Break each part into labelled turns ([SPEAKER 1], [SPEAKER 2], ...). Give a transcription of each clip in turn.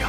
[SPEAKER 1] 洋。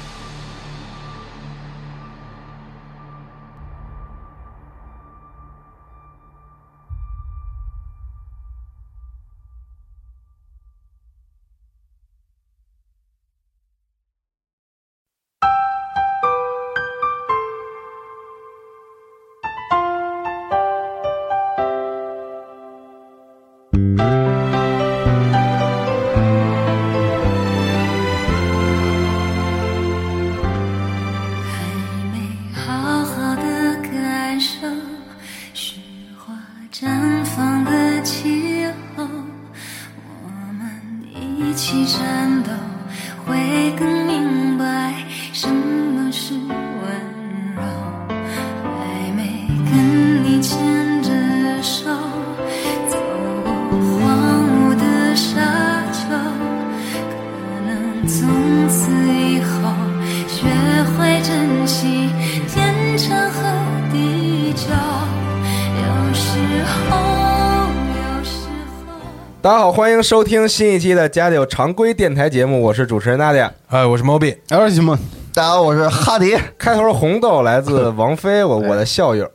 [SPEAKER 2] 大家好，欢迎收听新一期的《家里有常规电台节目》，我是主持人娜姐。
[SPEAKER 3] 哎，我是毛笔，
[SPEAKER 4] 哎，什么？大家好，我是哈迪。
[SPEAKER 2] 开头是红豆，来自王菲，我我的校友，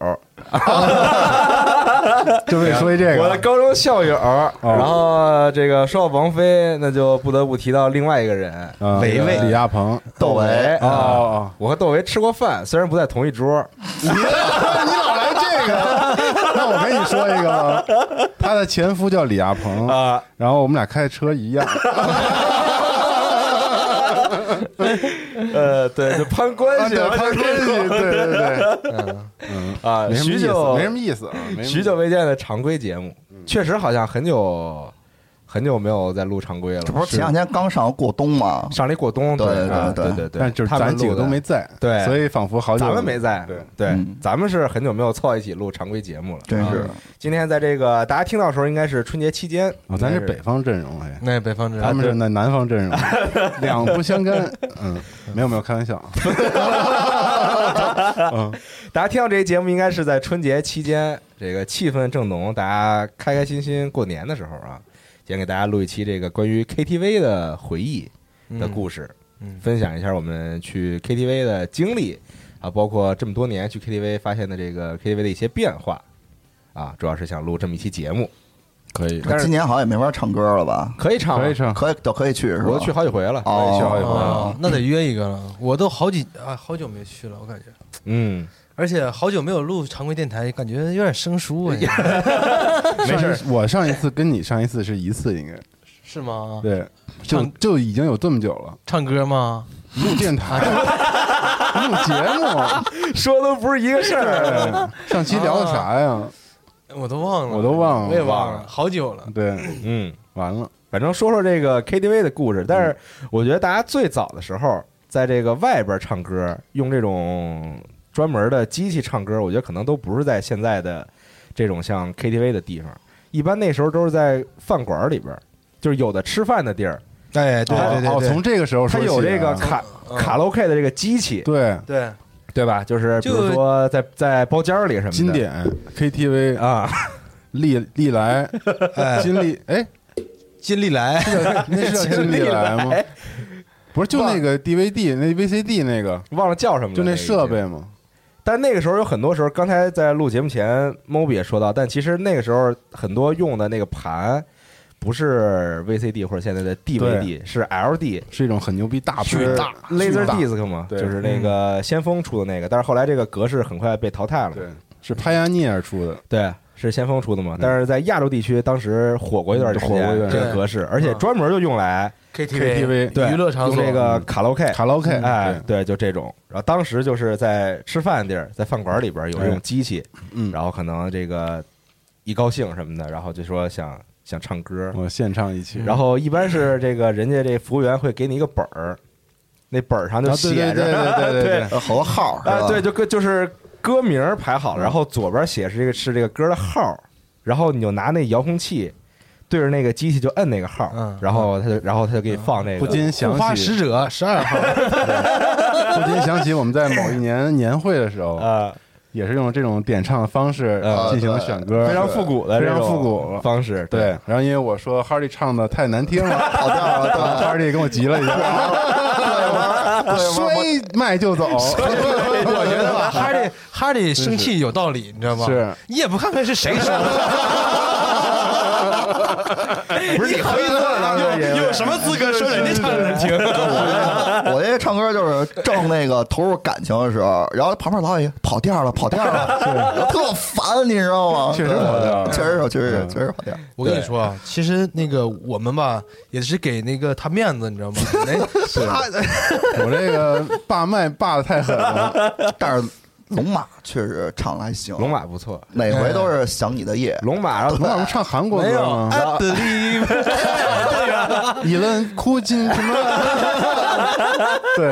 [SPEAKER 4] 就为说这
[SPEAKER 2] 我的
[SPEAKER 4] 个，
[SPEAKER 2] 高中校友。
[SPEAKER 3] 哦
[SPEAKER 2] 然后这个说到王菲，那就不得不提到另外一个人，
[SPEAKER 3] 啊
[SPEAKER 4] 维维
[SPEAKER 3] 李亚鹏，
[SPEAKER 4] 窦唯。
[SPEAKER 3] 哦哦，
[SPEAKER 2] 啊我和窦唯吃过饭，虽然不在同一桌。
[SPEAKER 4] 你老来这个，
[SPEAKER 3] 那我跟你说一个吧，他的前夫叫李亚鹏
[SPEAKER 2] 啊，
[SPEAKER 3] 然后我们俩开的车一样，
[SPEAKER 2] 呃，对，就攀关
[SPEAKER 3] 啊
[SPEAKER 2] 系
[SPEAKER 3] 对，
[SPEAKER 2] 嘛，
[SPEAKER 3] 攀关系，对对对，
[SPEAKER 2] 啊，
[SPEAKER 3] 没什么
[SPEAKER 2] 许
[SPEAKER 3] 意思，
[SPEAKER 2] 久
[SPEAKER 3] 没什嗯么意思啊，没什么意思
[SPEAKER 2] 许久未见的常规节目，确实好像很久很久没有在录常规了。
[SPEAKER 4] 这不是前两天刚上过冬吗？
[SPEAKER 2] 上了一过冬，
[SPEAKER 4] 对
[SPEAKER 2] 对啊
[SPEAKER 4] 对
[SPEAKER 2] 对
[SPEAKER 4] 对
[SPEAKER 2] 对对，
[SPEAKER 3] 但就是
[SPEAKER 2] 他们
[SPEAKER 3] 咱几个
[SPEAKER 2] 录的
[SPEAKER 3] 都没在，
[SPEAKER 2] 对
[SPEAKER 3] 所以仿佛好久
[SPEAKER 2] 咱们没在，
[SPEAKER 3] 对
[SPEAKER 4] 嗯
[SPEAKER 2] 咱们是很久没有凑一起录常规节目了，
[SPEAKER 4] 真
[SPEAKER 2] 啊
[SPEAKER 4] 是。
[SPEAKER 2] 今天在这个大家听到的时候，应该是春节期间，
[SPEAKER 3] 啊，咱
[SPEAKER 2] 应
[SPEAKER 3] 是
[SPEAKER 2] 该
[SPEAKER 3] 北方阵容，
[SPEAKER 2] 啊
[SPEAKER 3] 哎，
[SPEAKER 5] 那北方人
[SPEAKER 3] 他们是那南方阵容，两不相干，嗯，没有没有，开玩笑，啊嗯，
[SPEAKER 2] 大家听到这期节目，应该是在春节期间，这个气氛正浓，大家开开心心过年的时候啊，今天给大家录一期这个关于 KTV 的回忆的故事，
[SPEAKER 5] 嗯嗯
[SPEAKER 2] 分享一下我们去 KTV 的经历啊，包括这么多年去 KTV 发现的这个 KTV 的一些变化啊，主要是想录这么一期节目，
[SPEAKER 3] 可以，
[SPEAKER 2] 但是
[SPEAKER 4] 今年好像也没法唱歌了吧？
[SPEAKER 2] 可以唱吗，
[SPEAKER 3] 可以唱，
[SPEAKER 4] 可以都可以去是吧？
[SPEAKER 2] 我都去好几回了，
[SPEAKER 4] 哦
[SPEAKER 2] 我也去好几回了，
[SPEAKER 5] 哦，那得约一个了。我都好几啊，好久没去了，我感觉，
[SPEAKER 2] 嗯，
[SPEAKER 5] 而且好久没有录常规电台，感觉有点生疏哎，
[SPEAKER 3] 没事。我上一次跟你上一次是一次，应该
[SPEAKER 5] 是吗？
[SPEAKER 3] 对，就
[SPEAKER 5] 唱
[SPEAKER 3] 就已经有这么久了。
[SPEAKER 5] 唱歌吗？
[SPEAKER 3] 录电台，录节
[SPEAKER 2] 说的不是一个事儿，
[SPEAKER 3] 目。上期聊的啥呀？
[SPEAKER 5] 我都忘了，
[SPEAKER 3] 我都忘了
[SPEAKER 5] 我也忘了，好久了。
[SPEAKER 3] 对，
[SPEAKER 2] 嗯。
[SPEAKER 3] 完了，
[SPEAKER 2] 反正说说这个 KTV 的故事，但是
[SPEAKER 3] 嗯
[SPEAKER 2] 我觉得大家最早的时候，在这个外边唱歌，用这种专门的机器唱歌，我觉得可能都不是在现在的这种像 KTV 的地方，一般那时候都是在饭馆里边，就是有的吃饭的地儿，
[SPEAKER 5] 哎，对
[SPEAKER 3] 哦
[SPEAKER 5] 对对
[SPEAKER 3] 哦，
[SPEAKER 5] 对，
[SPEAKER 3] 从这个时候
[SPEAKER 2] 它
[SPEAKER 3] 说起啊
[SPEAKER 2] 有这个卡
[SPEAKER 5] 嗯
[SPEAKER 2] 卡拉 OK 的这个机器，
[SPEAKER 3] 对
[SPEAKER 5] 对，
[SPEAKER 2] 对吧？就是比如
[SPEAKER 5] 就
[SPEAKER 2] 说在在包间里什么的，
[SPEAKER 3] 经典 KTV
[SPEAKER 2] 啊，
[SPEAKER 3] 历历来金历哎，
[SPEAKER 5] 金利来，
[SPEAKER 3] 那是叫金历来吗？不是就那个 DVD 那 VCD 那个，
[SPEAKER 2] 忘了叫什么了，
[SPEAKER 3] 就那
[SPEAKER 2] 那
[SPEAKER 3] 设
[SPEAKER 2] 已
[SPEAKER 3] 备
[SPEAKER 2] 经。
[SPEAKER 3] 嘛，
[SPEAKER 2] 但那个时候有很多时候，刚才在录节目前，Moby 也说到，但其实那个时候很多用的那个盘不是 VCD 或者现在的 DVD，是 LD。
[SPEAKER 3] 是一种很牛逼大
[SPEAKER 2] 就
[SPEAKER 3] 盘
[SPEAKER 2] 是
[SPEAKER 3] 大
[SPEAKER 2] Laser
[SPEAKER 3] 大
[SPEAKER 2] Disc 嘛，就
[SPEAKER 3] 对
[SPEAKER 2] 是那个先锋出的那个，但是后来这个格式很快被淘汰了。
[SPEAKER 3] 对，嗯是拍安尼尔出的，
[SPEAKER 2] 对，是先锋出的嘛，但是在亚洲地区当时火过一段时
[SPEAKER 3] 火
[SPEAKER 2] 间
[SPEAKER 3] 过一段
[SPEAKER 2] 这
[SPEAKER 5] 时间
[SPEAKER 2] 个格式，而
[SPEAKER 3] 嗯
[SPEAKER 2] 且专门就用来
[SPEAKER 3] KTV
[SPEAKER 2] 对
[SPEAKER 5] 娱乐场所
[SPEAKER 2] 用这个卡拉 OK
[SPEAKER 3] 嗯卡拉 OK，
[SPEAKER 2] 哎
[SPEAKER 3] 对，
[SPEAKER 2] 对，就这种。然后当时就是在吃饭地儿，在饭馆里边
[SPEAKER 3] 哎
[SPEAKER 2] 有这种机器，
[SPEAKER 3] 嗯，
[SPEAKER 2] 然后可能这个一高兴什么的，然后就说想想唱歌，
[SPEAKER 3] 我献唱一曲，
[SPEAKER 2] 然后一般是这个人家这服务员会给你一个本儿，那本儿上就
[SPEAKER 3] 啊
[SPEAKER 2] 写
[SPEAKER 3] 对对对
[SPEAKER 2] 着，
[SPEAKER 3] 对对 对
[SPEAKER 4] 呃和号是吧？
[SPEAKER 2] 啊，对，就歌就是歌名儿排好了，然后左边写是这个是这个歌的号儿，然后你就拿那遥控器对着那个机器就摁那个号儿，
[SPEAKER 5] 嗯
[SPEAKER 2] 然后他就然后他就给你放那
[SPEAKER 3] 嗯不
[SPEAKER 2] 个。
[SPEAKER 3] 禁
[SPEAKER 5] 护
[SPEAKER 3] 想
[SPEAKER 5] 花
[SPEAKER 3] 起
[SPEAKER 5] 使者十二号，
[SPEAKER 3] 不禁想起我们在某一年年会的时候，
[SPEAKER 2] 呃，
[SPEAKER 3] 也是用这种点唱的方式
[SPEAKER 2] 呃
[SPEAKER 3] 进行选歌，
[SPEAKER 2] 非常复古的
[SPEAKER 3] 非
[SPEAKER 2] 这
[SPEAKER 3] 常
[SPEAKER 2] 种
[SPEAKER 3] 复古
[SPEAKER 2] 方式，
[SPEAKER 3] 对，然后因为我说 Hardy 唱的太难听了，
[SPEAKER 4] 跑调了，对
[SPEAKER 3] 然后 Hardy 跟我急了一 下，摔麦就走，
[SPEAKER 5] 我觉得吧，哈利哈利生气有道理，你知道吗？
[SPEAKER 3] 是
[SPEAKER 5] 你也不看看是谁说的，
[SPEAKER 2] 不是你黑色的，
[SPEAKER 5] 你有什么资格说人家唱的难听？
[SPEAKER 4] 我这唱歌就是正那个投入感情的时候，然后旁边老有一个跑调了，跑调 了，我特烦，你知道吗？
[SPEAKER 3] 确实跑调了
[SPEAKER 4] 确实有，确实有
[SPEAKER 3] 嗯
[SPEAKER 4] 确实跑调。
[SPEAKER 5] 我跟你说啊，其实那个我们吧，也是给那个他面子，你知道吗？
[SPEAKER 3] 我这个霸麦霸的太狠了，
[SPEAKER 4] 但是龙马确实唱的还行，
[SPEAKER 2] 龙马不错，
[SPEAKER 4] 每回都是想你的夜，
[SPEAKER 2] 龙马然后
[SPEAKER 3] 龙马不唱韩国
[SPEAKER 5] 没
[SPEAKER 3] 歌
[SPEAKER 5] 有哎
[SPEAKER 3] 吗？
[SPEAKER 5] ，I believe，
[SPEAKER 3] 以论哭金什么？ 对，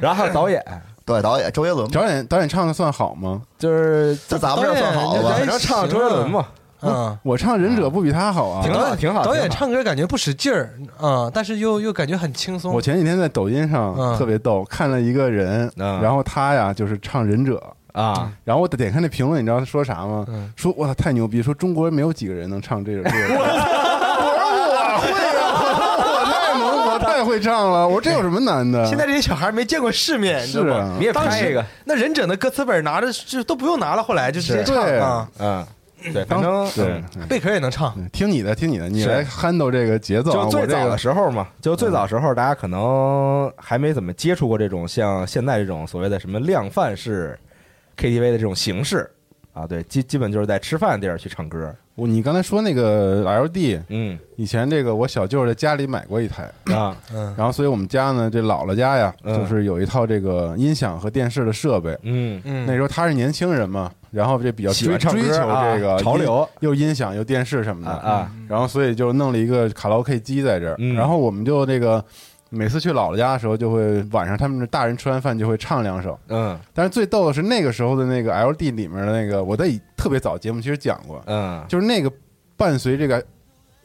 [SPEAKER 2] 然后还有导演，
[SPEAKER 4] 对，导演周杰伦嘛，
[SPEAKER 3] 导演导演唱的算好吗？
[SPEAKER 2] 就是
[SPEAKER 4] 在咱们这儿算好了
[SPEAKER 5] 导
[SPEAKER 4] 吧
[SPEAKER 5] 演
[SPEAKER 2] 反？正唱周杰伦嘛，
[SPEAKER 5] 嗯。
[SPEAKER 3] 我唱忍者不比他好啊
[SPEAKER 2] 挺。好
[SPEAKER 5] 导演
[SPEAKER 2] 挺好
[SPEAKER 5] 导演
[SPEAKER 2] 挺好
[SPEAKER 5] 唱歌感觉不使劲儿啊、但是又又感觉很轻松。
[SPEAKER 3] 我前几天在抖音上
[SPEAKER 5] 嗯
[SPEAKER 3] 特别逗，看了一个人，
[SPEAKER 2] 嗯
[SPEAKER 3] 然后他呀就是唱忍者，
[SPEAKER 2] 啊，
[SPEAKER 3] 然后我点开那评论，你知道他说啥吗？
[SPEAKER 5] 嗯
[SPEAKER 3] 说我操太牛逼，说中国人没有几个人能唱这 首歌。我说我会啊啊，我太能，我太会唱了，我这有什么 难的？
[SPEAKER 5] 现在这些小孩没见过世面，你
[SPEAKER 3] 是
[SPEAKER 5] 知道吗？
[SPEAKER 3] 啊
[SPEAKER 2] 你，也
[SPEAKER 5] 当
[SPEAKER 2] 拍
[SPEAKER 5] 时
[SPEAKER 2] 一个，
[SPEAKER 5] 那忍者的歌词本拿着就都不用拿了，后来就直接唱
[SPEAKER 3] 对
[SPEAKER 5] 啊，
[SPEAKER 2] 嗯，对，反正
[SPEAKER 3] 对
[SPEAKER 2] 嗯。
[SPEAKER 5] 贝壳也能唱。
[SPEAKER 3] 对听你的，听你的，你
[SPEAKER 2] 是
[SPEAKER 3] 来 handle 这个节奏啊。
[SPEAKER 2] 就最
[SPEAKER 3] 我这
[SPEAKER 2] 早
[SPEAKER 3] 个
[SPEAKER 2] 的时候嘛，就最早时候，大家可能还没怎么接触过这种像现在这种所谓的什么量贩式 KTV 的这种形式啊，对，基基本就是在吃饭地儿去唱歌，
[SPEAKER 3] 我你刚才说那个 LD，
[SPEAKER 2] 嗯
[SPEAKER 3] 以前这个我小舅儿在家里买过一台，
[SPEAKER 2] 啊，
[SPEAKER 5] 嗯，
[SPEAKER 3] 然后所以我们家呢，这姥姥家呀，
[SPEAKER 2] 嗯
[SPEAKER 3] 就是有一套这个音响和电视的设备。
[SPEAKER 2] 嗯，
[SPEAKER 5] 嗯
[SPEAKER 3] 那时候他是年轻人嘛，然后这比较
[SPEAKER 2] 喜
[SPEAKER 3] 追
[SPEAKER 2] 欢唱
[SPEAKER 3] 追
[SPEAKER 2] 歌
[SPEAKER 3] 求
[SPEAKER 2] 啊
[SPEAKER 3] 这个
[SPEAKER 2] 潮
[SPEAKER 3] 音
[SPEAKER 2] 流
[SPEAKER 3] 又音响又电视什么
[SPEAKER 2] 啊
[SPEAKER 3] 的
[SPEAKER 2] 啊，
[SPEAKER 3] 然后所以就弄了一个卡拉 OK 机在这儿，
[SPEAKER 2] 嗯
[SPEAKER 3] 然后我们就这个每次去姥姥家的时候，就会晚上他们大人吃完饭就会唱两首。
[SPEAKER 2] 嗯
[SPEAKER 3] 但是最逗的是那个时候的那个 LD 里面的那个，我在以特别早节目其实讲过，
[SPEAKER 2] 嗯
[SPEAKER 3] 就是那个伴随这个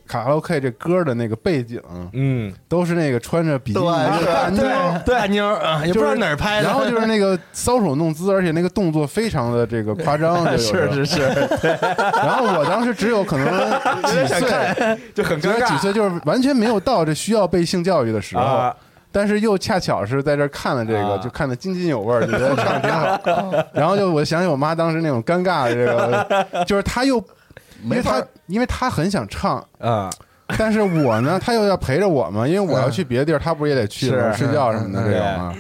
[SPEAKER 3] 卡拉 OK 这歌的那个背景，
[SPEAKER 2] 嗯，
[SPEAKER 3] 都是那个穿着比基尼
[SPEAKER 4] 对
[SPEAKER 3] 的
[SPEAKER 4] 是
[SPEAKER 3] 大妞儿。
[SPEAKER 5] 对大妞儿啊，也不知道哪儿拍的。
[SPEAKER 3] 然后就是那个搔首弄姿，而且那个动作非常的这个夸 张，就有时候
[SPEAKER 2] 是是是，
[SPEAKER 3] 然后我当时只有可能几岁，
[SPEAKER 2] 就很
[SPEAKER 3] 只有
[SPEAKER 2] 尴
[SPEAKER 3] 几
[SPEAKER 2] 尬
[SPEAKER 3] 岁，就是完全没有到这需要被性教育的时候
[SPEAKER 2] 啊，，
[SPEAKER 3] 但是又恰巧是在这儿看了这
[SPEAKER 2] 啊
[SPEAKER 3] 个，就看得津津有味儿，就 觉得唱得挺好。然后就我想起我妈当时那种尴尬的这个，就是她又，因
[SPEAKER 4] 没
[SPEAKER 3] 为
[SPEAKER 4] 法
[SPEAKER 3] 她因为她很想唱，
[SPEAKER 2] 嗯
[SPEAKER 3] 但是我呢，她又要陪着我嘛，因为我要
[SPEAKER 5] 嗯
[SPEAKER 3] 去别的地儿，她不是也得去
[SPEAKER 2] 是
[SPEAKER 3] 吗睡觉什么的
[SPEAKER 2] 嗯
[SPEAKER 3] 这种啊。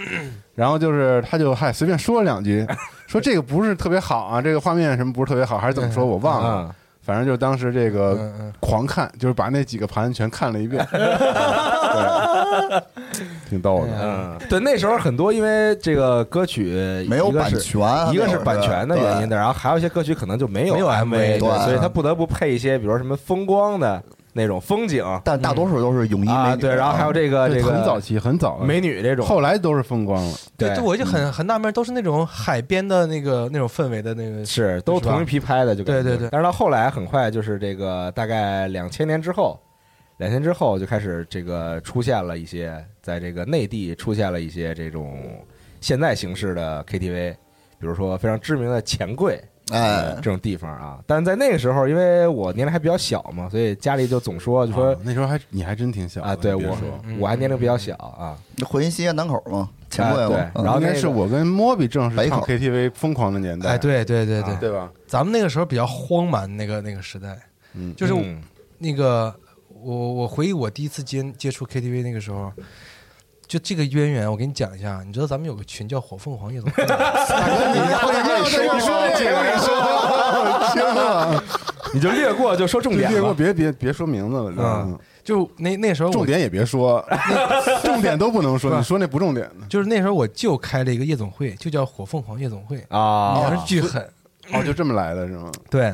[SPEAKER 3] 然后就是她就嗨随便说了两句，说这个不是特别好啊，这个画面什么不是特别好，还是怎么说我忘了。
[SPEAKER 2] 嗯，
[SPEAKER 3] 反正就当时这个
[SPEAKER 5] 嗯嗯
[SPEAKER 3] 狂看，就是把那几个盘全看了一 遍，对挺逗的。
[SPEAKER 2] 嗯，对，那时候很多因为这个歌曲
[SPEAKER 4] 没有
[SPEAKER 2] 一个
[SPEAKER 4] 版
[SPEAKER 2] 是
[SPEAKER 4] 权，
[SPEAKER 2] 一个是版权的原因
[SPEAKER 4] 啊对
[SPEAKER 2] 的，然后还有一些歌曲可能就没有
[SPEAKER 5] 没有 MV
[SPEAKER 2] 对
[SPEAKER 4] 对
[SPEAKER 2] 所以他不得不配一些，比如说什么风光的那种风景
[SPEAKER 4] 但大多数都是泳衣美
[SPEAKER 2] 啊，
[SPEAKER 4] 女
[SPEAKER 2] 对，然后还有这个
[SPEAKER 3] 对
[SPEAKER 2] 这个
[SPEAKER 3] 很早期，很早了
[SPEAKER 2] 美女这种，
[SPEAKER 3] 后来都是风光了。
[SPEAKER 5] 对，对我就很很纳闷，都是那种海边的那个那种氛围的那个。
[SPEAKER 2] 是都
[SPEAKER 5] 是吧
[SPEAKER 2] 同一批拍的，就感觉
[SPEAKER 5] 对对对
[SPEAKER 2] 但是到后来很快就是这个大概两千年之后，两千之后就开始这个出现了一些在这个内地出现了一些这种现在形式的 KTV，比如说非常知名的钱柜，
[SPEAKER 4] 哎
[SPEAKER 3] 嗯
[SPEAKER 2] 这，种地方啊。但在那个时候，因为我年龄还比较小嘛，所以家里就总说就说
[SPEAKER 3] 啊那时候还你还真挺小的
[SPEAKER 2] 啊，对
[SPEAKER 3] 别
[SPEAKER 2] 我
[SPEAKER 3] 说
[SPEAKER 2] 我还年龄比较小啊，
[SPEAKER 4] 回新西安南口嘛，
[SPEAKER 3] 哎
[SPEAKER 4] 钱
[SPEAKER 2] 啊
[SPEAKER 4] 柜
[SPEAKER 2] 对
[SPEAKER 4] 嘛，嗯
[SPEAKER 2] 然后
[SPEAKER 3] 应
[SPEAKER 2] 那
[SPEAKER 3] 该
[SPEAKER 2] 个
[SPEAKER 3] 是我跟莫比正是
[SPEAKER 4] 北
[SPEAKER 3] 唱
[SPEAKER 4] 口
[SPEAKER 3] KTV 疯狂的年代，
[SPEAKER 5] 哎，对对对
[SPEAKER 2] 啊
[SPEAKER 5] 对，
[SPEAKER 3] 对吧？
[SPEAKER 5] 咱们那个时候比较荒蛮，那个那个时代，
[SPEAKER 3] 嗯
[SPEAKER 5] 就是
[SPEAKER 2] 嗯
[SPEAKER 5] 那个我我回忆我第一次接接触 KTV 那个时候，就这个渊源，我给你讲一下。你知道咱们有个群叫火凤凰夜总会吗，
[SPEAKER 3] 大哥，你要让你说说，这个 说，天啊！
[SPEAKER 2] 你就略过就说重点
[SPEAKER 3] 别
[SPEAKER 2] 吧。
[SPEAKER 3] 别别别说名字了，
[SPEAKER 5] 嗯 就那那时候
[SPEAKER 3] 嗯重
[SPEAKER 5] 我
[SPEAKER 3] 点也别说，重点都不能说，你说那不重点的。
[SPEAKER 5] 就是那时候我就开了一个夜总会，就叫火凤凰夜总会，
[SPEAKER 2] 啊，
[SPEAKER 5] 当时巨狠。
[SPEAKER 3] 哦，就这么来的是吗？
[SPEAKER 5] 对，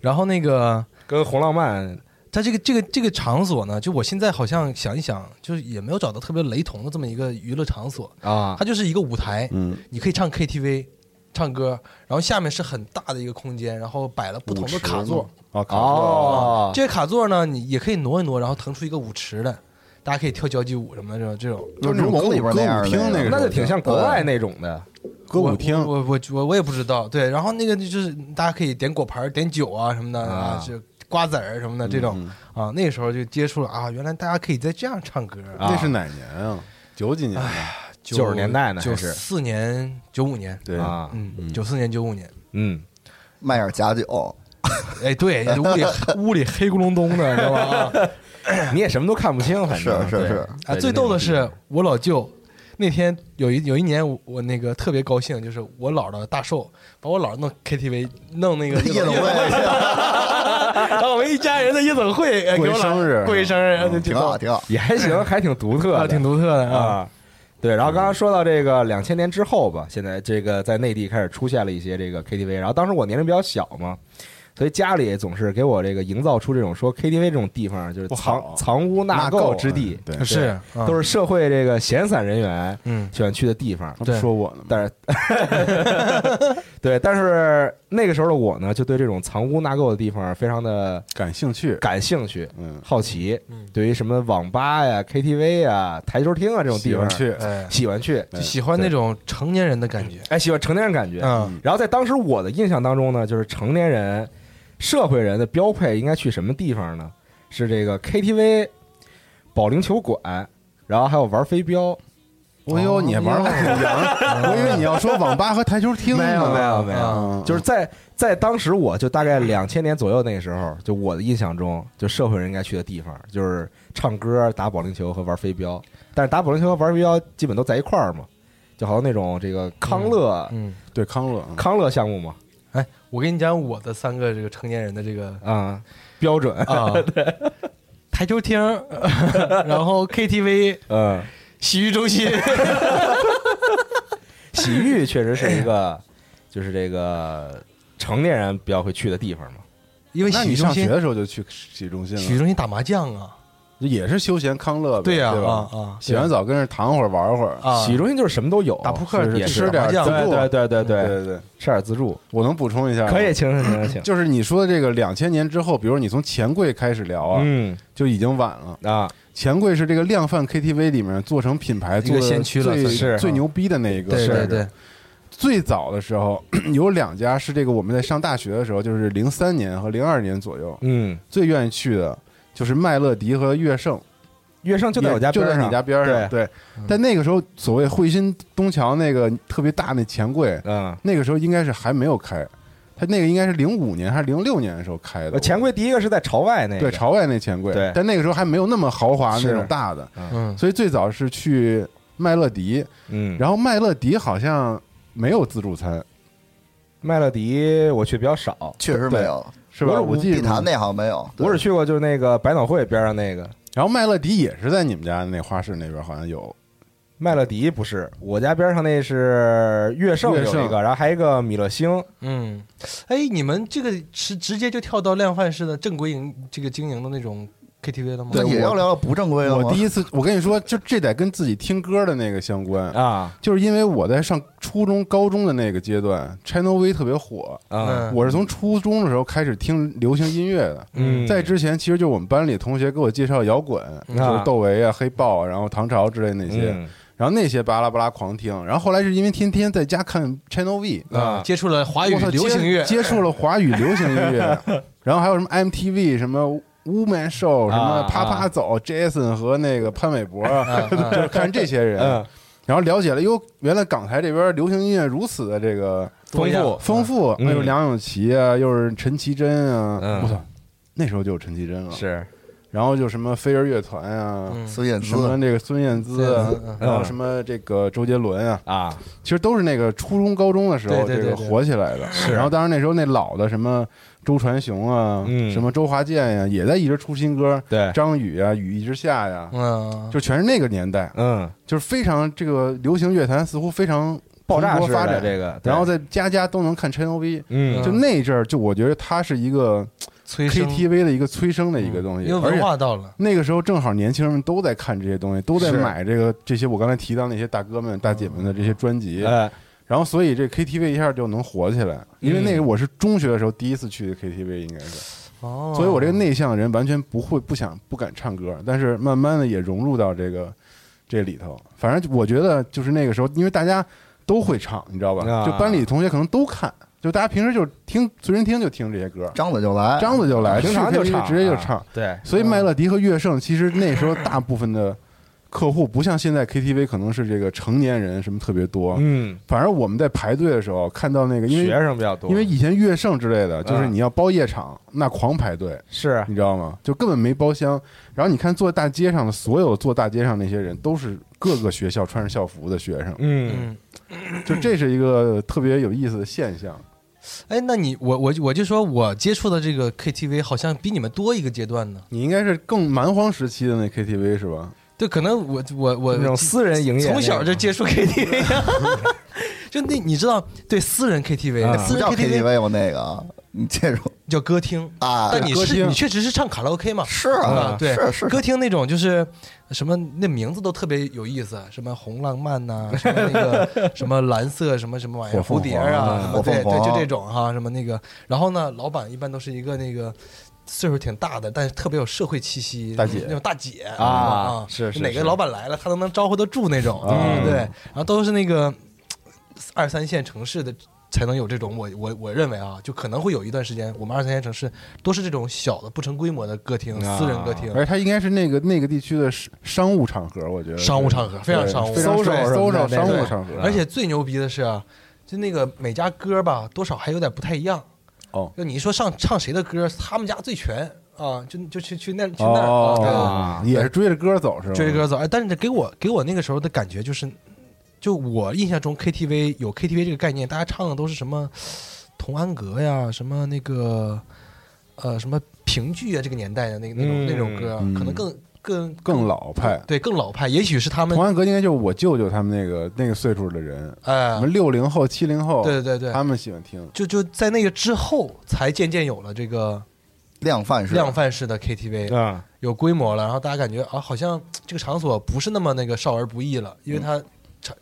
[SPEAKER 5] 然后那个
[SPEAKER 2] 跟红浪漫
[SPEAKER 5] 它这个这个这个场所呢，就我现在好像想一想，就是也没有找到特别雷同的这么一个娱乐场所，
[SPEAKER 2] 啊
[SPEAKER 5] 它就是一个舞台，
[SPEAKER 3] 嗯，
[SPEAKER 5] 你可以唱 KTV。唱歌，然后下面是很大的一个空间，然后摆了不同的卡座，
[SPEAKER 3] 哦，卡座
[SPEAKER 2] 哦，
[SPEAKER 5] 这个卡座呢，你也可以挪一挪，然后腾出一个舞池来，大家可以跳交际舞什么的这种这种。
[SPEAKER 3] 就
[SPEAKER 4] 就是
[SPEAKER 3] 那种
[SPEAKER 4] 宫
[SPEAKER 3] 歌舞
[SPEAKER 4] 里边那样
[SPEAKER 3] 歌舞厅
[SPEAKER 4] 的
[SPEAKER 3] 那个，啊
[SPEAKER 2] 那就挺像国外那种的
[SPEAKER 3] 歌
[SPEAKER 5] 我
[SPEAKER 3] 舞厅。
[SPEAKER 2] 嗯
[SPEAKER 5] 我我我我也不知道，对，然后那个就是大家可以点果盘、点酒啊什么的
[SPEAKER 2] 啊嗯
[SPEAKER 5] 啊，就瓜子儿什么的这种啊，那个时候就接触了啊，原来大家可以在这样唱歌
[SPEAKER 2] 啊
[SPEAKER 3] 那是哪年啊？九几年吧，
[SPEAKER 2] 90年代呢还
[SPEAKER 5] 九
[SPEAKER 2] 是
[SPEAKER 5] 四年、九五年，
[SPEAKER 3] 对
[SPEAKER 2] 啊，
[SPEAKER 5] 嗯，九四年、九五年，
[SPEAKER 2] 嗯，
[SPEAKER 4] 卖点 假酒，
[SPEAKER 5] 哎，对，屋里 屋里黑咕隆咚的，你知道吧？啊
[SPEAKER 2] 你也什么都看不清，反
[SPEAKER 4] 是
[SPEAKER 2] 正
[SPEAKER 4] 是
[SPEAKER 2] 嗯对
[SPEAKER 4] 是，
[SPEAKER 5] 啊，
[SPEAKER 2] 对
[SPEAKER 5] 最
[SPEAKER 2] 就那
[SPEAKER 5] 逗
[SPEAKER 2] 种地
[SPEAKER 5] 的是我老舅，那天有一有一年我我那个特别高兴，就是我姥姥大寿，把我姥姥弄 KTV 弄那个
[SPEAKER 4] 夜总会，
[SPEAKER 5] 然后我们一家人在夜总会哎给
[SPEAKER 3] 过一
[SPEAKER 5] 我姥
[SPEAKER 3] 生日
[SPEAKER 5] 过一生日，就
[SPEAKER 4] 挺好挺好。
[SPEAKER 2] 也还行，还挺独特
[SPEAKER 5] 啊，
[SPEAKER 2] 的，
[SPEAKER 5] 挺独特的啊。
[SPEAKER 2] 啊。对，然后刚刚说到这个两千年之后吧，现在这个在内地开始出现了一些这个 KTV，然后当时我年龄比较小嘛，所以家里总是给我这个营造出这种说 KTV 这种地方就是
[SPEAKER 3] 不
[SPEAKER 2] 藏
[SPEAKER 3] 好
[SPEAKER 2] 藏污纳
[SPEAKER 3] 购
[SPEAKER 2] 垢之地，
[SPEAKER 3] 嗯啊对，
[SPEAKER 5] 是，
[SPEAKER 2] 都
[SPEAKER 5] 是
[SPEAKER 2] 是社会这个闲散人员
[SPEAKER 5] 嗯，
[SPEAKER 2] 喜欢去的地方。
[SPEAKER 3] 他不说我呢吗？
[SPEAKER 2] 但是，对，但是那个时候的我呢，就对这种藏污纳垢的地方非常的
[SPEAKER 3] 感兴趣，
[SPEAKER 2] 感兴趣、
[SPEAKER 3] 嗯，
[SPEAKER 2] 好奇
[SPEAKER 5] 嗯。
[SPEAKER 2] 对于什么网吧呀、KTV 呀、台球厅啊这种地
[SPEAKER 3] 喜
[SPEAKER 2] 方
[SPEAKER 3] 欢，去，
[SPEAKER 5] 哎，
[SPEAKER 2] 喜欢去，
[SPEAKER 5] 就喜欢那种成年人的感觉，
[SPEAKER 2] 哎，喜欢成年人感觉。
[SPEAKER 5] 嗯，
[SPEAKER 2] 然后在当时我的印象当中呢，就是成年人、社会人的标配应该去什么地方呢？是这个 KTV、保龄球馆，然后还有玩飞镖。
[SPEAKER 3] 哦呦，你还玩的挺洋，我以为你要说网吧和台球厅呢。
[SPEAKER 2] 没有没有没有，
[SPEAKER 3] 嗯，
[SPEAKER 2] 就是在在当时我就大概两千年左右那个时候，就我的印象中，就社会人应该去的地方就是唱歌、打保龄球和玩飞镖。但是打保龄球和玩飞镖基本都在一块儿嘛，就好像那种这个康乐、
[SPEAKER 5] 嗯，
[SPEAKER 3] 对康乐，嗯
[SPEAKER 2] 康乐项目嘛，
[SPEAKER 5] 哎，我跟你讲我的三个这个成年人的这个
[SPEAKER 2] 啊、标准，
[SPEAKER 5] 啊， 对，台球厅， 然后 KTV，
[SPEAKER 2] 嗯。
[SPEAKER 5] 洗浴中心，
[SPEAKER 2] 洗浴确实是一个，就是这个成年人比较会去的地方嘛，
[SPEAKER 5] 因为
[SPEAKER 3] 那
[SPEAKER 5] 洗
[SPEAKER 3] 你
[SPEAKER 5] 浴中
[SPEAKER 3] 上学
[SPEAKER 5] 心，
[SPEAKER 3] 的时候就去洗浴中心
[SPEAKER 5] 洗浴
[SPEAKER 3] 了，
[SPEAKER 5] 中心打麻将啊。
[SPEAKER 3] 也是休闲康乐呗，
[SPEAKER 5] 对呀
[SPEAKER 3] 对
[SPEAKER 5] 啊
[SPEAKER 3] 吧？
[SPEAKER 5] 啊
[SPEAKER 3] 洗完澡跟那躺会儿玩会儿，
[SPEAKER 5] 啊！
[SPEAKER 2] 洗浴中心就是什么都有，
[SPEAKER 5] 打扑克
[SPEAKER 2] 是
[SPEAKER 5] 也
[SPEAKER 2] 也
[SPEAKER 5] 是
[SPEAKER 2] 是
[SPEAKER 3] 吃点
[SPEAKER 5] 麻
[SPEAKER 3] 儿
[SPEAKER 5] 将
[SPEAKER 3] 自
[SPEAKER 2] 对
[SPEAKER 3] 助，
[SPEAKER 2] 对对对对，
[SPEAKER 3] 对对，
[SPEAKER 2] 吃点自助
[SPEAKER 3] 我能补充一下吗，
[SPEAKER 2] 嗯可以，请请请请，
[SPEAKER 3] 就是你说的这个两千年之后，比如你从钱柜开始聊啊，
[SPEAKER 2] 嗯
[SPEAKER 3] 就已经晚了。
[SPEAKER 2] 啊
[SPEAKER 3] 钱柜是这个量贩 KTV 里面做成品牌
[SPEAKER 5] 一个
[SPEAKER 3] 做的
[SPEAKER 5] 先驱了
[SPEAKER 3] 最
[SPEAKER 5] 算
[SPEAKER 2] 是
[SPEAKER 3] 最牛逼的那一个。
[SPEAKER 5] 对
[SPEAKER 3] 是
[SPEAKER 5] 对对，
[SPEAKER 3] 最早的时候 有两家是这个我们在上大学的时候，就是零三年和零二年左右
[SPEAKER 2] 嗯，
[SPEAKER 3] 最愿意去的。就是麦乐迪和乐盛，
[SPEAKER 2] 乐盛就在我家
[SPEAKER 3] 也就
[SPEAKER 2] 边
[SPEAKER 3] 在
[SPEAKER 2] 上，
[SPEAKER 3] 你家边儿上。
[SPEAKER 2] 对，
[SPEAKER 3] 对，但那个时候，所谓汇鑫东桥那个特别大那钱柜，
[SPEAKER 2] 嗯。
[SPEAKER 3] 那个时候应该是还没有开，它那个应该是零五年还是零六年的时候开的。
[SPEAKER 2] 呃钱柜第一个是在朝外那个，
[SPEAKER 3] 对朝外呃那钱柜，
[SPEAKER 2] 对
[SPEAKER 3] 但那个时候还没有那么豪华
[SPEAKER 2] 是
[SPEAKER 3] 那种大的，
[SPEAKER 5] 嗯，
[SPEAKER 3] 所以最早是去麦乐迪，
[SPEAKER 2] 嗯，
[SPEAKER 3] 然后麦乐迪好像没有自助餐，
[SPEAKER 2] 麦乐迪我去比较少，
[SPEAKER 4] 确实没有，
[SPEAKER 3] 是吧？
[SPEAKER 2] 我
[SPEAKER 3] 我
[SPEAKER 2] 是
[SPEAKER 3] 记
[SPEAKER 4] 碧
[SPEAKER 3] 得
[SPEAKER 4] 潭。那好像没有，对
[SPEAKER 2] 我只去过就是那个百脑汇边上那个
[SPEAKER 3] 然后麦乐迪也是在你们家那花市那边好像有，
[SPEAKER 2] 麦乐迪，不是我家边上那是乐盛
[SPEAKER 3] 乐
[SPEAKER 2] 有一
[SPEAKER 3] 盛
[SPEAKER 2] 个，然后还有一个米乐星，
[SPEAKER 5] 嗯，哎，你们这个是直接就跳到量贩式的正规营这个经营的那种 KTV 了吗？嗯
[SPEAKER 4] 那也要
[SPEAKER 3] 我
[SPEAKER 4] 聊聊不正规的
[SPEAKER 3] 啊我
[SPEAKER 4] 吗
[SPEAKER 3] 第？一次，我跟你说，就这得跟自己听歌的那个相关，
[SPEAKER 2] 啊
[SPEAKER 3] 就是因为我在上初中、高中的那个阶段，China V 特别火，
[SPEAKER 2] 啊
[SPEAKER 5] 嗯
[SPEAKER 3] 我是从初中的时候开始听流行音乐的。
[SPEAKER 2] 嗯，
[SPEAKER 3] 在之前，其实就我们班里同学给我介绍摇滚，
[SPEAKER 5] 嗯
[SPEAKER 3] 啊就是窦唯啊、黑豹啊，然后唐朝之类那些。
[SPEAKER 2] 嗯
[SPEAKER 3] 然后那些巴拉巴拉狂听，然后后来是因为天天在家看 Channel V，
[SPEAKER 2] 啊
[SPEAKER 5] 接触了华语
[SPEAKER 3] 我操
[SPEAKER 5] 流行乐，
[SPEAKER 3] 接接触了华语流行音 乐，然后还有什么 MTV 什么。Woman Show 什么
[SPEAKER 2] 啊
[SPEAKER 3] 啪啪走、Jason 和那个潘玮柏，
[SPEAKER 5] 啊
[SPEAKER 3] 啊 就是看这些人，
[SPEAKER 2] 嗯，
[SPEAKER 3] 然后了解了，哟，原来港台这边流行音乐如此的这个
[SPEAKER 5] 多样
[SPEAKER 2] 丰
[SPEAKER 3] 丰富，
[SPEAKER 2] 嗯
[SPEAKER 3] 又是梁咏琪啊，又是陈绮贞啊
[SPEAKER 2] 嗯，
[SPEAKER 3] 我操，那时候就有陈绮贞了，
[SPEAKER 2] 是
[SPEAKER 3] 然后就什么飞儿乐团啊，
[SPEAKER 5] 嗯
[SPEAKER 4] 孙燕
[SPEAKER 3] 什么
[SPEAKER 4] 姿
[SPEAKER 3] 那个孙燕姿啊
[SPEAKER 5] 孙燕姿嗯，
[SPEAKER 3] 然后什么这个周杰伦啊，
[SPEAKER 2] 啊，
[SPEAKER 3] 其实都是那个初中高中的时候
[SPEAKER 5] 对对
[SPEAKER 3] 这
[SPEAKER 5] 对
[SPEAKER 3] 个火起来的，然后当然那时候那老的什么周传雄啊，
[SPEAKER 2] 嗯
[SPEAKER 3] 什么周华健呀、也在一直出新歌，
[SPEAKER 2] 对，
[SPEAKER 3] 张宇啊，雨一直下呀，
[SPEAKER 5] 嗯，
[SPEAKER 3] 就全是那个年代，
[SPEAKER 2] 嗯，
[SPEAKER 3] 就是非常这个流行乐坛似乎非常
[SPEAKER 2] 爆炸
[SPEAKER 3] 蓬
[SPEAKER 2] 式
[SPEAKER 3] 勃
[SPEAKER 2] 的
[SPEAKER 3] 发展
[SPEAKER 2] 这个，对
[SPEAKER 3] 然后在家家都能看 Channel V，
[SPEAKER 2] 嗯
[SPEAKER 3] 就那一阵儿，就我觉得它是一个
[SPEAKER 5] 催生嗯
[SPEAKER 3] KTV 的一个催生的一个东
[SPEAKER 2] 嗯
[SPEAKER 3] 西，
[SPEAKER 5] 因为
[SPEAKER 3] 而
[SPEAKER 5] 文
[SPEAKER 3] 且
[SPEAKER 5] 化到了，
[SPEAKER 3] 那个时候正好年轻人们都在看这些东西，都在
[SPEAKER 2] 是
[SPEAKER 3] 买这个这些我刚才提到那些大哥们、大姐们的这些专辑，
[SPEAKER 2] 呃
[SPEAKER 3] 然后所以这 KTV 一下就能火起来。因为
[SPEAKER 2] 嗯
[SPEAKER 3] 那个我是中学的时候第一次去 KTV，应该是，
[SPEAKER 5] 哦，
[SPEAKER 3] 所以我这个内向的人完全不会、不想、不敢唱歌，但是慢慢的也融入到这个这里头。反正我觉得就是那个时候，因为大家都会唱，你知道吧？
[SPEAKER 2] 啊
[SPEAKER 3] 就班里同学可能都看，就大家平时就听随身听就听这些 歌，
[SPEAKER 4] 张嘴就来，
[SPEAKER 3] 张嘴就来，
[SPEAKER 2] 平常就
[SPEAKER 3] 去 KTV
[SPEAKER 2] 唱，
[SPEAKER 3] 直接就
[SPEAKER 2] 啊
[SPEAKER 3] 唱。，
[SPEAKER 2] 对，
[SPEAKER 3] 所以麦乐迪和乐圣其实那时候大部分的客户不像现在 KTV 可能是这个成年人什么特别多，
[SPEAKER 2] 嗯，
[SPEAKER 3] 反而我们在排队的时候看到那个，因
[SPEAKER 2] 学
[SPEAKER 3] 为
[SPEAKER 2] 生比较多，
[SPEAKER 3] 因为以前乐圣之类的，就是
[SPEAKER 2] 嗯
[SPEAKER 3] 你要包夜场，那狂排队，
[SPEAKER 2] 是啊
[SPEAKER 3] 你知道吗？就根本没包厢。然后你看坐大街上的所有坐大街上那些人，都是各个学校穿着校服的学生，
[SPEAKER 2] 嗯
[SPEAKER 5] 嗯，
[SPEAKER 3] 就这是一个特别有意思的现象。
[SPEAKER 5] 哎，那你我我我就说我接触的这个 KTV 好像比你们多一个阶段呢，
[SPEAKER 3] 你应该是更蛮荒时期的那 KTV 是吧？
[SPEAKER 5] 对，可能我我我
[SPEAKER 2] 那种私人营业那种，
[SPEAKER 5] 从小就接 触 KTV，就那你知道，对私人 KTV，、
[SPEAKER 2] 啊
[SPEAKER 5] 私
[SPEAKER 4] 不
[SPEAKER 5] 人
[SPEAKER 4] 叫
[SPEAKER 5] KTV
[SPEAKER 4] KTV 吗？那个你这种
[SPEAKER 5] 叫歌厅，
[SPEAKER 4] 啊，
[SPEAKER 5] 但你
[SPEAKER 3] 歌
[SPEAKER 5] 是
[SPEAKER 3] 厅
[SPEAKER 5] 你确实是唱卡拉 OK 嘛？
[SPEAKER 4] 是啊，
[SPEAKER 5] 对，
[SPEAKER 4] 是是
[SPEAKER 5] 歌厅那种就是什么那名字都特别有意思，什么红浪漫呐、什么那个 什么蓝色什么什么玩意
[SPEAKER 3] 火
[SPEAKER 5] 儿，
[SPEAKER 3] 凤
[SPEAKER 5] 蝴蝶
[SPEAKER 3] 凰
[SPEAKER 5] 啊
[SPEAKER 3] 啊，
[SPEAKER 5] 什么
[SPEAKER 4] 火凤
[SPEAKER 5] 对对，就
[SPEAKER 4] 凰
[SPEAKER 5] 这种哈，什么那个，然后呢，老板一般都是一个那个。岁数挺大的，但是特别有社会气息，
[SPEAKER 3] 大姐
[SPEAKER 5] 那种大姐
[SPEAKER 2] 啊
[SPEAKER 5] 啊，
[SPEAKER 2] 是是
[SPEAKER 5] 哪
[SPEAKER 2] 是
[SPEAKER 5] 个老板来了，她都能招呼得住那种，
[SPEAKER 3] 嗯
[SPEAKER 5] 对，然后都是那个二三线城市的才能有这种，我我我认为啊，就可能会有一段时间，我们二三线城市都是这种小的不成规模的歌厅、
[SPEAKER 2] 啊
[SPEAKER 5] 私人歌厅、
[SPEAKER 3] 而它应该是那个那个地区的商商务场合，我觉得
[SPEAKER 5] 商务场合，非常商务。
[SPEAKER 3] 非常
[SPEAKER 2] social 什
[SPEAKER 3] 搜
[SPEAKER 2] 么的
[SPEAKER 3] 上
[SPEAKER 2] 那
[SPEAKER 3] 商务
[SPEAKER 2] 种
[SPEAKER 3] 场合，
[SPEAKER 5] 而且最牛逼的是啊，就那个每家歌吧，多少还有点不太一样。
[SPEAKER 3] 哦，
[SPEAKER 5] 就你一说上唱谁的歌，他们家最全啊，就就去去那去那儿、
[SPEAKER 3] 哦
[SPEAKER 5] 啊
[SPEAKER 2] 啊
[SPEAKER 3] 也是追着歌走是吧？
[SPEAKER 5] 对，追着歌走。哎，但是给我给我那个时候的感觉就是，就我印象中 KTV 有 KTV 这个概念，大家唱的都是什么童安格呀，什么那个呃什么评剧啊，这个年代的那个那种、
[SPEAKER 2] 嗯
[SPEAKER 5] 那种歌啊，
[SPEAKER 3] 嗯
[SPEAKER 5] 可能更更
[SPEAKER 3] 更老派。
[SPEAKER 5] 对更老派，也许是他们
[SPEAKER 3] 童安格应该就是我舅舅他们那个那个岁数的人，
[SPEAKER 5] 哎
[SPEAKER 3] 什么，六零后、七零后，
[SPEAKER 5] 对对对，
[SPEAKER 3] 他们喜欢听。
[SPEAKER 5] 就就在那个之后，才渐渐有了这个
[SPEAKER 4] 量贩式
[SPEAKER 5] 量贩式的
[SPEAKER 3] 嗯
[SPEAKER 5] KTV，、
[SPEAKER 2] 啊，
[SPEAKER 5] 有规模了，然后大家感觉啊，好像这个场所不是那么那个少儿不宜了，
[SPEAKER 2] 嗯
[SPEAKER 5] 因为它产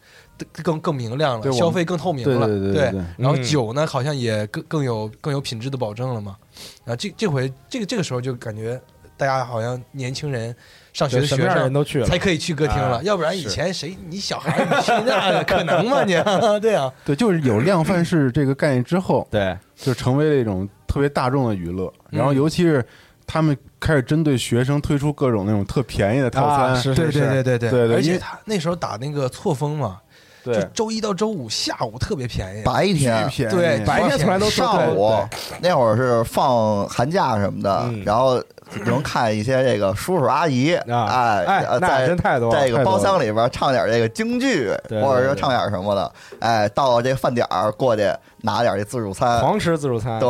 [SPEAKER 5] 更更明亮
[SPEAKER 3] 对我们
[SPEAKER 5] 了，消费更透明
[SPEAKER 3] 对
[SPEAKER 5] 了，
[SPEAKER 3] 对对对对
[SPEAKER 5] 然后酒呢，好像也更更有更有品质的保证了嘛。然后这这回这个这个时候就感觉大家好像年轻人上学
[SPEAKER 2] 就
[SPEAKER 5] 的
[SPEAKER 2] 什
[SPEAKER 5] 学
[SPEAKER 2] 么样的人
[SPEAKER 5] 生
[SPEAKER 2] 都去了
[SPEAKER 5] 才可以去歌厅了，
[SPEAKER 2] 哎
[SPEAKER 5] 要不然以
[SPEAKER 2] 是
[SPEAKER 5] 前谁你小孩儿你去那可能吗你？ 对啊，
[SPEAKER 3] 对，就是有量贩式这个概念之后，
[SPEAKER 2] 对，
[SPEAKER 3] 就成为了一种特别大众的娱乐。
[SPEAKER 5] 嗯
[SPEAKER 3] 然后，尤其是他们开始针对学生推出各种那种特便宜的套
[SPEAKER 2] 啊
[SPEAKER 3] 餐，
[SPEAKER 2] 是
[SPEAKER 5] 对
[SPEAKER 2] 是
[SPEAKER 5] 对对
[SPEAKER 2] 是，
[SPEAKER 5] 对对
[SPEAKER 3] 对对
[SPEAKER 5] 而
[SPEAKER 3] 因
[SPEAKER 5] 且
[SPEAKER 3] 为
[SPEAKER 5] 他那时候打那个错峰嘛，就
[SPEAKER 3] 对，
[SPEAKER 5] 周一到周五下午特别便宜，
[SPEAKER 4] 白天
[SPEAKER 3] 巨便宜，
[SPEAKER 5] 对白
[SPEAKER 2] 白天从来都
[SPEAKER 4] 上午
[SPEAKER 2] 对
[SPEAKER 4] 那会儿是放寒假什么的
[SPEAKER 2] 嗯，
[SPEAKER 4] 然后能看一些这个叔叔阿姨，
[SPEAKER 2] 对啊，
[SPEAKER 4] 哎，
[SPEAKER 2] 那
[SPEAKER 4] 在
[SPEAKER 2] 真太多了，
[SPEAKER 4] 这个
[SPEAKER 3] 太多
[SPEAKER 4] 包
[SPEAKER 3] 了
[SPEAKER 4] 厢里边唱点这个京剧，
[SPEAKER 2] 对对
[SPEAKER 4] 或者说
[SPEAKER 2] 对
[SPEAKER 4] 唱点什么的，哎，到了这饭点儿过去拿点这自助餐，
[SPEAKER 2] 狂吃自助餐，啊
[SPEAKER 4] 对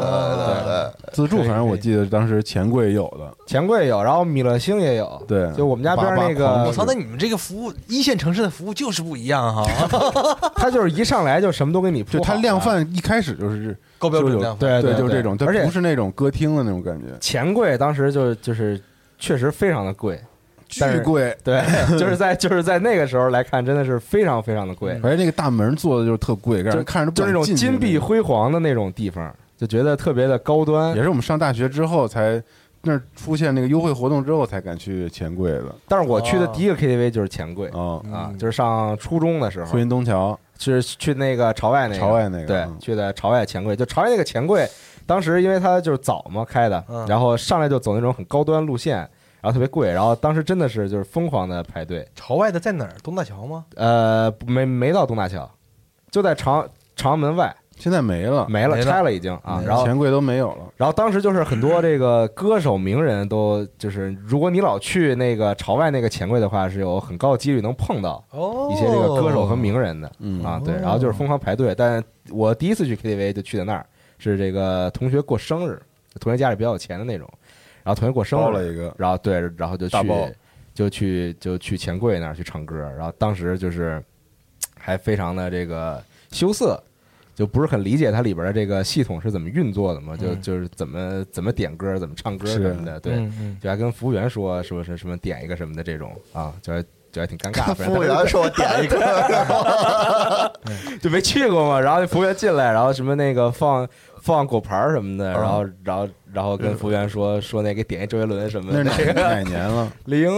[SPEAKER 2] 就是
[SPEAKER 4] 对对对，
[SPEAKER 3] 自助，
[SPEAKER 2] 可以
[SPEAKER 3] 反正我
[SPEAKER 2] 可以
[SPEAKER 3] 记得当时钱柜有的，
[SPEAKER 2] 钱柜有，然后米乐星也有，
[SPEAKER 3] 对
[SPEAKER 2] 就我们家边儿那
[SPEAKER 3] 八八
[SPEAKER 2] 个，
[SPEAKER 3] 狂
[SPEAKER 5] 我操，那你们这个服务，一线城市的服务就是不一 样哈，
[SPEAKER 2] 他就是一上来就什么都给你铺
[SPEAKER 3] 就
[SPEAKER 2] 好了，
[SPEAKER 3] 他量贩一开始就是
[SPEAKER 5] 高标准
[SPEAKER 3] 就有
[SPEAKER 5] 量贩
[SPEAKER 2] 对
[SPEAKER 3] 对，
[SPEAKER 2] 对，
[SPEAKER 3] 就是这种，它
[SPEAKER 2] 而且
[SPEAKER 3] 不是那种歌厅的那种感觉，
[SPEAKER 2] 钱柜当时就就是确实非常的贵，
[SPEAKER 3] 巨
[SPEAKER 2] 但是
[SPEAKER 3] 贵。
[SPEAKER 2] 对， 就是在就是在那个时候来看，真的是非常非常的贵，
[SPEAKER 3] 而且那个大门做的就是特贵，让
[SPEAKER 2] 嗯就
[SPEAKER 3] 人看着不
[SPEAKER 2] 就
[SPEAKER 3] 敢
[SPEAKER 2] 那种
[SPEAKER 3] 进去
[SPEAKER 2] 金碧
[SPEAKER 3] 那种
[SPEAKER 2] 辉煌的那种地方，就觉得特别的高端
[SPEAKER 3] 也。是我们上大学之后才那儿出现那个优惠活动之后才敢去钱柜的
[SPEAKER 2] 但是我去的
[SPEAKER 5] 哦
[SPEAKER 2] 第一个 KTV 就是钱柜
[SPEAKER 3] 啊，
[SPEAKER 2] 啊
[SPEAKER 5] 嗯，
[SPEAKER 2] 就是上初中的时
[SPEAKER 3] 汇
[SPEAKER 2] 候，
[SPEAKER 3] 银东桥
[SPEAKER 2] 是去那个朝外那个
[SPEAKER 3] 朝外那个
[SPEAKER 2] 对
[SPEAKER 3] 嗯，
[SPEAKER 2] 去的朝外钱柜，就朝外那个钱柜，当时因为它就是早嘛开的
[SPEAKER 5] 嗯，
[SPEAKER 2] 然后上来就走那种很高端路线，然后特别贵，然后当时真的是就是疯狂的排队，
[SPEAKER 5] 朝外的在哪儿？东大桥吗？
[SPEAKER 2] 呃，不没没到东大桥，就在朝朝阳门外
[SPEAKER 3] 现在没了，
[SPEAKER 2] 没了，
[SPEAKER 5] 没了
[SPEAKER 2] 拆了已经啊
[SPEAKER 5] 没，了
[SPEAKER 2] 然后
[SPEAKER 3] 钱柜都没有了。
[SPEAKER 2] 然后当时就是很多这个歌手名人都就是，如果你老去那个朝外那个钱柜的话，是有很高的几率能碰到
[SPEAKER 5] 哦，
[SPEAKER 2] 一些这个歌手和名人的
[SPEAKER 3] 嗯
[SPEAKER 2] 啊
[SPEAKER 5] 哦。
[SPEAKER 2] 对，然后就是疯狂排队。但我第一次去 KTV 就去的那儿，是这个同学过生日，同学家里比较有钱的那种，然后同学过
[SPEAKER 3] 包
[SPEAKER 2] 生
[SPEAKER 3] 了
[SPEAKER 2] 日，
[SPEAKER 3] 一个，
[SPEAKER 2] 然后对，然后就
[SPEAKER 3] 大
[SPEAKER 2] 去
[SPEAKER 3] 包
[SPEAKER 2] 就去就去钱柜那儿去唱歌，然后当时就是还非常的这个羞涩，就不是很理解它里边的这个系统是怎么运作的嘛，就
[SPEAKER 5] 嗯
[SPEAKER 2] 就是怎么怎么点歌、怎么唱歌
[SPEAKER 3] 是
[SPEAKER 2] 什么的，对，
[SPEAKER 5] 嗯嗯
[SPEAKER 2] 就还跟服务员说说是什么点一个什么的这种啊，就还就还挺尴尬，
[SPEAKER 4] 看
[SPEAKER 2] 反
[SPEAKER 4] 服
[SPEAKER 2] 正
[SPEAKER 4] 务员说点 一个，
[SPEAKER 2] 就没去过嘛。然后那服务员进来，然后什么那个放放果盘儿什么的，然后然后然后跟服务员说说那给点一周杰伦什么
[SPEAKER 3] 那
[SPEAKER 2] 的，
[SPEAKER 3] 是
[SPEAKER 2] 那
[SPEAKER 3] 哪
[SPEAKER 2] 个
[SPEAKER 3] 哪年了？
[SPEAKER 2] 零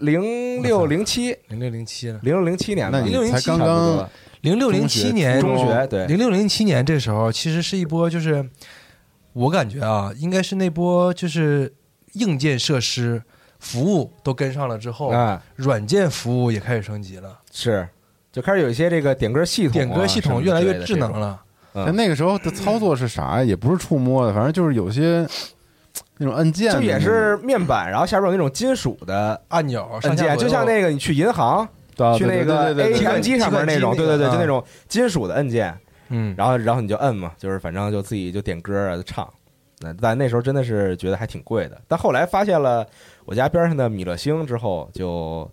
[SPEAKER 2] 零六零七
[SPEAKER 5] 零六零七了，
[SPEAKER 2] 零六零七年吧，
[SPEAKER 3] 那你
[SPEAKER 5] 0607
[SPEAKER 3] 才
[SPEAKER 2] 差不
[SPEAKER 3] 刚
[SPEAKER 2] 多
[SPEAKER 3] 刚
[SPEAKER 5] 零六零七年
[SPEAKER 2] 中学对
[SPEAKER 5] 零六零七年这时候其实是一波，就是我感觉啊，应该是那波就是硬件设施服务都跟上了之后，
[SPEAKER 2] 啊，
[SPEAKER 5] 软件服务也开始升级了，
[SPEAKER 2] 是就开始有一些这个点歌系统啊、
[SPEAKER 5] 点歌系统越来越智能
[SPEAKER 2] 了。
[SPEAKER 5] 了。
[SPEAKER 2] 嗯
[SPEAKER 3] 但那个时候的操作是啥呀？也不是触摸的，反正就是有些那种按键的
[SPEAKER 2] 就
[SPEAKER 3] 那
[SPEAKER 2] 也
[SPEAKER 3] 种，
[SPEAKER 2] 是面板，然后下边有那种金属的
[SPEAKER 5] 按钮
[SPEAKER 2] 按
[SPEAKER 5] 哦上下
[SPEAKER 2] 键，就
[SPEAKER 5] 左右
[SPEAKER 2] 像那个你去银行
[SPEAKER 3] 啊
[SPEAKER 2] 去那个
[SPEAKER 3] 对对对对对
[SPEAKER 2] ATM
[SPEAKER 5] 对
[SPEAKER 2] 机上面那种，
[SPEAKER 5] 提
[SPEAKER 2] 对对
[SPEAKER 5] 款机那个
[SPEAKER 2] 对，
[SPEAKER 5] 啊
[SPEAKER 2] 就那种金属的按键，
[SPEAKER 5] 嗯，
[SPEAKER 2] 然后然后你就摁嘛，就是反正就自己就点歌啊就唱。那但那时候真的是觉得还挺贵的，但后来发现了我家边上的米勒星之后，就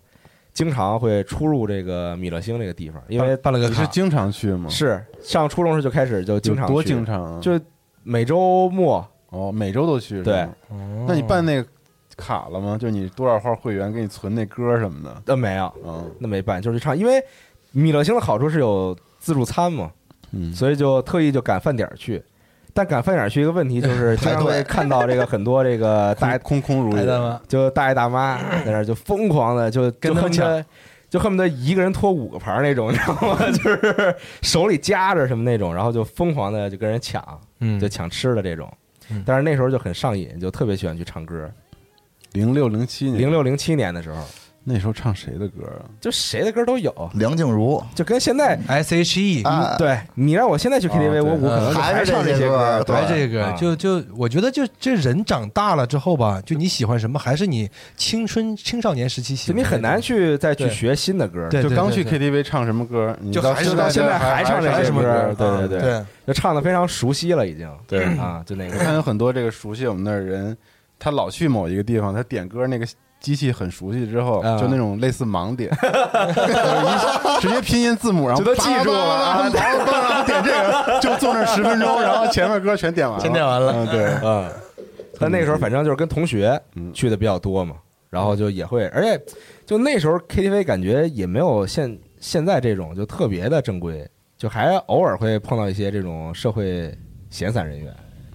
[SPEAKER 2] 经常会出入这个米勒星这个地方，
[SPEAKER 3] 嗯
[SPEAKER 2] 因为
[SPEAKER 5] 办了个
[SPEAKER 3] 你是
[SPEAKER 5] 卡，
[SPEAKER 3] 经常去吗？
[SPEAKER 2] 是上初中时就开始就经常
[SPEAKER 3] 有多
[SPEAKER 2] 去
[SPEAKER 3] 经常啊？
[SPEAKER 2] 就每周末
[SPEAKER 3] 哦，每周都去。是
[SPEAKER 2] 对
[SPEAKER 3] 吗，
[SPEAKER 5] 那
[SPEAKER 3] 那你办那个卡了吗？就你多少号会员给你存那歌什么的？
[SPEAKER 2] 呃没有，
[SPEAKER 3] 嗯
[SPEAKER 2] 那没办，就是唱，因为米勒星的好处是有自助餐嘛，
[SPEAKER 3] 嗯，
[SPEAKER 2] 所以就特意就赶饭点儿去。但赶饭点儿去一个问题就是，经常会看到这个很多这 个大爷
[SPEAKER 3] 空空空如
[SPEAKER 5] 白
[SPEAKER 3] 也。
[SPEAKER 5] 的哦吗？
[SPEAKER 2] 就大爷大 妈在那儿就疯狂的就
[SPEAKER 5] 跟
[SPEAKER 2] 就
[SPEAKER 5] 他
[SPEAKER 2] 恨
[SPEAKER 5] 们
[SPEAKER 2] 不得就恨不得一个人拖五个盘儿那种，你知道 吗？就是手里夹着什么那种，然后就疯狂的就跟人抢，
[SPEAKER 5] 嗯
[SPEAKER 2] 就抢吃的这种
[SPEAKER 5] 嗯。
[SPEAKER 2] 但是那时候就很上瘾，就特别喜欢去唱歌。
[SPEAKER 3] 零六零七年，
[SPEAKER 2] 零六零七年的时候，
[SPEAKER 3] 那时候唱谁的歌啊？
[SPEAKER 2] 就谁的歌都有，
[SPEAKER 4] 梁静茹
[SPEAKER 2] 就跟现在
[SPEAKER 5] S H E
[SPEAKER 4] 啊，
[SPEAKER 2] 对你让我现在去
[SPEAKER 5] 哦
[SPEAKER 3] 啊
[SPEAKER 2] KTV，、
[SPEAKER 3] 对
[SPEAKER 2] 我我可能就
[SPEAKER 4] 呃还是
[SPEAKER 2] 唱
[SPEAKER 4] 这
[SPEAKER 2] 这
[SPEAKER 4] 些
[SPEAKER 2] 些
[SPEAKER 4] 歌儿
[SPEAKER 2] 歌，
[SPEAKER 4] 对
[SPEAKER 5] 还这个，
[SPEAKER 2] 啊
[SPEAKER 5] 就就我觉得就这人长大了之后吧，就你喜欢什么，还是你青春青少年时期喜
[SPEAKER 2] 就
[SPEAKER 5] 欢
[SPEAKER 2] 你
[SPEAKER 5] 的，
[SPEAKER 2] 很难去再去
[SPEAKER 5] 对
[SPEAKER 2] 学新的歌儿，
[SPEAKER 5] 对
[SPEAKER 3] 就
[SPEAKER 5] 对
[SPEAKER 3] 刚去
[SPEAKER 5] 对
[SPEAKER 3] KTV 唱什么歌？你
[SPEAKER 5] 就还是
[SPEAKER 3] 现
[SPEAKER 5] 到
[SPEAKER 3] 在
[SPEAKER 2] 现在还
[SPEAKER 3] 还
[SPEAKER 2] 唱这
[SPEAKER 3] 还
[SPEAKER 2] 些
[SPEAKER 3] 什么
[SPEAKER 2] 歌儿啊
[SPEAKER 3] 歌？
[SPEAKER 2] 对对
[SPEAKER 5] 对
[SPEAKER 2] 对就唱的非常熟悉了，已经
[SPEAKER 3] 对
[SPEAKER 2] 啊，就那
[SPEAKER 3] 我
[SPEAKER 2] 个
[SPEAKER 3] 看有很多这个熟悉我们那儿人，他老去某一个地方，他点歌那个机器很熟悉之后，
[SPEAKER 2] 啊
[SPEAKER 3] 就那种类似盲点，就是一直接拼音字母，然后
[SPEAKER 2] 就都记住了
[SPEAKER 3] 叭叭叭叭叭叭叭然后点这个，就坐那儿十分钟，然后前面歌全点完了，
[SPEAKER 5] 全点完了
[SPEAKER 3] 嗯，对，
[SPEAKER 2] 嗯，但那个时候反正就是跟同学
[SPEAKER 3] 嗯
[SPEAKER 2] 去的比较多嘛，然后就也会，而且就那时候 KTV 感觉也没有现现在这种就特别的正规，就还偶尔会碰到一些这种社会闲散人员，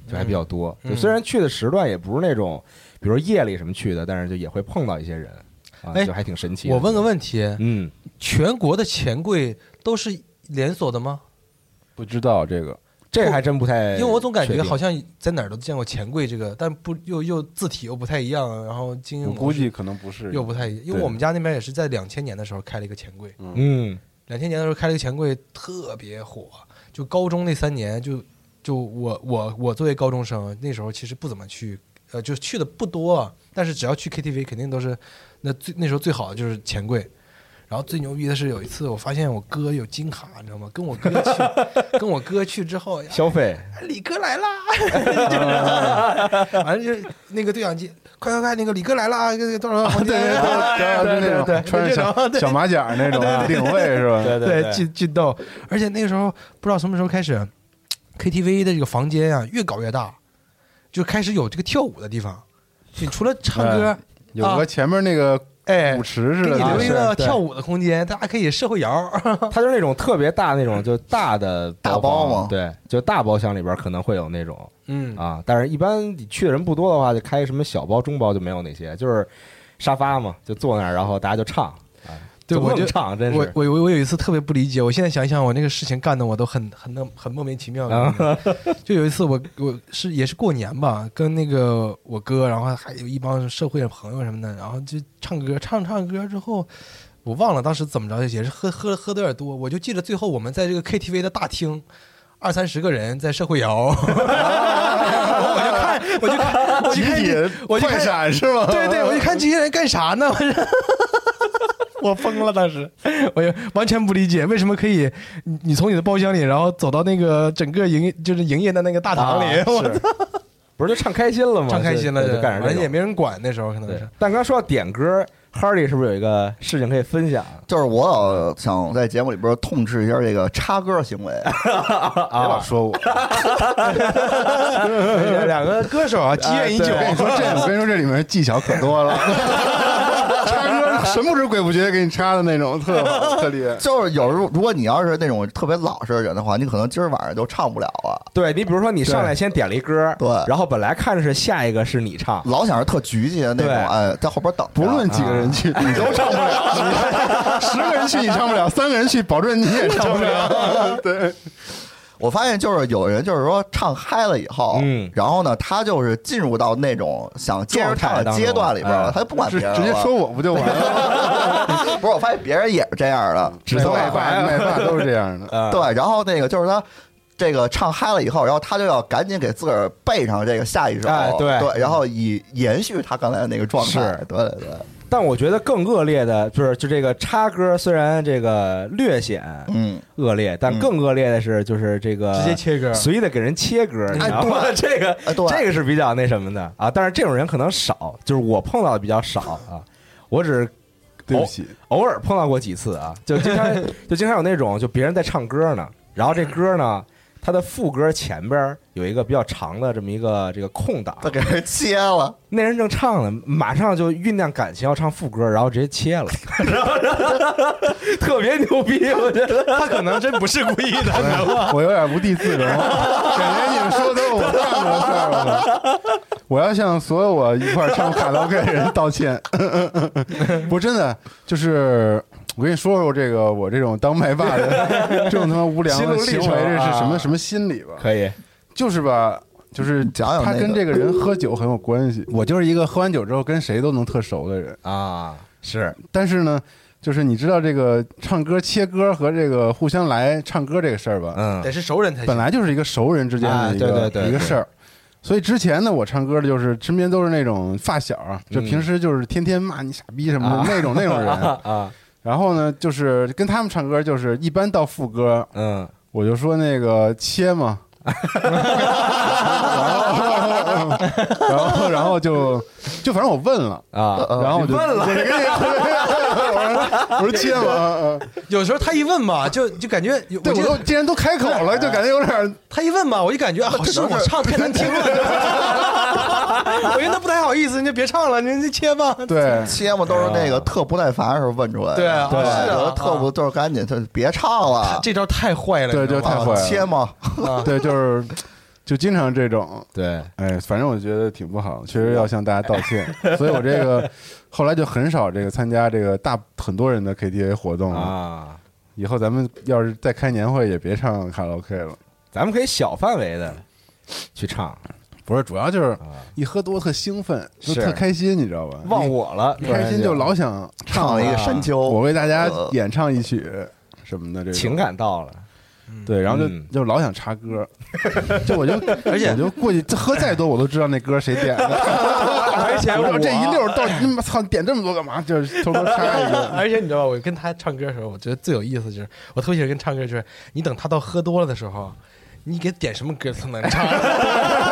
[SPEAKER 2] 就还比较多。
[SPEAKER 5] 嗯
[SPEAKER 2] 就虽然去的时段也不是那种，比如夜里什么去的，但是就也会碰到一些人，啊，
[SPEAKER 5] 哎
[SPEAKER 2] 就还挺神奇的。
[SPEAKER 5] 我问个问题，
[SPEAKER 2] 嗯，
[SPEAKER 5] 全国的钱柜都是连锁的吗？
[SPEAKER 3] 不知道这个，
[SPEAKER 2] 这还真不哎太确
[SPEAKER 5] 因
[SPEAKER 2] 定，
[SPEAKER 5] 为我总感觉好像在哪儿都见过钱柜这个，但不又又字体又不太一样，然后经营
[SPEAKER 3] 我
[SPEAKER 5] 模式
[SPEAKER 3] 估计可能不是
[SPEAKER 5] 又不太一样。因为
[SPEAKER 3] 对
[SPEAKER 5] 我们家那边也是在两千年的时候开了一个钱柜，
[SPEAKER 2] 嗯，
[SPEAKER 5] 两千年的时候开了一个钱柜特别火，就高中那三年就就我我我作为高中生那时候其实不怎么去，呃，就去的不多，但是只要去 KTV 肯定都是那最那时候最好的就是钱柜。然后最牛逼的是有一次我发现我哥有金卡，你知道吗？跟我哥去， 跟我哥去之后，哎
[SPEAKER 2] 消 费
[SPEAKER 5] 李哥来啦，反正就是那个对讲机，快快快，那个李哥来啦，这个多少
[SPEAKER 3] 对
[SPEAKER 5] 黄金？
[SPEAKER 3] 对对对对对，穿着小小马甲那种领位是吧？
[SPEAKER 2] 对
[SPEAKER 5] 对，劲劲斗。而且那个时候不知道什么时候开始，KTV 的这个房间啊越搞越大，就开始有这个跳舞的地方。你除了唱歌，
[SPEAKER 3] 有个前面那个
[SPEAKER 5] 哎
[SPEAKER 3] 舞，池似
[SPEAKER 5] 给
[SPEAKER 3] 的
[SPEAKER 5] 你
[SPEAKER 3] 那
[SPEAKER 5] 留一
[SPEAKER 3] 种，
[SPEAKER 5] 个
[SPEAKER 2] 对
[SPEAKER 5] 跳舞的空间，大家可以社会摇儿。
[SPEAKER 2] 它就是那种特别大那种，就大的
[SPEAKER 4] 大包
[SPEAKER 2] 房
[SPEAKER 4] 吗
[SPEAKER 2] 对，就大包厢里边可能会有那种
[SPEAKER 5] 嗯
[SPEAKER 2] 啊，但是一般你去的人不多的话，就开什么小包、中包就没有那些，就是沙发嘛，就坐那儿，然后大家就唱，啊
[SPEAKER 5] 对
[SPEAKER 2] 就
[SPEAKER 5] 我
[SPEAKER 2] 愣
[SPEAKER 5] 就
[SPEAKER 2] 唱，真
[SPEAKER 5] 我
[SPEAKER 2] 是
[SPEAKER 5] 我我我有一次特别不理解，我现在想一想，我那个事情干的我都很很那很莫名其妙。
[SPEAKER 4] 啊
[SPEAKER 5] 就有一次我我是也是过年吧，跟那个我哥，然后还有一帮社会的朋友什么的，然后就唱歌，唱着唱着歌之后，我忘了当时怎么着，也是喝喝喝的有点多，我就记得最后我们在这个 KTV 的大厅。二三十个人在社会 摇， 我就看，我就看，我就
[SPEAKER 4] 集
[SPEAKER 5] 看
[SPEAKER 4] 体
[SPEAKER 5] 这，我就
[SPEAKER 4] 快
[SPEAKER 5] 看这
[SPEAKER 4] 闪是 吗？
[SPEAKER 5] 对对，我就看这些人干啥呢？我说 我疯了，当时我也完全不理解为什么可以，你你从你的包厢里，然后走到那个整个营就是营业的那个大堂里，
[SPEAKER 2] 啊
[SPEAKER 5] 我
[SPEAKER 2] 是不是就唱开心了吗？
[SPEAKER 5] 唱开心了，
[SPEAKER 2] 就就干
[SPEAKER 5] 反
[SPEAKER 2] 上
[SPEAKER 5] 正
[SPEAKER 2] 这
[SPEAKER 5] 也
[SPEAKER 2] 种。
[SPEAKER 5] 没人管，那时候可能
[SPEAKER 2] 对
[SPEAKER 5] 是，
[SPEAKER 2] 但刚说到点歌，Hardy 是不是有一个事情可以分享？啊
[SPEAKER 4] 就是我老想在节目里边痛斥一下这个插歌 行为，
[SPEAKER 3] 别老说我。
[SPEAKER 5] 两个歌手 啊，积怨已久
[SPEAKER 3] 我，跟你说这，我跟你说这里面技巧可多 了，插歌神不知鬼不觉给你插的那种，特好特厉害。
[SPEAKER 4] 就是有时候如果你要是那种特别老实的人的话，你可能今儿晚上就唱不了啊了，
[SPEAKER 2] 对你，比如说你上来
[SPEAKER 3] 对
[SPEAKER 2] 先点了一歌，
[SPEAKER 4] 对
[SPEAKER 2] 然后本来看着是下一个是你唱，
[SPEAKER 4] 老想着特局气的那种，
[SPEAKER 2] 对
[SPEAKER 4] 哎，在后边等着。
[SPEAKER 3] 不论几个人去，你都唱不了。 十个人去你唱不了，三个人去保证你也唱不了。 对，
[SPEAKER 4] 我发现就是有人就是说唱嗨了以后，
[SPEAKER 2] 嗯
[SPEAKER 4] 然后呢，他就是进入到那种想接着唱的阶段里
[SPEAKER 2] 状态当中
[SPEAKER 4] 边了，
[SPEAKER 2] 哎
[SPEAKER 4] 他就不管
[SPEAKER 3] 直
[SPEAKER 4] 别人了
[SPEAKER 3] 直接说我不就完 了？
[SPEAKER 4] 不是，我发现别人也是这样的，
[SPEAKER 3] 只
[SPEAKER 4] 对
[SPEAKER 3] 卖发卖发都是这样的。
[SPEAKER 2] 啊，
[SPEAKER 4] 对，然后那个就是他。这个唱嗨了以后，然后他就要赶紧给自个儿背上这个下一首，
[SPEAKER 2] 哎对
[SPEAKER 4] 然后以延续他刚才的那个状态，
[SPEAKER 2] 是
[SPEAKER 4] 对对对，
[SPEAKER 2] 但我觉得更恶劣的就是，就这个插歌虽然这个略显
[SPEAKER 4] 嗯，
[SPEAKER 2] 恶劣，但更恶劣的是就是这个
[SPEAKER 5] 直接切歌，
[SPEAKER 2] 随意的给人切歌，你知道吗？ 这个
[SPEAKER 4] 哎对，
[SPEAKER 2] 这个是比较那什么的啊，但是这种人可能少，就是我碰到的比较少啊，我只
[SPEAKER 3] 对不起，
[SPEAKER 2] 偶尔碰到过几次啊，就经 常 就经常有那种就别人在唱歌呢，然后这歌呢，它的副歌前边儿有一个比较长的这么一个这个空档，
[SPEAKER 4] 他给人切了，
[SPEAKER 2] 那人正唱呢，马上就酝酿感情要唱副歌，然后直接切了，然后然后特别牛逼， 我觉得
[SPEAKER 5] 他可能真不是故意的。
[SPEAKER 3] 我有点无地自容，感觉你们说的都是我干过的事儿了。我要向所有我一块儿唱卡拉 OK 的人道歉。 不是真的，就是我跟你说说这个我这种当麦霸的这种他妈无良的
[SPEAKER 2] 心
[SPEAKER 3] 行
[SPEAKER 2] 路历程
[SPEAKER 3] 为，这是什么
[SPEAKER 2] 啊
[SPEAKER 3] 什么心理吧？
[SPEAKER 2] 可以
[SPEAKER 3] 就是吧，就是
[SPEAKER 4] 讲讲
[SPEAKER 3] 他
[SPEAKER 4] 那
[SPEAKER 3] 跟
[SPEAKER 4] 个
[SPEAKER 3] 这个人喝酒很有关系。我就是一个喝完酒之后跟谁都能特熟的人，
[SPEAKER 2] 啊，是
[SPEAKER 3] 但是呢，就是你知道这个唱歌切歌和这个互相来唱歌这个事儿吧？
[SPEAKER 2] 嗯
[SPEAKER 5] 得是熟人才
[SPEAKER 3] 本
[SPEAKER 5] 行，
[SPEAKER 3] 来就是一个熟人之间的一个、
[SPEAKER 2] 啊对对对
[SPEAKER 3] 一个事儿。所以之前呢，我唱歌的就是身边都是那种发小，就
[SPEAKER 2] 嗯
[SPEAKER 3] 平时就是天天骂你傻逼什么的、
[SPEAKER 2] 啊
[SPEAKER 3] 那种那种人。
[SPEAKER 2] 啊啊
[SPEAKER 3] 然后呢，就是跟他们唱歌，就是一般到副歌，
[SPEAKER 2] 嗯
[SPEAKER 3] 我就说那个切嘛，然后然后然后就就反正我问了，
[SPEAKER 2] 啊
[SPEAKER 3] 然后我就问了，我就跟你 我说我说切嘛，啊
[SPEAKER 5] 有时候他一问吧，就就感觉有，
[SPEAKER 3] 对
[SPEAKER 5] 我
[SPEAKER 3] 我都
[SPEAKER 5] 就
[SPEAKER 3] 既然都开口 了，就感觉有点
[SPEAKER 5] 他一问吧，我就感觉啊，是我唱太难听了，我觉得不太好意思，你就别唱了，你就切吧。
[SPEAKER 3] 对。
[SPEAKER 4] 切嘛都是那个特不耐烦的时候问出来的，
[SPEAKER 5] 对啊
[SPEAKER 4] 对，
[SPEAKER 5] 是啊
[SPEAKER 4] 然后特不就是赶紧，他别唱了，啊
[SPEAKER 5] 这招太坏了，
[SPEAKER 3] 对
[SPEAKER 5] 你知道
[SPEAKER 3] 就
[SPEAKER 5] 吗
[SPEAKER 3] 太坏了
[SPEAKER 4] 切嘛，
[SPEAKER 3] 对，就是就经常这种，
[SPEAKER 2] 对
[SPEAKER 3] 哎，反正我觉得挺不好，确实要向大家道歉。所以我这个后来就很少这个参加这个大很多人的 KTV 活动了。
[SPEAKER 2] 啊，
[SPEAKER 3] 以后咱们要是再开年会，也别唱卡拉 OK 了。
[SPEAKER 2] 咱们可以小范围的去唱，
[SPEAKER 3] 不是，主要就是一喝多特兴奋，就是特开心，你知道吧？
[SPEAKER 2] 忘我了，
[SPEAKER 3] 一开心就老想
[SPEAKER 4] 唱了一个
[SPEAKER 2] 啊
[SPEAKER 4] 山丘，
[SPEAKER 3] 我为大家
[SPEAKER 4] 呃
[SPEAKER 3] 演唱一曲什么的这种
[SPEAKER 2] 情感到了，
[SPEAKER 3] 对，然后就
[SPEAKER 2] 嗯
[SPEAKER 3] 就老想插歌， 就我就
[SPEAKER 5] 而且
[SPEAKER 3] 我就过去，这喝再多我都知道那歌谁点的，而
[SPEAKER 5] 且
[SPEAKER 3] 哎我
[SPEAKER 5] 我啊
[SPEAKER 3] 这 一溜儿到你妈操，你点这么多干嘛？ 就是偷偷插一个。
[SPEAKER 5] 而且你知道吧，我跟他唱歌的时候，我觉得最有意思就是，我特别喜欢跟唱歌，就是你等他到喝多了的时候，你给点什么歌他能唱，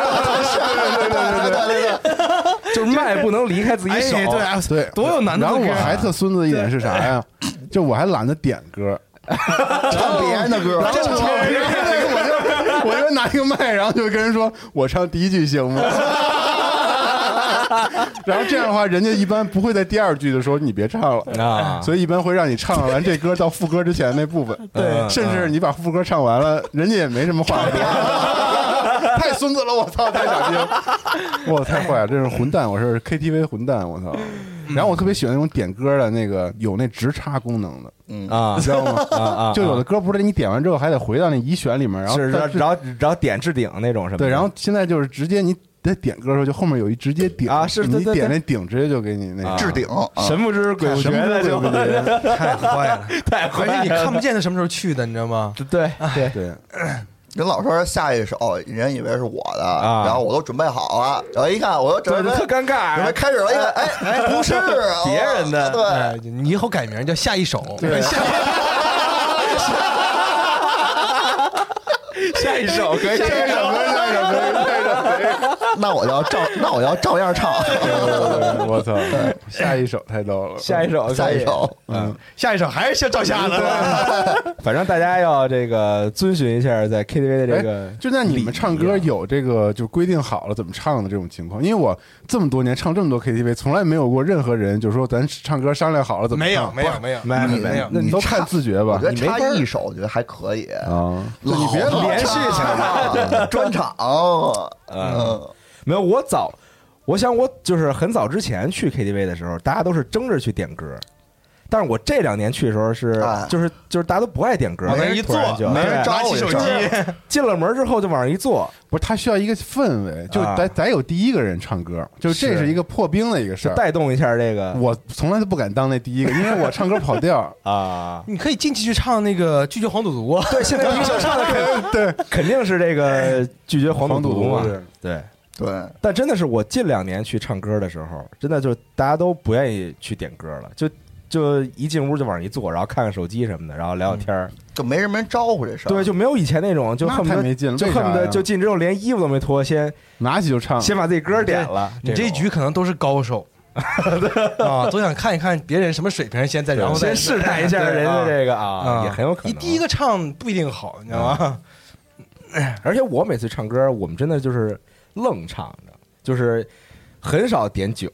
[SPEAKER 4] 对对对对对，
[SPEAKER 2] 就是麦不能离开自己手，
[SPEAKER 5] 哎对啊
[SPEAKER 3] 对，
[SPEAKER 5] 多有难度
[SPEAKER 3] 然后
[SPEAKER 5] 的歌
[SPEAKER 3] 我
[SPEAKER 5] 啊
[SPEAKER 3] 还特孙子一点是啥呀？就我还懒得点歌，
[SPEAKER 4] 唱别人的歌，
[SPEAKER 3] 然后 我就我就拿一个麦，然后就跟人说：“我唱第一句行吗？” 然后这样的话，人家一般不会在第二句的时候你别唱了，
[SPEAKER 2] 啊，
[SPEAKER 3] 所以一般会让你唱完这歌到副歌之前那部分，
[SPEAKER 2] 对
[SPEAKER 3] 甚至你把副歌唱完了，人家也没什么 话说。太孙子了，我操！太傻 逼了，我太坏了，这是混蛋，我是 KTV 混蛋，我操！
[SPEAKER 2] 嗯
[SPEAKER 3] 然后我特别喜欢那种点歌的那个有那直插功能的，
[SPEAKER 2] 啊
[SPEAKER 3] 你知道吗？
[SPEAKER 2] 啊啊，
[SPEAKER 3] 就有的
[SPEAKER 2] 的，
[SPEAKER 3] 歌不是你点完之后还得回到那一选里面，然后
[SPEAKER 2] 是
[SPEAKER 3] 但
[SPEAKER 2] 然后然后然后点置顶那种什么的，
[SPEAKER 3] 对，然后现在就是直接你在点歌的时候，就后面有一直接顶
[SPEAKER 2] 啊是对
[SPEAKER 3] 你
[SPEAKER 2] 对
[SPEAKER 3] 点
[SPEAKER 2] 对
[SPEAKER 3] 那顶，直接就给你那
[SPEAKER 2] 啊
[SPEAKER 3] 个
[SPEAKER 4] 置顶，啊
[SPEAKER 2] 神不知鬼不觉的
[SPEAKER 3] 对
[SPEAKER 2] 就
[SPEAKER 3] 不对？
[SPEAKER 5] 太坏了，
[SPEAKER 2] 太
[SPEAKER 5] 而且你看不见他什么时候去的，你知道吗？
[SPEAKER 2] 对对
[SPEAKER 3] 对，
[SPEAKER 4] 人老说下一首，人以为是我的，
[SPEAKER 2] 啊
[SPEAKER 4] 然后我都准备好了，然后一看我都
[SPEAKER 2] 对，
[SPEAKER 4] 准备
[SPEAKER 2] 特尴
[SPEAKER 4] 准备
[SPEAKER 2] 尬，啊
[SPEAKER 4] 开始了，一看，哎哎，不是
[SPEAKER 2] 别人的
[SPEAKER 4] 对，
[SPEAKER 5] 哎，你以后改名叫下一首，
[SPEAKER 3] 对
[SPEAKER 2] 下一首可以，
[SPEAKER 3] 下一首歌，下一首歌，下一首歌。
[SPEAKER 4] 那我要照，那我要照样唱，
[SPEAKER 2] 哎
[SPEAKER 3] 我操！下一首太逗了，
[SPEAKER 2] 下一首可以
[SPEAKER 4] 下一首，
[SPEAKER 3] 嗯，
[SPEAKER 5] 下一首还是先照下的。
[SPEAKER 2] 反正大家要这个遵循一下在 KTV 的这个
[SPEAKER 3] 哎，就在你们唱歌
[SPEAKER 2] 礼仪啊
[SPEAKER 3] 有这个就规定好了怎么唱的这种情况，因为我这么多年唱这么多 KTV，从来没有过任何人就说咱唱歌商量好了怎么
[SPEAKER 5] 没有，
[SPEAKER 3] 唱
[SPEAKER 5] 没有，没有，
[SPEAKER 2] 啊没
[SPEAKER 3] 你
[SPEAKER 2] 没有
[SPEAKER 3] 那你都看自觉吧
[SPEAKER 4] 我觉得
[SPEAKER 2] 你没
[SPEAKER 4] 插
[SPEAKER 2] 法儿
[SPEAKER 4] 一首，我觉得还可以，
[SPEAKER 3] 啊！就你别
[SPEAKER 4] 老
[SPEAKER 3] 老
[SPEAKER 2] 连续
[SPEAKER 4] 唱 专场，嗯，
[SPEAKER 2] 没有我早，我想我就是很早之前去 KTV 的时候，大家都是争着去点歌。但是我这两年去的时候是
[SPEAKER 4] 啊，
[SPEAKER 2] 就是就是大家都不爱点歌，
[SPEAKER 5] 往那儿一
[SPEAKER 2] 突然
[SPEAKER 5] 坐
[SPEAKER 2] 就
[SPEAKER 4] 没人
[SPEAKER 2] 对啊
[SPEAKER 4] 找
[SPEAKER 5] 抓
[SPEAKER 4] 我
[SPEAKER 5] 起
[SPEAKER 4] 一
[SPEAKER 5] 手
[SPEAKER 4] 阵
[SPEAKER 5] 机
[SPEAKER 4] 儿，
[SPEAKER 2] 进了门之后就往上一坐，
[SPEAKER 3] 不是，他需要一个氛围，就
[SPEAKER 2] 啊
[SPEAKER 3] 得得有第一个人唱歌，就这
[SPEAKER 2] 是
[SPEAKER 3] 是一个破冰的一个事
[SPEAKER 2] 是
[SPEAKER 3] 儿。
[SPEAKER 2] 带动一下这个
[SPEAKER 3] 我从来都不敢当那第一个，因为我唱歌跑调。
[SPEAKER 2] 啊。
[SPEAKER 5] 你可以进去去唱那个《拒绝黄赌毒》。啊
[SPEAKER 2] 对，现在一首唱的肯对，肯定是这个拒绝黄赌毒嘛。
[SPEAKER 3] 对
[SPEAKER 2] 对，
[SPEAKER 4] 对，
[SPEAKER 2] 但真的是我近两年去唱歌的时候，真的就大家都不愿意去点歌了，就就一进屋就往上一坐，然后看看手机什么的，然后聊聊天儿。
[SPEAKER 4] 就没人没人招呼这事儿，
[SPEAKER 2] 对，就没有以前那种就
[SPEAKER 3] 那
[SPEAKER 2] 恨不
[SPEAKER 3] 太
[SPEAKER 2] 得
[SPEAKER 3] 没劲了
[SPEAKER 2] 就
[SPEAKER 3] 为
[SPEAKER 2] 恨不
[SPEAKER 3] 啥
[SPEAKER 2] 得
[SPEAKER 3] 呀嗯
[SPEAKER 2] 就进之后连衣服都没脱，先
[SPEAKER 3] 拿起就唱，
[SPEAKER 2] 先把自己歌点了。
[SPEAKER 5] 你这
[SPEAKER 2] 这
[SPEAKER 5] 一
[SPEAKER 2] 种
[SPEAKER 5] 局可能都是 高手啊，都想看一看别人什么水平，先再然后再
[SPEAKER 2] 先试 探一下人家这个啊，
[SPEAKER 5] 啊，
[SPEAKER 2] 也很有可能。
[SPEAKER 5] 你第一个唱不一定好，你知道吗？
[SPEAKER 2] 而且我每次唱歌，我们真的就是愣唱着，就是很少点酒，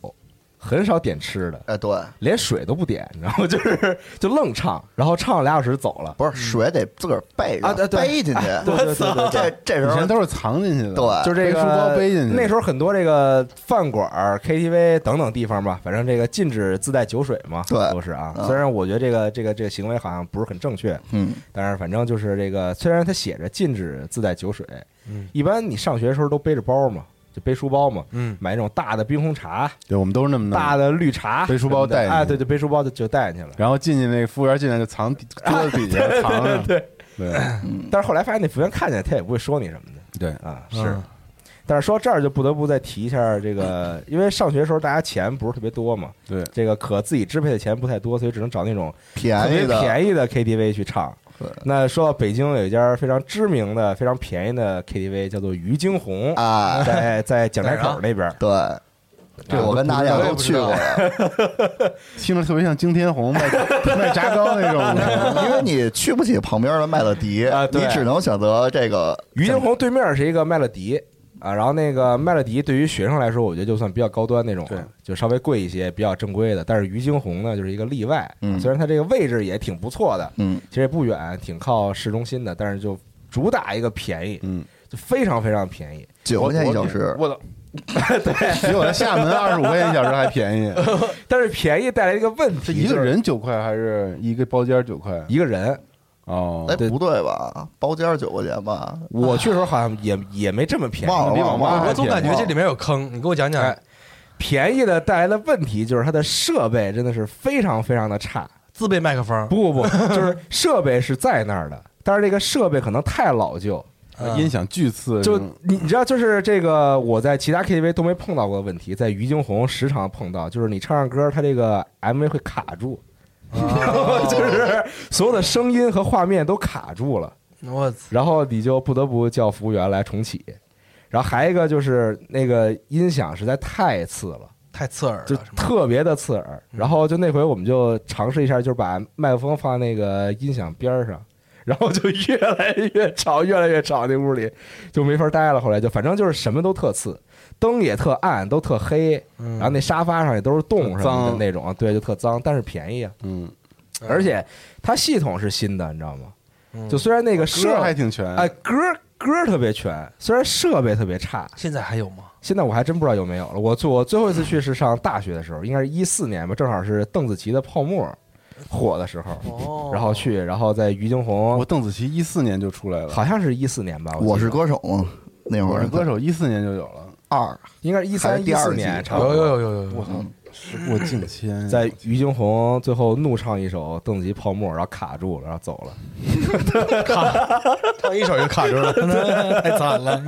[SPEAKER 2] 很少点吃的，
[SPEAKER 4] 哎对，
[SPEAKER 2] 连水都不点，你知道吗？就是就愣唱，然后唱了俩小时走了。
[SPEAKER 4] 不是水得自个儿备着
[SPEAKER 2] 啊对对
[SPEAKER 4] 背进去，
[SPEAKER 2] 对对对对
[SPEAKER 4] 这
[SPEAKER 2] 对。
[SPEAKER 4] 这时
[SPEAKER 3] 以前
[SPEAKER 4] 候
[SPEAKER 3] 都是藏进去的，
[SPEAKER 4] 对
[SPEAKER 2] 就是这
[SPEAKER 3] 背
[SPEAKER 2] 个
[SPEAKER 3] 呃书包背进去
[SPEAKER 2] 那时候很多这个饭馆儿、KTV 等等地方吧，反正这个禁止自带酒水嘛，
[SPEAKER 4] 对
[SPEAKER 2] 都是啊。
[SPEAKER 4] 嗯
[SPEAKER 2] 虽然我觉得这个这个这个行为好像不是很正确，
[SPEAKER 4] 嗯，
[SPEAKER 2] 但是反正就是这个，虽然它写着禁止自带酒水，
[SPEAKER 5] 嗯
[SPEAKER 2] 一般你上学的时候都背着包嘛，就背书包嘛，
[SPEAKER 5] 嗯，
[SPEAKER 2] 买那种大的冰红茶，
[SPEAKER 3] 对，我们都是那么弄
[SPEAKER 2] 大的绿茶，
[SPEAKER 3] 嗯背书包带进去
[SPEAKER 2] 啊，对对，背书包就就带进去了。
[SPEAKER 3] 然后进去那个服务员进来就藏底桌子底下藏着，
[SPEAKER 2] 对，
[SPEAKER 3] 对嗯
[SPEAKER 2] 但是后来发现那服务员看见他也不会说你什么的
[SPEAKER 3] 对，
[SPEAKER 2] 啊，
[SPEAKER 5] 嗯
[SPEAKER 2] 是。但是说到这儿就不得不再提一下这 个，因为上学的时候大家钱不是特别多嘛，
[SPEAKER 3] 对
[SPEAKER 2] 这个可自己支配的钱不太多，所以只能找那种特
[SPEAKER 4] 便
[SPEAKER 2] 别
[SPEAKER 4] 宜的，
[SPEAKER 2] 便宜的 KTV 去唱
[SPEAKER 4] 对。
[SPEAKER 2] 那说到北京有一家非常知名的、非常便宜的 KTV，叫做于京红，
[SPEAKER 4] 哎，
[SPEAKER 2] 在在蒋家口那边。
[SPEAKER 4] 对，
[SPEAKER 3] 这
[SPEAKER 4] 我跟大家都去过了，
[SPEAKER 3] 听着特别像惊天红 卖卖炸糕那种的。
[SPEAKER 4] 因为你去不起旁边的麦乐迪
[SPEAKER 2] 啊，
[SPEAKER 4] 你
[SPEAKER 2] 对
[SPEAKER 4] 只能选择这个
[SPEAKER 2] 于金红对面是一个麦乐迪啊，然后那个麦乐迪对于学生来说，我觉得就算比较高端那种
[SPEAKER 3] 对
[SPEAKER 2] 了，就稍微贵一些，比较正规的。但是于金红呢，就是一个例外，啊
[SPEAKER 4] 嗯
[SPEAKER 2] 虽然它这个位置也挺不错的，
[SPEAKER 4] 嗯，
[SPEAKER 2] 其实也不远，挺靠市中心的，但是就主打一个便宜，
[SPEAKER 3] 嗯，
[SPEAKER 2] 就非常非常便宜。
[SPEAKER 4] 九块钱一小时，
[SPEAKER 2] 我的，
[SPEAKER 3] 比我在厦 门二十五块钱一小时还便宜，
[SPEAKER 2] 但是便宜带来一个问
[SPEAKER 3] 是
[SPEAKER 2] 题，
[SPEAKER 3] 一个
[SPEAKER 2] 就是
[SPEAKER 3] 人九块还是一个包间九块？
[SPEAKER 2] 一个人，
[SPEAKER 3] 哦
[SPEAKER 4] 哎，
[SPEAKER 2] 对
[SPEAKER 4] 不对吧？包间儿九块钱吧？
[SPEAKER 2] 我去的时候好像也也没这么便宜，
[SPEAKER 4] 忘了
[SPEAKER 2] 比
[SPEAKER 4] 忘了忘了
[SPEAKER 5] 我总感觉这里面有坑，你给我讲讲
[SPEAKER 2] 哎。便宜的带来的问题就是它的设备真的是非常非常的差。
[SPEAKER 5] 自备麦克风，
[SPEAKER 2] 不不不， 就是设备是在那儿的，但是这个设备可能太老旧，
[SPEAKER 5] 嗯
[SPEAKER 3] 啊音响巨次，
[SPEAKER 2] 哎就是
[SPEAKER 3] 吗
[SPEAKER 2] 你你知道，就是这个我在其他 KTV 都没碰到过的问题，在于京红时常碰到，就是你唱唱歌，它这个 MV 会卡住， 就是所有的声音和画面都卡住了，
[SPEAKER 5] 我操，
[SPEAKER 2] 然后你就不得不叫服务员来重启。然后还一个就是那个音响实在太次了，
[SPEAKER 5] 太刺耳了，
[SPEAKER 2] 就是
[SPEAKER 5] 吗
[SPEAKER 2] 特别的刺耳。然后就那回我们就尝试一下，就是把麦克风放在那个音响边儿上，然后就越来越吵，越来越吵，那屋里就没法待了。后来就反正就是什么都特次，灯也特暗，都特黑，
[SPEAKER 5] 嗯
[SPEAKER 2] 然后那沙发上也都是洞什么的
[SPEAKER 3] 脏
[SPEAKER 2] 那种，对，就特脏，但是便宜啊。
[SPEAKER 3] 嗯，
[SPEAKER 2] 而且它系统是新的，你知道吗？
[SPEAKER 5] 嗯
[SPEAKER 2] 就虽然那个设
[SPEAKER 3] 嗯歌还挺全，
[SPEAKER 2] 哎歌歌特别全，虽然设备特别差，
[SPEAKER 5] 现在还有吗？
[SPEAKER 2] 现在我还真不知道有没有了。我最我最后一次去是上大学的时候，应该是一四年吧，正好是邓紫棋的《泡沫》火的时候，
[SPEAKER 5] 哦
[SPEAKER 2] 然后去，然后在于景
[SPEAKER 3] 我
[SPEAKER 2] 红，
[SPEAKER 3] 邓紫棋一四年就出来了，
[SPEAKER 2] 好像是一四年吧，
[SPEAKER 4] 我
[SPEAKER 2] 记得
[SPEAKER 4] 是歌手嘛，那会
[SPEAKER 3] 我
[SPEAKER 4] 儿
[SPEAKER 3] 是歌手一四年就有了，
[SPEAKER 4] 二，
[SPEAKER 2] 应该是一
[SPEAKER 4] 还
[SPEAKER 2] 三
[SPEAKER 4] 是
[SPEAKER 2] 一
[SPEAKER 4] 第二
[SPEAKER 2] 四
[SPEAKER 4] 季
[SPEAKER 2] 年，差不
[SPEAKER 5] 有
[SPEAKER 2] 多。
[SPEAKER 5] 有有有有，
[SPEAKER 4] 嗯，
[SPEAKER 3] 时过境迁，
[SPEAKER 2] 在于景红最后怒唱一首邓紫棋《泡沫》，然后卡住了，然后走了。
[SPEAKER 4] 啊
[SPEAKER 5] 唱一首就卡住 了，太惨了，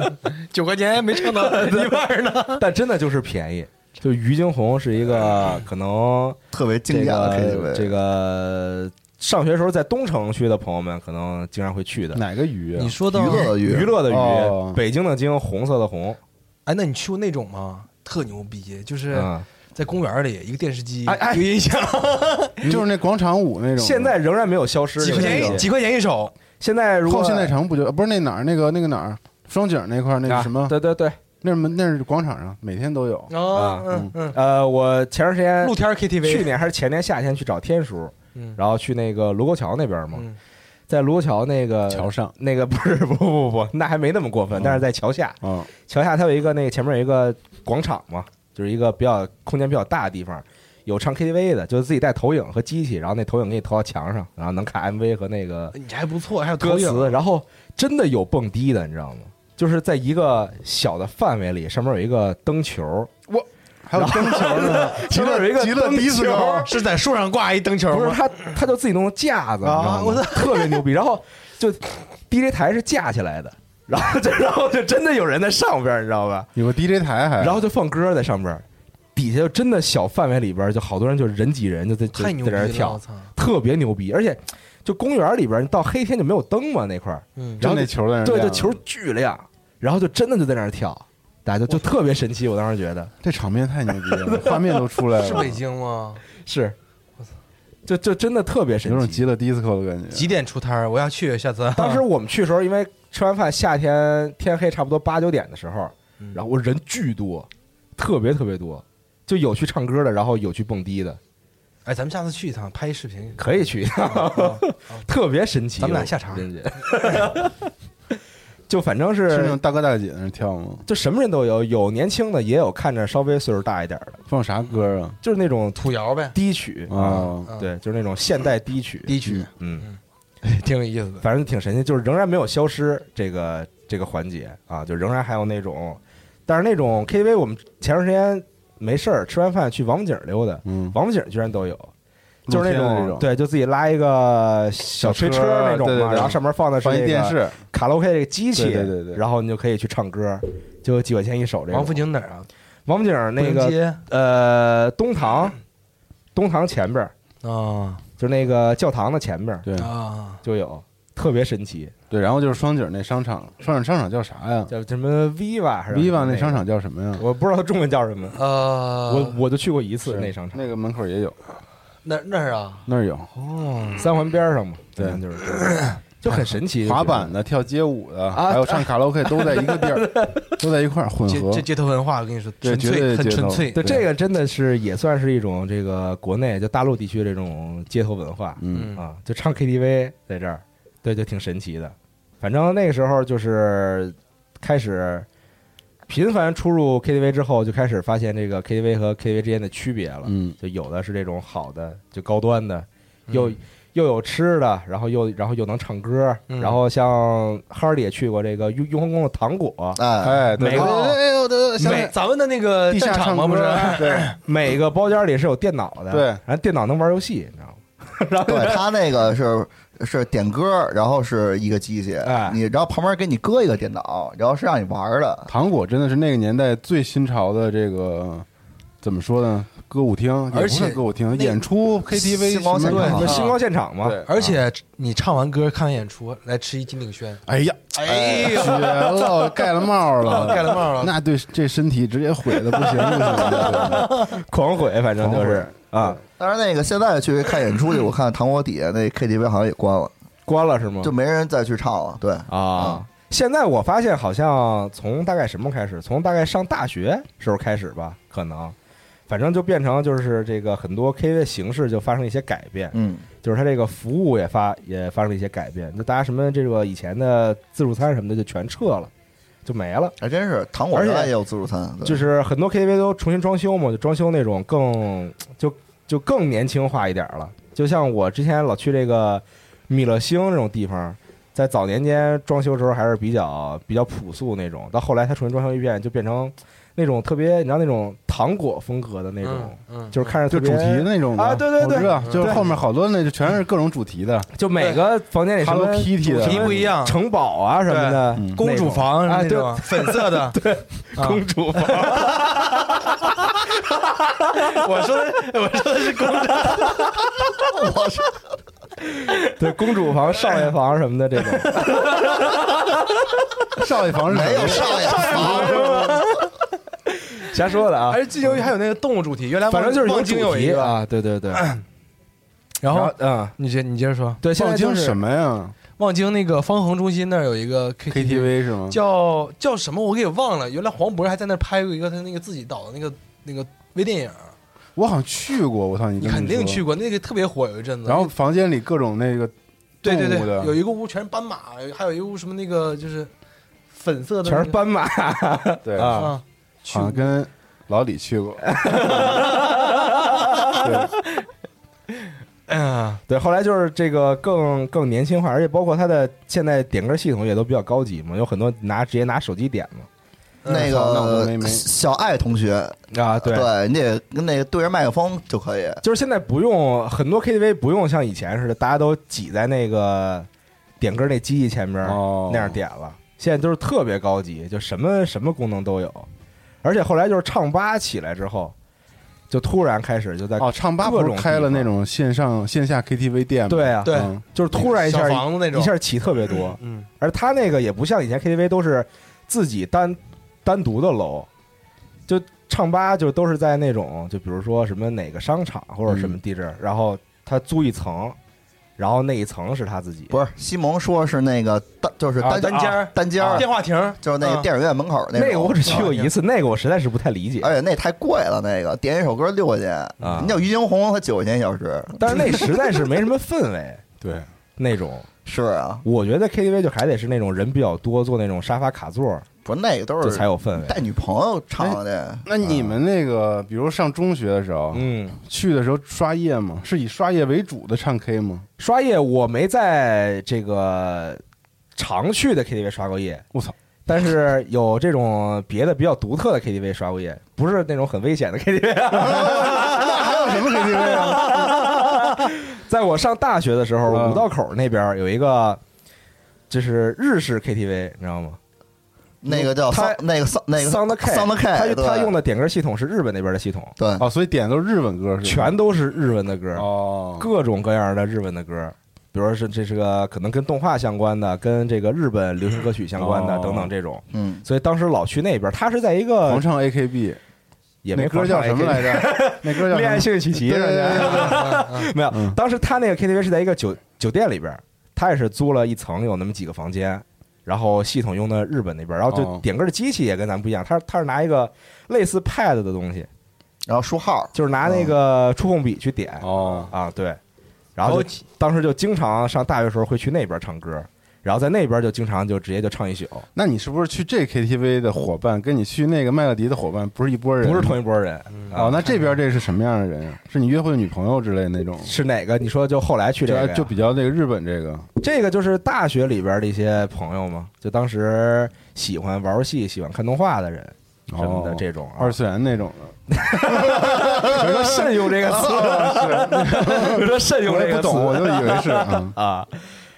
[SPEAKER 5] 九块钱没唱到一半呢。
[SPEAKER 2] 但真的就是便宜，就于景红是一个可能
[SPEAKER 4] 特别
[SPEAKER 2] 这
[SPEAKER 4] 经典的
[SPEAKER 2] 个
[SPEAKER 4] KTV，
[SPEAKER 2] 这个上学时候在东城区的朋友们可能经常会去的
[SPEAKER 3] 哪个鱼啊
[SPEAKER 5] 你？说到
[SPEAKER 4] 娱乐的
[SPEAKER 2] 娱乐的
[SPEAKER 3] 哦
[SPEAKER 2] 娱，北京的京，红色的红，
[SPEAKER 5] 哎，那你去过那种吗？特牛逼，就是
[SPEAKER 2] 嗯，
[SPEAKER 5] 在公园里一个电视机，
[SPEAKER 2] 哎哎
[SPEAKER 5] 一个音响，
[SPEAKER 3] 就是那广场舞那种的，
[SPEAKER 2] 现在仍然没有消失。
[SPEAKER 5] 几块
[SPEAKER 2] 这个
[SPEAKER 5] 钱
[SPEAKER 2] 东
[SPEAKER 5] 一
[SPEAKER 2] 西
[SPEAKER 5] 几块钱一首，啊
[SPEAKER 2] 现在如果
[SPEAKER 3] 后现代城不就不是那哪儿那个那个哪儿双井那块儿那
[SPEAKER 2] 啊
[SPEAKER 3] 个什么
[SPEAKER 2] 对对对，
[SPEAKER 3] 那什么那是广场上每天都有，
[SPEAKER 5] 哦
[SPEAKER 2] 啊，
[SPEAKER 5] 嗯嗯，
[SPEAKER 2] 呃，我前段时间
[SPEAKER 5] 露天 KTV，
[SPEAKER 2] 去年还是前年夏天去找天叔，
[SPEAKER 5] 嗯
[SPEAKER 2] 然后去那个卢沟桥那边嘛，
[SPEAKER 5] 嗯
[SPEAKER 2] 在卢沟桥那个
[SPEAKER 3] 桥上
[SPEAKER 2] 那个不是不不不，那还没那么过分，
[SPEAKER 3] 嗯
[SPEAKER 2] 但是在桥下，
[SPEAKER 3] 啊，
[SPEAKER 2] 桥下它有一个那个前面有一个广场嘛，就是一个比较空间比较大的地方，有唱 KTV 的，就是自己带投影和机器，然后那投影给你投到墙上，然后能看 MV 和那个
[SPEAKER 5] 哎你这还不错，还有
[SPEAKER 3] 啊
[SPEAKER 2] 歌
[SPEAKER 5] 投影
[SPEAKER 2] 词，然后真的有蹦迪的，你知道吗？就是在一个小的范围里，上面有一个灯球，
[SPEAKER 3] 还有灯球呢， 极
[SPEAKER 2] 前面
[SPEAKER 3] 乐
[SPEAKER 2] 有一个
[SPEAKER 3] 极乐
[SPEAKER 2] 灯
[SPEAKER 3] 迪斯
[SPEAKER 2] 球
[SPEAKER 3] 科，
[SPEAKER 5] 是在树上挂一灯球
[SPEAKER 2] 不是
[SPEAKER 5] 吗？
[SPEAKER 2] 他，他就自己弄的架子，你知道吗
[SPEAKER 5] 啊我操
[SPEAKER 2] 特别牛逼。然后就 DJ 台是架起来的，然后就 然后就真的有人在上边儿，你知道吧？
[SPEAKER 3] 有个 DJ 台还，
[SPEAKER 2] 然后就放歌在上边儿，底下就真的小范围里边儿就好多人就人挤人，就在就
[SPEAKER 5] 太牛
[SPEAKER 2] 在
[SPEAKER 5] 逼
[SPEAKER 2] 这儿
[SPEAKER 5] 了，我
[SPEAKER 2] 跳，
[SPEAKER 5] 操！
[SPEAKER 2] 特别牛逼。而且就公园里边儿，你到黑天就没有灯嘛那块儿，
[SPEAKER 5] 嗯，
[SPEAKER 2] 然
[SPEAKER 3] 就
[SPEAKER 2] 后
[SPEAKER 3] 那球在那
[SPEAKER 2] 对，
[SPEAKER 3] 亮
[SPEAKER 2] 对，球巨亮，然后就真的就在那儿跳，大家就就特别神奇。我当时觉得
[SPEAKER 3] 这场面太牛逼了，画面都出来了，
[SPEAKER 5] 是北京吗？
[SPEAKER 2] 是，就就真的特别
[SPEAKER 3] 有
[SPEAKER 2] 神
[SPEAKER 3] 种
[SPEAKER 2] 奇
[SPEAKER 3] 极。乐 disco 的感觉。
[SPEAKER 5] 几点出摊儿？我要去，下次。
[SPEAKER 2] 当时我们去的时候，因为吃完饭，夏天天黑差不多八九点的时候，
[SPEAKER 5] 嗯
[SPEAKER 2] 然后人巨多，特别特别多，就有去唱歌的，然后有去蹦迪的，
[SPEAKER 5] 哎，咱们下次去一趟，拍一视频。嗯
[SPEAKER 2] 可以去一趟，特别神奇。
[SPEAKER 5] 咱们俩下场
[SPEAKER 2] 真是 就反正
[SPEAKER 3] 是那
[SPEAKER 2] 是
[SPEAKER 3] 种大哥大姐在那跳吗？
[SPEAKER 2] 就什么人都有，有年轻的，也有看着稍微岁数大一点的，
[SPEAKER 3] 放啥歌啊？
[SPEAKER 2] 就是那种
[SPEAKER 5] 土窑呗，
[SPEAKER 2] 低曲啊，
[SPEAKER 3] 啊，
[SPEAKER 5] 嗯，
[SPEAKER 2] 对，就是那种现代低曲，
[SPEAKER 5] 低曲，
[SPEAKER 2] 嗯，
[SPEAKER 5] 挺有意思的。
[SPEAKER 2] 反正挺神奇，就是仍然没有消失这个这个环节啊，就仍然还有那种，但是那种 KTV 我们前段时间没事儿吃完饭去王府井溜达，
[SPEAKER 3] 嗯，
[SPEAKER 2] 王府井居然都有。就是那
[SPEAKER 3] 露天的
[SPEAKER 2] 种对，就自己拉一个小推车
[SPEAKER 3] 小车
[SPEAKER 2] 那种嘛，
[SPEAKER 3] 对对对
[SPEAKER 2] 然后上面放的是
[SPEAKER 3] 放
[SPEAKER 2] 那
[SPEAKER 3] 一
[SPEAKER 2] 个
[SPEAKER 3] 电视，
[SPEAKER 2] 卡拉 OK 这个机器，
[SPEAKER 3] 对对对对
[SPEAKER 2] 然后你就可以去唱歌，就几块钱一首这个。
[SPEAKER 5] 王府，井哪儿啊？
[SPEAKER 2] 王府井那
[SPEAKER 5] 步行
[SPEAKER 2] 个
[SPEAKER 5] 街
[SPEAKER 2] 呃东堂，东堂前边儿
[SPEAKER 5] 啊
[SPEAKER 2] 就是那个教堂的前边儿
[SPEAKER 3] 对
[SPEAKER 5] 啊，
[SPEAKER 2] 就有，特别神奇，
[SPEAKER 3] 对，然后就是双井那商场，双井商场叫啥呀
[SPEAKER 2] 叫什么 Viva 还是
[SPEAKER 3] ？viva
[SPEAKER 2] 那
[SPEAKER 3] 那
[SPEAKER 2] 个
[SPEAKER 3] 商，场叫什么呀？
[SPEAKER 2] 我不知道它中文叫什么，
[SPEAKER 5] 呃，
[SPEAKER 2] 我我就去过一次
[SPEAKER 3] 是
[SPEAKER 2] 那商场，
[SPEAKER 3] 那个门口也有，
[SPEAKER 5] 那那儿啊，
[SPEAKER 3] 那儿有
[SPEAKER 5] 哦，
[SPEAKER 2] 三环边儿上嘛，
[SPEAKER 3] 对
[SPEAKER 2] 反正就是就很神奇，
[SPEAKER 3] 滑板的、跳街舞的，
[SPEAKER 2] 啊
[SPEAKER 3] 还有唱卡拉 OK 都在一个地儿，都在一块儿混
[SPEAKER 5] 街
[SPEAKER 3] 合
[SPEAKER 5] 这。街头文化，我跟你说，
[SPEAKER 3] 对绝
[SPEAKER 5] 纯粹
[SPEAKER 3] 对
[SPEAKER 5] 很
[SPEAKER 3] 街
[SPEAKER 5] 纯
[SPEAKER 3] 头
[SPEAKER 5] 粹。
[SPEAKER 2] 对，
[SPEAKER 3] 对
[SPEAKER 2] 这个真的是也算是一种这个国内就大陆地区这种街头文化，
[SPEAKER 3] 嗯，
[SPEAKER 2] 啊，就唱 KTV 在这儿，对，就挺神奇的。反正那个时候就是开始频繁出入 KTV 之后，就开始发现这个 KTV 和 KTV 之间的区别了。
[SPEAKER 3] 嗯，
[SPEAKER 2] 就有的是这种好的，就高端的，
[SPEAKER 5] 嗯
[SPEAKER 2] 又、又有吃的，然后又然后又能唱歌，
[SPEAKER 5] 嗯
[SPEAKER 2] 然后像哈里也去过这个雍雍和宫的糖果，
[SPEAKER 4] 哎，
[SPEAKER 3] 哎，对
[SPEAKER 2] 每
[SPEAKER 3] 对
[SPEAKER 2] 个
[SPEAKER 3] 对对对对，对想
[SPEAKER 5] 美
[SPEAKER 3] 起
[SPEAKER 5] 咱们的那个
[SPEAKER 3] 地
[SPEAKER 5] 战
[SPEAKER 3] 下唱
[SPEAKER 5] 场吗？
[SPEAKER 3] 歌啊
[SPEAKER 5] 不是，
[SPEAKER 3] 对，
[SPEAKER 2] 每个包间里是有电脑的，
[SPEAKER 3] 对
[SPEAKER 2] 然后电脑能玩游戏，你知道吗？
[SPEAKER 4] 对他那个是是点歌，然后是一个机器
[SPEAKER 2] 哎，
[SPEAKER 4] 你然后旁边给你搁一个电脑，然后是让你玩儿的，
[SPEAKER 3] 糖果真的是那个年代最新潮的这个。怎么说呢？歌舞厅，也
[SPEAKER 5] 而
[SPEAKER 3] 不
[SPEAKER 5] 且
[SPEAKER 3] 是歌舞厅，
[SPEAKER 5] 那
[SPEAKER 3] 演出 KTV
[SPEAKER 4] 星光
[SPEAKER 3] 什么
[SPEAKER 4] 现
[SPEAKER 3] 的
[SPEAKER 4] 场
[SPEAKER 2] 那
[SPEAKER 4] 啊
[SPEAKER 2] 星光现场嘛，
[SPEAKER 3] 对，
[SPEAKER 5] 而且你唱完歌看完演出，来吃一金鼎轩，
[SPEAKER 3] 哎呀，
[SPEAKER 5] 哎
[SPEAKER 3] 绝
[SPEAKER 5] 呦，
[SPEAKER 3] 了，盖了帽了，
[SPEAKER 5] 盖了帽了
[SPEAKER 3] 那对这身体直接毁的不行不行。
[SPEAKER 2] 狂毁，反正就是啊，
[SPEAKER 4] 但是那个现在去看演出去，我看糖果底下那 KTV 好像也关了，
[SPEAKER 2] 关了是吗？
[SPEAKER 4] 就没人再去唱了。对，
[SPEAKER 2] 啊，现在我发现，好像从大概什么开始，从大概上大学时候开始吧，可能，反正就变成就是这个很多 KTV 的形式就发生了一些改变，
[SPEAKER 4] 嗯，
[SPEAKER 2] 就是它这个服务也发也发生了一些改变，就大家什么这个以前的自助餐什么的就全撤了，就没了。
[SPEAKER 4] 还真是糖果
[SPEAKER 2] 而且
[SPEAKER 4] 时代也有自助餐，对
[SPEAKER 2] 就是很多 KTV 都重新装修嘛，就装修那种更就就更年轻化一点了。就像我之前老去这个米勒星这种地方，在早年间装修时候还是比较比较朴素那种，到后来它重新装修一遍，就变成那种特别你知道那种糖果风格的那种，
[SPEAKER 5] 嗯，
[SPEAKER 2] 就是看着
[SPEAKER 3] 就
[SPEAKER 2] 特
[SPEAKER 3] 主
[SPEAKER 2] 别
[SPEAKER 3] 题的那种的
[SPEAKER 2] 啊对对对
[SPEAKER 3] 我知道，
[SPEAKER 5] 嗯
[SPEAKER 3] 就是
[SPEAKER 2] 对
[SPEAKER 3] 后面好多那就全是各种主题的，
[SPEAKER 2] 就每个房间里什
[SPEAKER 3] Hello
[SPEAKER 2] 么
[SPEAKER 3] Kitty 的
[SPEAKER 2] 主
[SPEAKER 5] 题不一样
[SPEAKER 2] 城堡啊什么的
[SPEAKER 3] 对嗯，
[SPEAKER 5] 公主房
[SPEAKER 2] 啊
[SPEAKER 5] 那种粉色的，对，
[SPEAKER 2] 公主房，
[SPEAKER 5] 我说的我说的是公主，
[SPEAKER 4] 我是
[SPEAKER 2] 对公主房、少爷房什么的这 种。
[SPEAKER 3] 少爷房是
[SPEAKER 4] 没有
[SPEAKER 3] 什么？
[SPEAKER 4] 少爷房，
[SPEAKER 2] 瞎说的啊
[SPEAKER 5] 而，且金牛还有那个动物主题，原来
[SPEAKER 2] 反正就是
[SPEAKER 5] 望
[SPEAKER 2] 有
[SPEAKER 5] 京有
[SPEAKER 2] 主
[SPEAKER 5] 一
[SPEAKER 2] 题
[SPEAKER 5] 个，
[SPEAKER 2] 啊，对对对。
[SPEAKER 5] 然后
[SPEAKER 2] 嗯，
[SPEAKER 5] 你接你接着说，
[SPEAKER 2] 对，现
[SPEAKER 3] 望
[SPEAKER 2] 在就
[SPEAKER 3] 京
[SPEAKER 2] 是
[SPEAKER 3] 什么呀
[SPEAKER 5] 望京那个方恒中心那儿有一个 KTV，
[SPEAKER 3] ？KTV 是吗？
[SPEAKER 5] 叫叫什么我给忘了，原来黄渤还在那儿拍过一个他那个自己导的那个那个微电影，
[SPEAKER 3] 我好像去过，我操，你
[SPEAKER 5] 你
[SPEAKER 3] 这么
[SPEAKER 5] 肯定
[SPEAKER 3] 说
[SPEAKER 5] 去。过，那个特别火有一阵子，
[SPEAKER 3] 然后房间里各种那个
[SPEAKER 5] 对对对
[SPEAKER 3] 动物，的
[SPEAKER 5] 有一个屋全是斑马，还有一个屋什么那个就是粉色的那
[SPEAKER 2] 全
[SPEAKER 5] 个，
[SPEAKER 2] 是斑马，
[SPEAKER 3] 对
[SPEAKER 2] 啊
[SPEAKER 5] 啊，去
[SPEAKER 3] 好像跟老李 去过。对，
[SPEAKER 5] 嗯
[SPEAKER 2] 对，后来就是这个更更年轻化，而且包括它的现在点歌系统也都比较高级嘛，有很多拿直接拿手机点嘛。
[SPEAKER 4] 那
[SPEAKER 3] 那我没
[SPEAKER 4] 个
[SPEAKER 3] 没
[SPEAKER 4] 小爱同学，
[SPEAKER 2] 啊，对，
[SPEAKER 4] 对，你得跟那个对着麦克风就可以，
[SPEAKER 2] 就是现在不用很多 KTV 不用像以前似的，大家都挤在那个点歌那机器前面、
[SPEAKER 3] 哦
[SPEAKER 2] 那样点了，现在都是特别高级，就什么什么功能都有，而且后来就是唱吧起来之后，就突然开始就在、
[SPEAKER 3] 哦，唱吧不
[SPEAKER 2] 各
[SPEAKER 3] 是
[SPEAKER 2] 种
[SPEAKER 3] 开了
[SPEAKER 2] 地方
[SPEAKER 3] 那种线上线下 KTV 店吗？
[SPEAKER 2] 对啊，
[SPEAKER 5] 对
[SPEAKER 3] 嗯
[SPEAKER 2] 就是突然一下
[SPEAKER 5] 小房子那种
[SPEAKER 2] 一下起特别多，
[SPEAKER 5] 嗯，
[SPEAKER 2] 而他那个也不像以前 KTV 都是自己单单独的楼，就唱吧就都是在那种就比如说什么哪个商场或者什么地
[SPEAKER 5] 嗯
[SPEAKER 2] 址，然后他租一层，然后那一层是他自己。
[SPEAKER 4] 不是西蒙说是那个单，就是
[SPEAKER 2] 啊
[SPEAKER 4] 单
[SPEAKER 5] 单间儿
[SPEAKER 4] 单间
[SPEAKER 5] 啊
[SPEAKER 4] 儿
[SPEAKER 5] 电话亭儿，
[SPEAKER 4] 就是那个
[SPEAKER 5] 啊
[SPEAKER 4] 电影院门口那哎
[SPEAKER 2] 那个
[SPEAKER 4] 种
[SPEAKER 2] 我只去过一次，那个我实在是不太理解。
[SPEAKER 4] 而且那太贵了，那个点一首歌六块钱，
[SPEAKER 2] 啊
[SPEAKER 4] 你叫俞京红才九块钱一小时，
[SPEAKER 2] 但是那实在是没什么氛围，
[SPEAKER 3] 对，
[SPEAKER 2] 那种
[SPEAKER 4] 是啊，
[SPEAKER 2] 我觉得 KTV 就还得是那种人比较多，坐那种沙发卡座
[SPEAKER 4] 不是那个都
[SPEAKER 2] 就是才有哎氛围。
[SPEAKER 4] 带女朋友唱的，
[SPEAKER 3] 那你们那个，比如上中学的时候，
[SPEAKER 2] 嗯，
[SPEAKER 3] 去的时候刷夜吗？是以刷夜为主的唱 K 吗？
[SPEAKER 2] 刷夜我没在这个常去的 KTV 刷过夜，
[SPEAKER 3] 我操！
[SPEAKER 2] 但是有这种别的比较独特的 KTV 刷过夜，不是那种很危险的 KTV 啊。
[SPEAKER 3] 还有什么 KTV 啊？
[SPEAKER 2] 在我上大学的时候，
[SPEAKER 3] 嗯
[SPEAKER 2] 五道口那边有一个，就是日式 KTV，你知道吗？
[SPEAKER 4] 那个叫
[SPEAKER 2] 他
[SPEAKER 4] 桑那个桑那个
[SPEAKER 2] s o u n d K，
[SPEAKER 4] 桑德 K，
[SPEAKER 2] 他他用
[SPEAKER 4] 的
[SPEAKER 2] 的点歌系统是日本那边的系统，
[SPEAKER 4] 对，
[SPEAKER 3] 哦，所以点的都是日文歌是吧？
[SPEAKER 2] 全都是日文的歌，
[SPEAKER 3] 哦，
[SPEAKER 2] 各种各样的日文的歌。比如说是这是个可能跟动画相关的，跟这个日本流行歌曲相关的
[SPEAKER 3] 哦
[SPEAKER 2] 等等这种，
[SPEAKER 4] 嗯，
[SPEAKER 2] 所以当时老去那边，他是在一
[SPEAKER 3] 狂
[SPEAKER 2] 个
[SPEAKER 3] 唱 AKB，
[SPEAKER 2] 也没
[SPEAKER 3] 那歌叫什么来
[SPEAKER 2] 着？
[SPEAKER 3] 着？那歌叫什么
[SPEAKER 2] 恋爱兴趣
[SPEAKER 3] 对
[SPEAKER 2] 奇
[SPEAKER 3] 对
[SPEAKER 2] 是
[SPEAKER 3] 对
[SPEAKER 2] 吧？
[SPEAKER 3] 对对
[SPEAKER 2] 没有
[SPEAKER 3] 嗯，
[SPEAKER 2] 当时他那个 KTV 是在一个酒酒店里边儿，他也是租了一层，有那么几个房间，然后系统用的日本那边儿，然后就
[SPEAKER 3] 哦
[SPEAKER 2] 点歌的机器也跟咱们不一样，他他是拿一个类似 Pad 的东西，
[SPEAKER 4] 然后书号，
[SPEAKER 2] 就是拿那个触控笔去点
[SPEAKER 3] 哦，
[SPEAKER 2] 啊，对，然后就当时就经常上大学时候会去那边唱歌，然后在那边就经常就直接就唱一宿，
[SPEAKER 3] 那你是不是去这 KTV 的伙伴，跟你去那个麦乐迪的伙伴不是一拨人？
[SPEAKER 2] 不是同一拨人
[SPEAKER 3] 哦
[SPEAKER 2] 啊，，
[SPEAKER 3] 那这边这是什么样的人啊？是你约会的女朋友之类的那种？
[SPEAKER 2] 是哪个？你说就后来去这个呀
[SPEAKER 3] 就就比较那个日本这个
[SPEAKER 2] 这个就是大学里边的一些朋友嘛，就当时喜欢玩游戏、喜欢看动画的人 什么的
[SPEAKER 3] 哦
[SPEAKER 2] 这种啊，
[SPEAKER 3] 二次元那种的，
[SPEAKER 2] 我说慎用这个词， 我说慎用
[SPEAKER 3] 我
[SPEAKER 2] 这
[SPEAKER 3] 也
[SPEAKER 2] 个
[SPEAKER 3] 不
[SPEAKER 2] 词。
[SPEAKER 3] 懂，我就以为是 啊
[SPEAKER 2] 啊。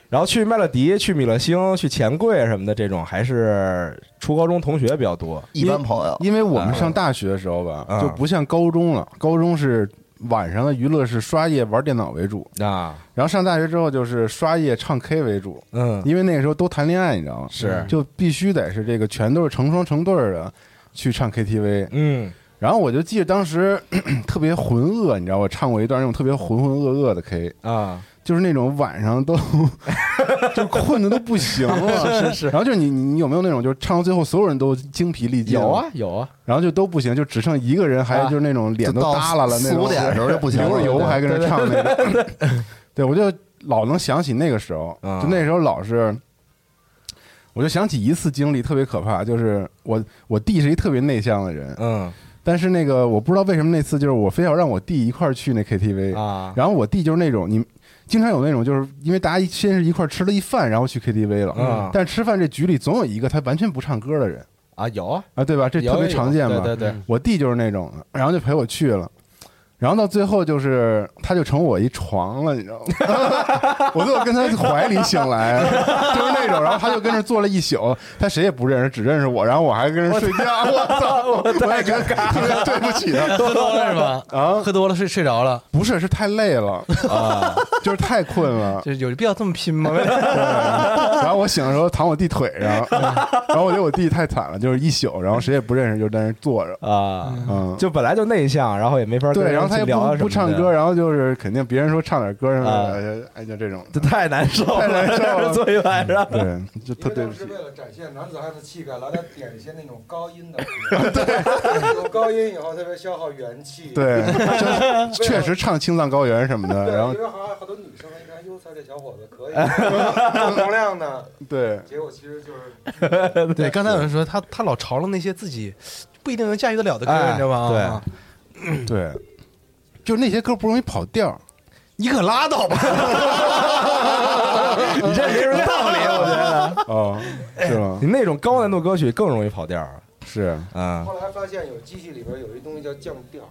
[SPEAKER 2] 然后去麦乐迪、去米乐星、去钱柜什么的，这种还是初高中同学比较多。
[SPEAKER 4] 一般朋友，
[SPEAKER 3] 因为我们
[SPEAKER 2] 嗯
[SPEAKER 3] 上大学的时候吧，
[SPEAKER 2] 啊
[SPEAKER 3] 就不像高中了，高中是晚上的娱乐是刷夜玩电脑为主，
[SPEAKER 2] 啊，
[SPEAKER 3] 然后上大学之后就是刷夜唱 K 为主，
[SPEAKER 2] 嗯，
[SPEAKER 3] 因为那个时候都谈恋爱，你知道吗？
[SPEAKER 2] 是
[SPEAKER 3] 就必须得是这个全都是成双成对儿的去唱 KTV。
[SPEAKER 2] 嗯
[SPEAKER 3] 然后我就记得当时 特别浑噩，你知道，我唱过一段那种特别浑浑噩噩的 K，
[SPEAKER 2] 啊，
[SPEAKER 3] 就是那种晚上都。 就困的都不行 了。
[SPEAKER 2] 是是，
[SPEAKER 3] 然后就是你你你有没有那种就是唱到最后所有人都精疲力尽？
[SPEAKER 2] 有啊，有啊，
[SPEAKER 3] 然后就都不行，就只剩一个人还
[SPEAKER 2] 啊
[SPEAKER 3] 就是那种脸都
[SPEAKER 4] 就到
[SPEAKER 3] 耷拉了那
[SPEAKER 4] 四
[SPEAKER 3] 种，
[SPEAKER 4] 五点的时候就不行了
[SPEAKER 3] 流着油
[SPEAKER 4] 对
[SPEAKER 3] 还跟着唱那个。 对，我就老能想起那个时候，
[SPEAKER 2] 啊
[SPEAKER 3] 就那时候老是，我就想起一次经历特别可怕，就是我我弟是一特别内向的人，
[SPEAKER 2] 嗯
[SPEAKER 3] 但是那个我不知道为什么那次就是我非要让我弟一块儿去那 KTV，
[SPEAKER 2] 啊，
[SPEAKER 3] 然后我弟就是那种你。经常有那种，就是因为大家一先是一块儿吃了一饭，然后去 KTV 了。
[SPEAKER 2] 嗯
[SPEAKER 3] 但吃饭这局里总有一个他完全不唱歌的人
[SPEAKER 2] 啊有啊，
[SPEAKER 3] 啊，对吧？这
[SPEAKER 2] 有
[SPEAKER 3] 特别
[SPEAKER 2] 有
[SPEAKER 3] 常见嘛。
[SPEAKER 2] 对对对，
[SPEAKER 3] 我弟就是那种的，然后就陪我去了，然后到最后就是他就成我一床了，你知道吗？ 我都要跟他怀里醒来，啊就是那种，然后他就跟那坐了一宿，他谁也不认识，只认识我，然后我还跟人睡觉，我操，我也跟他特别对不起他
[SPEAKER 5] 喝多了是吧？
[SPEAKER 3] 啊，
[SPEAKER 5] 喝多了睡睡着了，
[SPEAKER 3] 不是，是太累了，
[SPEAKER 2] 啊，
[SPEAKER 3] 就是太困了。
[SPEAKER 5] 就是有必要这 么拼吗？
[SPEAKER 3] 然后我醒的时候躺我弟腿上， 然后我觉得我弟太惨了，就是一宿，然后谁也不认识，就在那坐着，
[SPEAKER 2] 啊，
[SPEAKER 3] 嗯，
[SPEAKER 2] 就本来就内向，然后也没法跟
[SPEAKER 3] 对，
[SPEAKER 2] 人
[SPEAKER 3] 然后他
[SPEAKER 2] 去
[SPEAKER 3] 也
[SPEAKER 2] 聊啊
[SPEAKER 3] 不
[SPEAKER 2] 什
[SPEAKER 3] 不
[SPEAKER 2] 么
[SPEAKER 3] 唱
[SPEAKER 2] 的
[SPEAKER 3] 歌，，然后就是肯定别人说唱点歌什么
[SPEAKER 2] 啊
[SPEAKER 3] 的，哎，就这种，
[SPEAKER 2] 这太难受了，
[SPEAKER 3] 太难 受了
[SPEAKER 2] 坐一晚上。
[SPEAKER 3] 对，就特对不
[SPEAKER 6] 当时
[SPEAKER 3] 起。
[SPEAKER 6] 为了展现男子汉的气概，来点点一些那种高音的， 对，有高音以后特别消耗元气。
[SPEAKER 3] 对，就确实唱《青藏高原》什么的，
[SPEAKER 6] 对，
[SPEAKER 3] 然后
[SPEAKER 6] 因为好像好多女生一看，哟操，这小伙子可以，正能量呢。
[SPEAKER 3] 对，
[SPEAKER 6] 结果其实就 是
[SPEAKER 5] 对，刚才有人说他他老嘲弄那些自己不一定能驾驭得了的歌，
[SPEAKER 2] 哎
[SPEAKER 5] 你知道吗？
[SPEAKER 2] 对
[SPEAKER 5] 啊，
[SPEAKER 3] 对，就那些歌不容易跑调儿。
[SPEAKER 5] 你可拉倒吧！
[SPEAKER 2] 你这没什么道理，我觉得。
[SPEAKER 3] 哦，是吗
[SPEAKER 2] 你？那种高难度歌曲更容易跑调儿
[SPEAKER 3] 是，
[SPEAKER 2] 啊。
[SPEAKER 6] 后来发现有机器里边有一东西叫降调，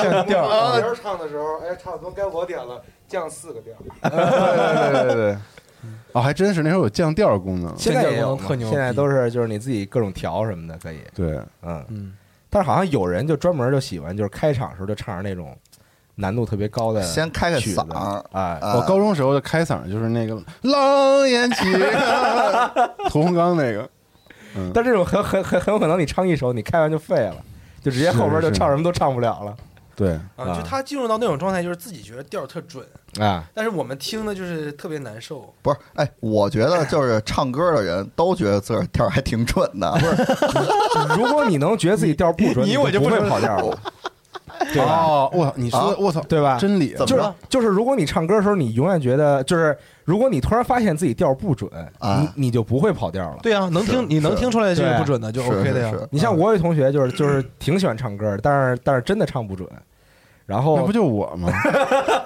[SPEAKER 2] 降调
[SPEAKER 6] 儿。别人唱的时候，哎，差不多该我点了，降四个调儿。
[SPEAKER 3] 对对对对对。哦，还真是那时候有降调儿功能。
[SPEAKER 2] 现在也有
[SPEAKER 5] 降调功能特牛逼
[SPEAKER 2] 现在都是就是你自己各种调什么的可以，
[SPEAKER 3] 对，
[SPEAKER 2] 嗯。
[SPEAKER 5] 嗯，
[SPEAKER 2] 但是好像有人就专门就喜欢，就是开场时候就唱着那种难度特别高的曲子，
[SPEAKER 4] 先开开嗓儿
[SPEAKER 2] 啊，
[SPEAKER 4] 啊
[SPEAKER 3] 我高中时候的开嗓就是那个《狼烟起》， 屠洪刚那个。嗯，
[SPEAKER 2] 但这种很很很很有可能你唱一首你开完就废了，就直接后边
[SPEAKER 3] 是
[SPEAKER 2] 就是唱什么都唱不了了
[SPEAKER 3] 对，
[SPEAKER 5] 啊，
[SPEAKER 2] 啊
[SPEAKER 5] 就他进入到那种状态，就是自己觉得调儿特准，
[SPEAKER 2] 啊。
[SPEAKER 5] 但是我们听的就是特别难受。
[SPEAKER 4] 不是，哎，我觉得就是唱歌的人都觉得自个儿调儿还挺准的，不是
[SPEAKER 2] 如果你能觉得自己调不准，
[SPEAKER 5] 你
[SPEAKER 2] 你
[SPEAKER 5] 我就
[SPEAKER 2] 不
[SPEAKER 5] 不
[SPEAKER 2] 会
[SPEAKER 5] 准
[SPEAKER 2] 跑调了，对吧？
[SPEAKER 3] 哦，我操，你说
[SPEAKER 4] 啊
[SPEAKER 3] 的，我操，
[SPEAKER 2] 对吧
[SPEAKER 3] 真理啊
[SPEAKER 4] 怎么
[SPEAKER 2] 就是
[SPEAKER 4] 着
[SPEAKER 2] 就是，如果你唱歌的时候，你永远觉得就是，如果你突然发现自己调不准，
[SPEAKER 4] 啊
[SPEAKER 2] 你你就不会跑调了。
[SPEAKER 5] 对啊，能听你能听出来这个
[SPEAKER 2] 对
[SPEAKER 5] 不准的就是嗯 OK 的呀
[SPEAKER 4] 是。
[SPEAKER 2] 你
[SPEAKER 3] 啊
[SPEAKER 2] 像我有同学，就是就是挺喜欢唱歌的，但是但是真的唱不准，然
[SPEAKER 3] 那
[SPEAKER 2] 后
[SPEAKER 3] 不就我吗？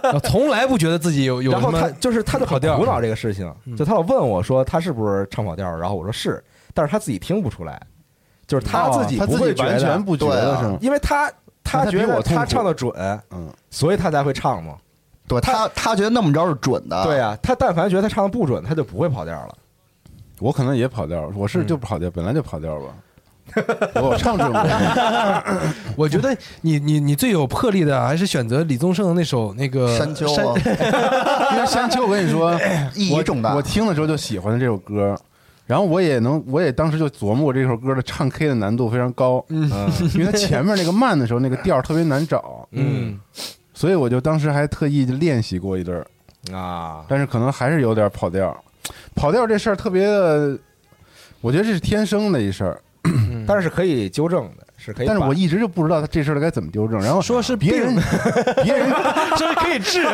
[SPEAKER 5] 啊从来不觉得自己有有
[SPEAKER 2] 然
[SPEAKER 5] 什
[SPEAKER 2] 后他
[SPEAKER 5] 么
[SPEAKER 2] 就是他就很
[SPEAKER 5] 跑调
[SPEAKER 2] 苦恼这个事情
[SPEAKER 5] 嗯，
[SPEAKER 2] 就他老问我说他是不是唱跑调，然后我说是，但是他自己听不出来，就是他自己
[SPEAKER 3] 哦他
[SPEAKER 2] 不
[SPEAKER 3] 自
[SPEAKER 2] 会
[SPEAKER 3] 己
[SPEAKER 2] 觉
[SPEAKER 3] 完全
[SPEAKER 2] 得，
[SPEAKER 3] 不觉
[SPEAKER 4] 对
[SPEAKER 3] 得
[SPEAKER 4] 啊
[SPEAKER 3] 是吗？
[SPEAKER 2] 因为他他
[SPEAKER 3] 那他比
[SPEAKER 2] 觉得
[SPEAKER 3] 我痛
[SPEAKER 2] 他
[SPEAKER 3] 苦
[SPEAKER 2] 唱的准，
[SPEAKER 3] 嗯，
[SPEAKER 2] 所以他才会唱嘛。
[SPEAKER 4] 对他他觉得那么着是准的，
[SPEAKER 2] 对啊，他但凡觉得他唱的不准，他就不会跑调了。
[SPEAKER 3] 我可能也跑调，我是就跑调，本来就跑调吧。 我唱准过，
[SPEAKER 5] 我觉得你你你最有魄力的还是选择李宗盛的那首那个
[SPEAKER 4] 山丘啊，
[SPEAKER 3] 因为山丘，我跟你 说，
[SPEAKER 4] 意义
[SPEAKER 3] 我
[SPEAKER 4] 重大
[SPEAKER 3] 我听的时候就喜欢这首歌，然后我也能，我也当时就琢磨过这首歌的唱 K 的难度非常高，嗯， 因为它前面那个慢的时候，那个调儿特别难找，
[SPEAKER 2] 嗯
[SPEAKER 3] 所以我就当时还特意练习过一阵儿，
[SPEAKER 2] 啊，
[SPEAKER 3] 但是可能还是有点跑调。跑调这事儿特别的，我觉得这是天生的一事儿，
[SPEAKER 2] 但是可以纠正的，是可以
[SPEAKER 3] 但
[SPEAKER 2] 把。
[SPEAKER 3] 是我一直就不知道他这事儿该怎么纠正。然后
[SPEAKER 5] 说是
[SPEAKER 3] 别人， 别人
[SPEAKER 5] 这是可以治。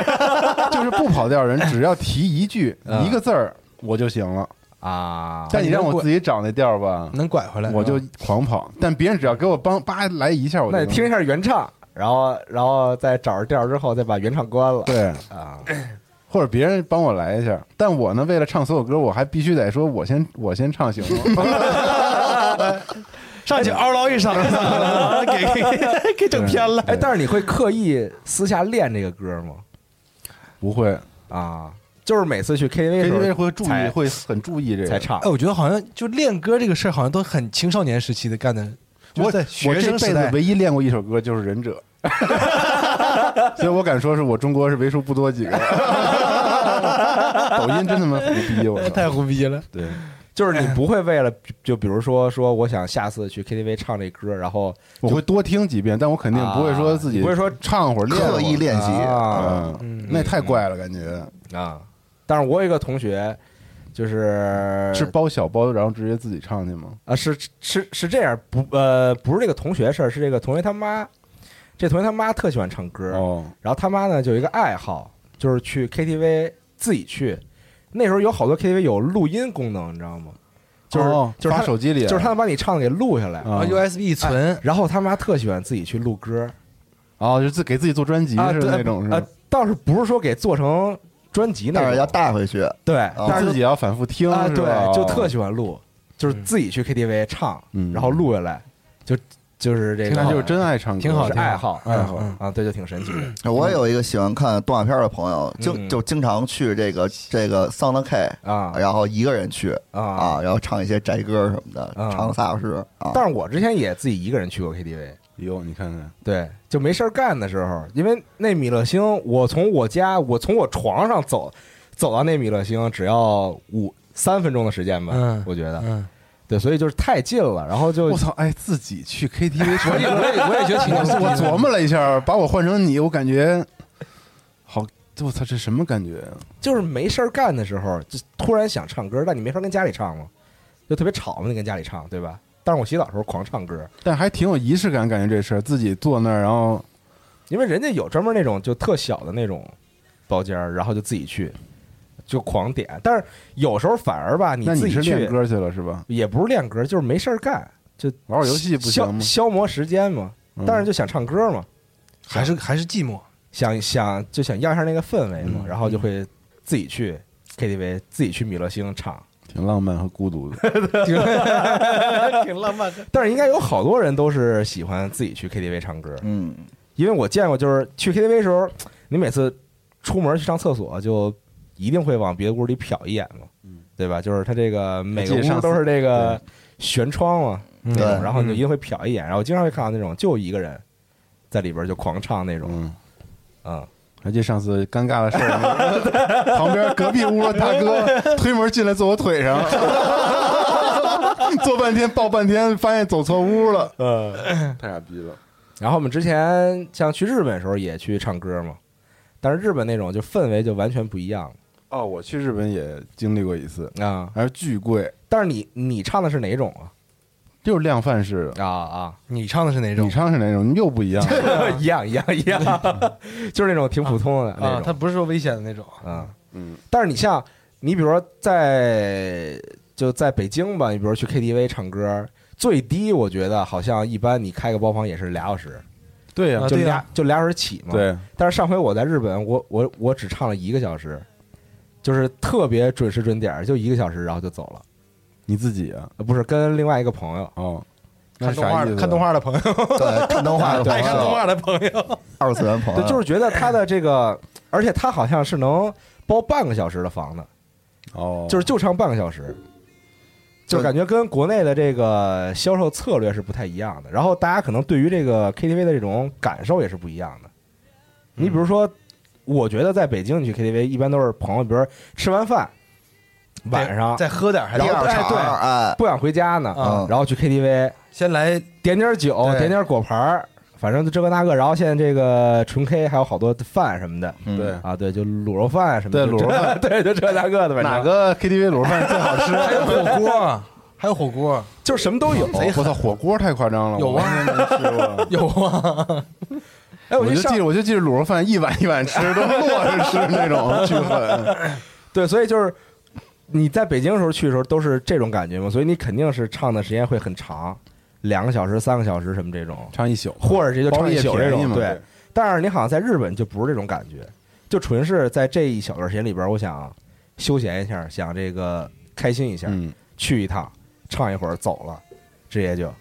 [SPEAKER 3] 就是不跑调人，只要提一句
[SPEAKER 2] 嗯
[SPEAKER 3] 一个字儿我就行了。
[SPEAKER 2] 啊，
[SPEAKER 3] 但你让我自己找那调儿吧，
[SPEAKER 2] 嗯
[SPEAKER 5] 能拐回来，啊
[SPEAKER 3] 我就是
[SPEAKER 5] 吧
[SPEAKER 3] 狂跑。但别人只要给我帮叭来一下，我
[SPEAKER 2] 那
[SPEAKER 3] 就能
[SPEAKER 2] 你听一下原唱，然后然后再找着调之后再把原唱关了。
[SPEAKER 3] 对，
[SPEAKER 2] 啊，
[SPEAKER 3] 或者别人帮我来一下。但我呢，为了唱所有歌，我还必须得说我先我先唱行 吗？
[SPEAKER 5] 上去嗷唠一嗓 子，给给给整偏了。
[SPEAKER 2] 哎，但是你会刻意私下练这个歌吗？
[SPEAKER 3] 不会
[SPEAKER 2] 啊，就是每次去 KTV 的时候
[SPEAKER 3] ，KTV 会注意，
[SPEAKER 2] 才
[SPEAKER 3] 会哦很注意这
[SPEAKER 2] 才
[SPEAKER 3] 个。
[SPEAKER 2] 唱
[SPEAKER 5] 哎，。我觉得好像就练歌这个事儿，好像都很青少年时期的干的。就
[SPEAKER 3] 我
[SPEAKER 5] 是在
[SPEAKER 3] 我这
[SPEAKER 5] 学
[SPEAKER 3] 辈
[SPEAKER 5] 生时
[SPEAKER 3] 子
[SPEAKER 5] 代，
[SPEAKER 3] 唯一练过一首歌就是《忍者》，所以我敢说是我中国是为数不 多几个。抖音真他妈胡逼我操！
[SPEAKER 5] 哎太胡逼了。
[SPEAKER 3] 对，
[SPEAKER 2] 就是你不会 为了就比如说说我想下次去 KTV 唱这歌，然后
[SPEAKER 3] 我会多听几遍，但我肯定不会说自己
[SPEAKER 2] 啊不会说
[SPEAKER 3] 唱会儿
[SPEAKER 4] 刻意
[SPEAKER 3] 练
[SPEAKER 4] 练习，
[SPEAKER 2] 啊
[SPEAKER 3] 啊，嗯那太怪了，感觉
[SPEAKER 2] 啊，但是我有一个同学，就是
[SPEAKER 3] 是包小包，然后直接自己唱去吗？
[SPEAKER 2] 啊，是是是这样，不呃，不是这个同学事儿，是这个同学他妈。这同学他妈特喜欢唱歌，
[SPEAKER 3] 哦，
[SPEAKER 2] 然后他妈呢就有一个爱好，就是去 KTV 自己去。那时候有好多 KTV 有录音功能，你知道吗？就是、
[SPEAKER 3] 哦
[SPEAKER 2] 就是
[SPEAKER 3] 发
[SPEAKER 2] 他
[SPEAKER 3] 手机里，
[SPEAKER 2] 就是他能把你唱的给录下来。
[SPEAKER 3] 啊，
[SPEAKER 5] USB 存，
[SPEAKER 2] 然后他妈特喜欢自己去录歌，
[SPEAKER 3] 哦，就自给自己做专辑
[SPEAKER 2] 啊
[SPEAKER 3] 是
[SPEAKER 2] 对
[SPEAKER 3] 那种是
[SPEAKER 2] 呃
[SPEAKER 3] 吧？，哎
[SPEAKER 2] 倒是不是说给做成专辑那
[SPEAKER 4] 但
[SPEAKER 2] 种，
[SPEAKER 4] 是要带回去，
[SPEAKER 2] 对，但是
[SPEAKER 3] 自己要反复听
[SPEAKER 2] 啊，
[SPEAKER 3] 是吧哦
[SPEAKER 2] 对，就特喜欢录，就是
[SPEAKER 5] 嗯
[SPEAKER 2] 自己去 KTV 唱，
[SPEAKER 3] 嗯
[SPEAKER 2] 然后录下来，就就是这个，
[SPEAKER 3] 那就是真爱唱歌，
[SPEAKER 5] 挺好
[SPEAKER 2] 是
[SPEAKER 5] 的
[SPEAKER 2] 爱好，
[SPEAKER 5] 嗯
[SPEAKER 2] 爱好
[SPEAKER 5] 嗯
[SPEAKER 2] 啊，对，就挺神奇的
[SPEAKER 4] 我也有一个喜欢看动画片的朋友，
[SPEAKER 2] 嗯
[SPEAKER 4] 经就经常去这个这个 Sound K，
[SPEAKER 2] 啊
[SPEAKER 3] 哎
[SPEAKER 4] 然后一个人去
[SPEAKER 2] 啊。
[SPEAKER 4] 啊，然后唱一些宅歌什么的，
[SPEAKER 2] 啊
[SPEAKER 4] 唱仨小时啊。
[SPEAKER 2] 但是我之前也自己一个人去过 KTV，
[SPEAKER 3] 哟，你看看，
[SPEAKER 2] 对，就没事儿干的时候，因为那米乐星，我从我家，我从我床上走走到那米乐星，只要五三分钟的时间吧，
[SPEAKER 5] 嗯
[SPEAKER 2] 我觉得，
[SPEAKER 5] 嗯，
[SPEAKER 2] 对，所以就是太近了，然后就
[SPEAKER 3] 我操，哎，自己去 KTV
[SPEAKER 5] 我
[SPEAKER 3] 唱
[SPEAKER 5] 也我也我也觉得挺牛逼的
[SPEAKER 3] 我琢磨了一下，把我换成你，我感觉好，我操，这什么感觉？啊
[SPEAKER 2] 就是没事儿干的时候，就突然想唱歌，但你没法跟家里唱嘛，就特别吵嘛，你跟家里唱，对吧？但是我洗澡的时候狂唱歌，
[SPEAKER 3] 但还挺有仪式感，感觉这事儿自己坐那儿，然后
[SPEAKER 2] 因为人家有专门那种就特小的那种包间儿，然后就自己去就狂点，但是有时候反而吧，你
[SPEAKER 3] 那
[SPEAKER 2] 自
[SPEAKER 3] 你
[SPEAKER 2] 己
[SPEAKER 3] 是练
[SPEAKER 2] 去
[SPEAKER 3] 歌去了是吧？
[SPEAKER 2] 也不是练歌，就是没事儿干，就
[SPEAKER 3] 玩会儿游戏不行
[SPEAKER 2] 消
[SPEAKER 3] 吗？
[SPEAKER 2] 消磨时间嘛，
[SPEAKER 3] 嗯
[SPEAKER 2] 但是就想唱歌嘛，
[SPEAKER 5] 还是还是寂寞，
[SPEAKER 2] 想想就想要一下那个氛围嘛，
[SPEAKER 3] 嗯
[SPEAKER 2] 然后就会自己去 KTV，自己去米勒星 唱。
[SPEAKER 3] 挺浪漫和孤独的。
[SPEAKER 2] 挺挺浪漫的。但是应该有好多人都是喜欢自己去 KTV 唱歌，
[SPEAKER 4] 嗯，
[SPEAKER 2] 因为我见过，就是去 KTV 的时候，你每次出门去上厕所，就一定会往别的屋里瞟一眼嘛，对吧？就是它这个每个
[SPEAKER 3] 嗯我记得上
[SPEAKER 2] 屋
[SPEAKER 3] 次
[SPEAKER 2] 都是这个悬窗嘛，
[SPEAKER 5] 嗯
[SPEAKER 2] 那种
[SPEAKER 4] 对
[SPEAKER 2] 然后你就一定会瞟一眼，然后我经常会看到那种就一个人在里边就狂唱那种，
[SPEAKER 3] 嗯，
[SPEAKER 2] 嗯，
[SPEAKER 3] 还记得上次尴尬的事儿， 旁边隔壁屋的大哥推门进来坐我腿上，坐半天抱半天，发现走错屋了，
[SPEAKER 2] 嗯
[SPEAKER 3] 太傻逼了。
[SPEAKER 2] 然后我们之前像去日本的时候也去唱歌嘛，但是日本那种就氛围就完全不一样
[SPEAKER 3] 哦，我去日本也经历过一次，
[SPEAKER 2] 了啊。
[SPEAKER 3] 还是巨贵，
[SPEAKER 2] 但是你你唱的是哪种啊？
[SPEAKER 3] 就是量贩式的。
[SPEAKER 2] 啊啊，
[SPEAKER 5] 你唱的是哪
[SPEAKER 3] 你
[SPEAKER 5] 种？
[SPEAKER 3] 唱是哪种？又不一样。
[SPEAKER 2] 一样一样一 样，就是那种挺普通的那
[SPEAKER 5] 啊啊，它
[SPEAKER 2] 种
[SPEAKER 5] 不是说危险的那种，
[SPEAKER 2] 啊。
[SPEAKER 3] 嗯，
[SPEAKER 2] 但是你像你比如说在就在北京吧，你比如去 KTV 唱歌，最低我觉得好像一般你开个包房也是俩小时，
[SPEAKER 3] 对呀
[SPEAKER 5] 啊
[SPEAKER 2] 就
[SPEAKER 5] 对
[SPEAKER 2] 俩就俩小时起嘛。。
[SPEAKER 3] 对，
[SPEAKER 2] 但是上回我在日本，我我我只唱了一个小时，就是特别准时准点儿，就一个小时，然后就走了。
[SPEAKER 3] 你自己啊？
[SPEAKER 2] 呃不是跟另外一个朋友，
[SPEAKER 3] 哦，那
[SPEAKER 5] 看
[SPEAKER 3] 是啥
[SPEAKER 5] 动画
[SPEAKER 3] 意思？啊
[SPEAKER 5] 看动，画的朋友，
[SPEAKER 4] 对，看动画的朋
[SPEAKER 5] 爱看动
[SPEAKER 4] 友，
[SPEAKER 5] 画的朋 友，
[SPEAKER 4] 二次元朋
[SPEAKER 2] 对，
[SPEAKER 4] 友，
[SPEAKER 2] 就是觉得他的这个，而且他好像是能包半个小时的房的。
[SPEAKER 3] 哦，
[SPEAKER 2] 就是就唱半个小时，就
[SPEAKER 4] 对
[SPEAKER 2] 感觉跟国内的这个销售策略是不太一样的。然后大家可能对于这个 KTV 的这种感受也是不一样的。你比如说，我觉得在北京你去 KTV 一般都是朋友，比如说吃完饭晚上
[SPEAKER 5] 再喝点儿，还
[SPEAKER 4] 第
[SPEAKER 5] 得
[SPEAKER 4] 二
[SPEAKER 2] 哎
[SPEAKER 4] 场，
[SPEAKER 2] 对
[SPEAKER 4] 哎，
[SPEAKER 2] 不想回家呢
[SPEAKER 5] 啊，
[SPEAKER 2] 然后去 KTV
[SPEAKER 5] 先来
[SPEAKER 2] 点点酒，
[SPEAKER 5] 对
[SPEAKER 2] 点点果盘儿，反正就这个那个。然后现在这个纯 K 还有好多饭什么的
[SPEAKER 4] 嗯
[SPEAKER 3] 对，
[SPEAKER 2] 啊，对，就卤肉饭什么的，就
[SPEAKER 3] 对卤肉
[SPEAKER 2] 这
[SPEAKER 3] 饭，
[SPEAKER 2] 对，就这那个的，反正
[SPEAKER 3] 哪个 KTV 卤肉饭最好吃？
[SPEAKER 5] 还有火锅，啊还有火锅，
[SPEAKER 2] 就什么都有。
[SPEAKER 3] 哦哎我操，火锅太夸张了，我
[SPEAKER 5] 有啊
[SPEAKER 3] 完全没吃
[SPEAKER 5] 。
[SPEAKER 3] 过
[SPEAKER 5] 有啊，
[SPEAKER 2] 哎，我
[SPEAKER 3] 我
[SPEAKER 2] 就
[SPEAKER 3] 就
[SPEAKER 2] 上
[SPEAKER 3] 记着，我就记着卤肉饭一碗一碗吃，都落着吃那种，巨狠。
[SPEAKER 2] 对，所以就是你在北京的时候去的时候都是这种感觉嘛，所以你肯定是唱的时间会很长，两个小时、三个小时什么这种，
[SPEAKER 3] 唱一宿，
[SPEAKER 2] 或者直接就
[SPEAKER 3] 包
[SPEAKER 2] 唱一
[SPEAKER 3] 夜
[SPEAKER 2] 宿这
[SPEAKER 3] 便宜
[SPEAKER 2] 种。
[SPEAKER 3] 嘛，
[SPEAKER 2] 对，，但是你好像在日本就不是这种感觉，就纯是在这一小段时间里边，我想休闲一下，想这个开心一下，
[SPEAKER 3] 嗯，
[SPEAKER 2] 去一趟，唱一会儿走了，直接就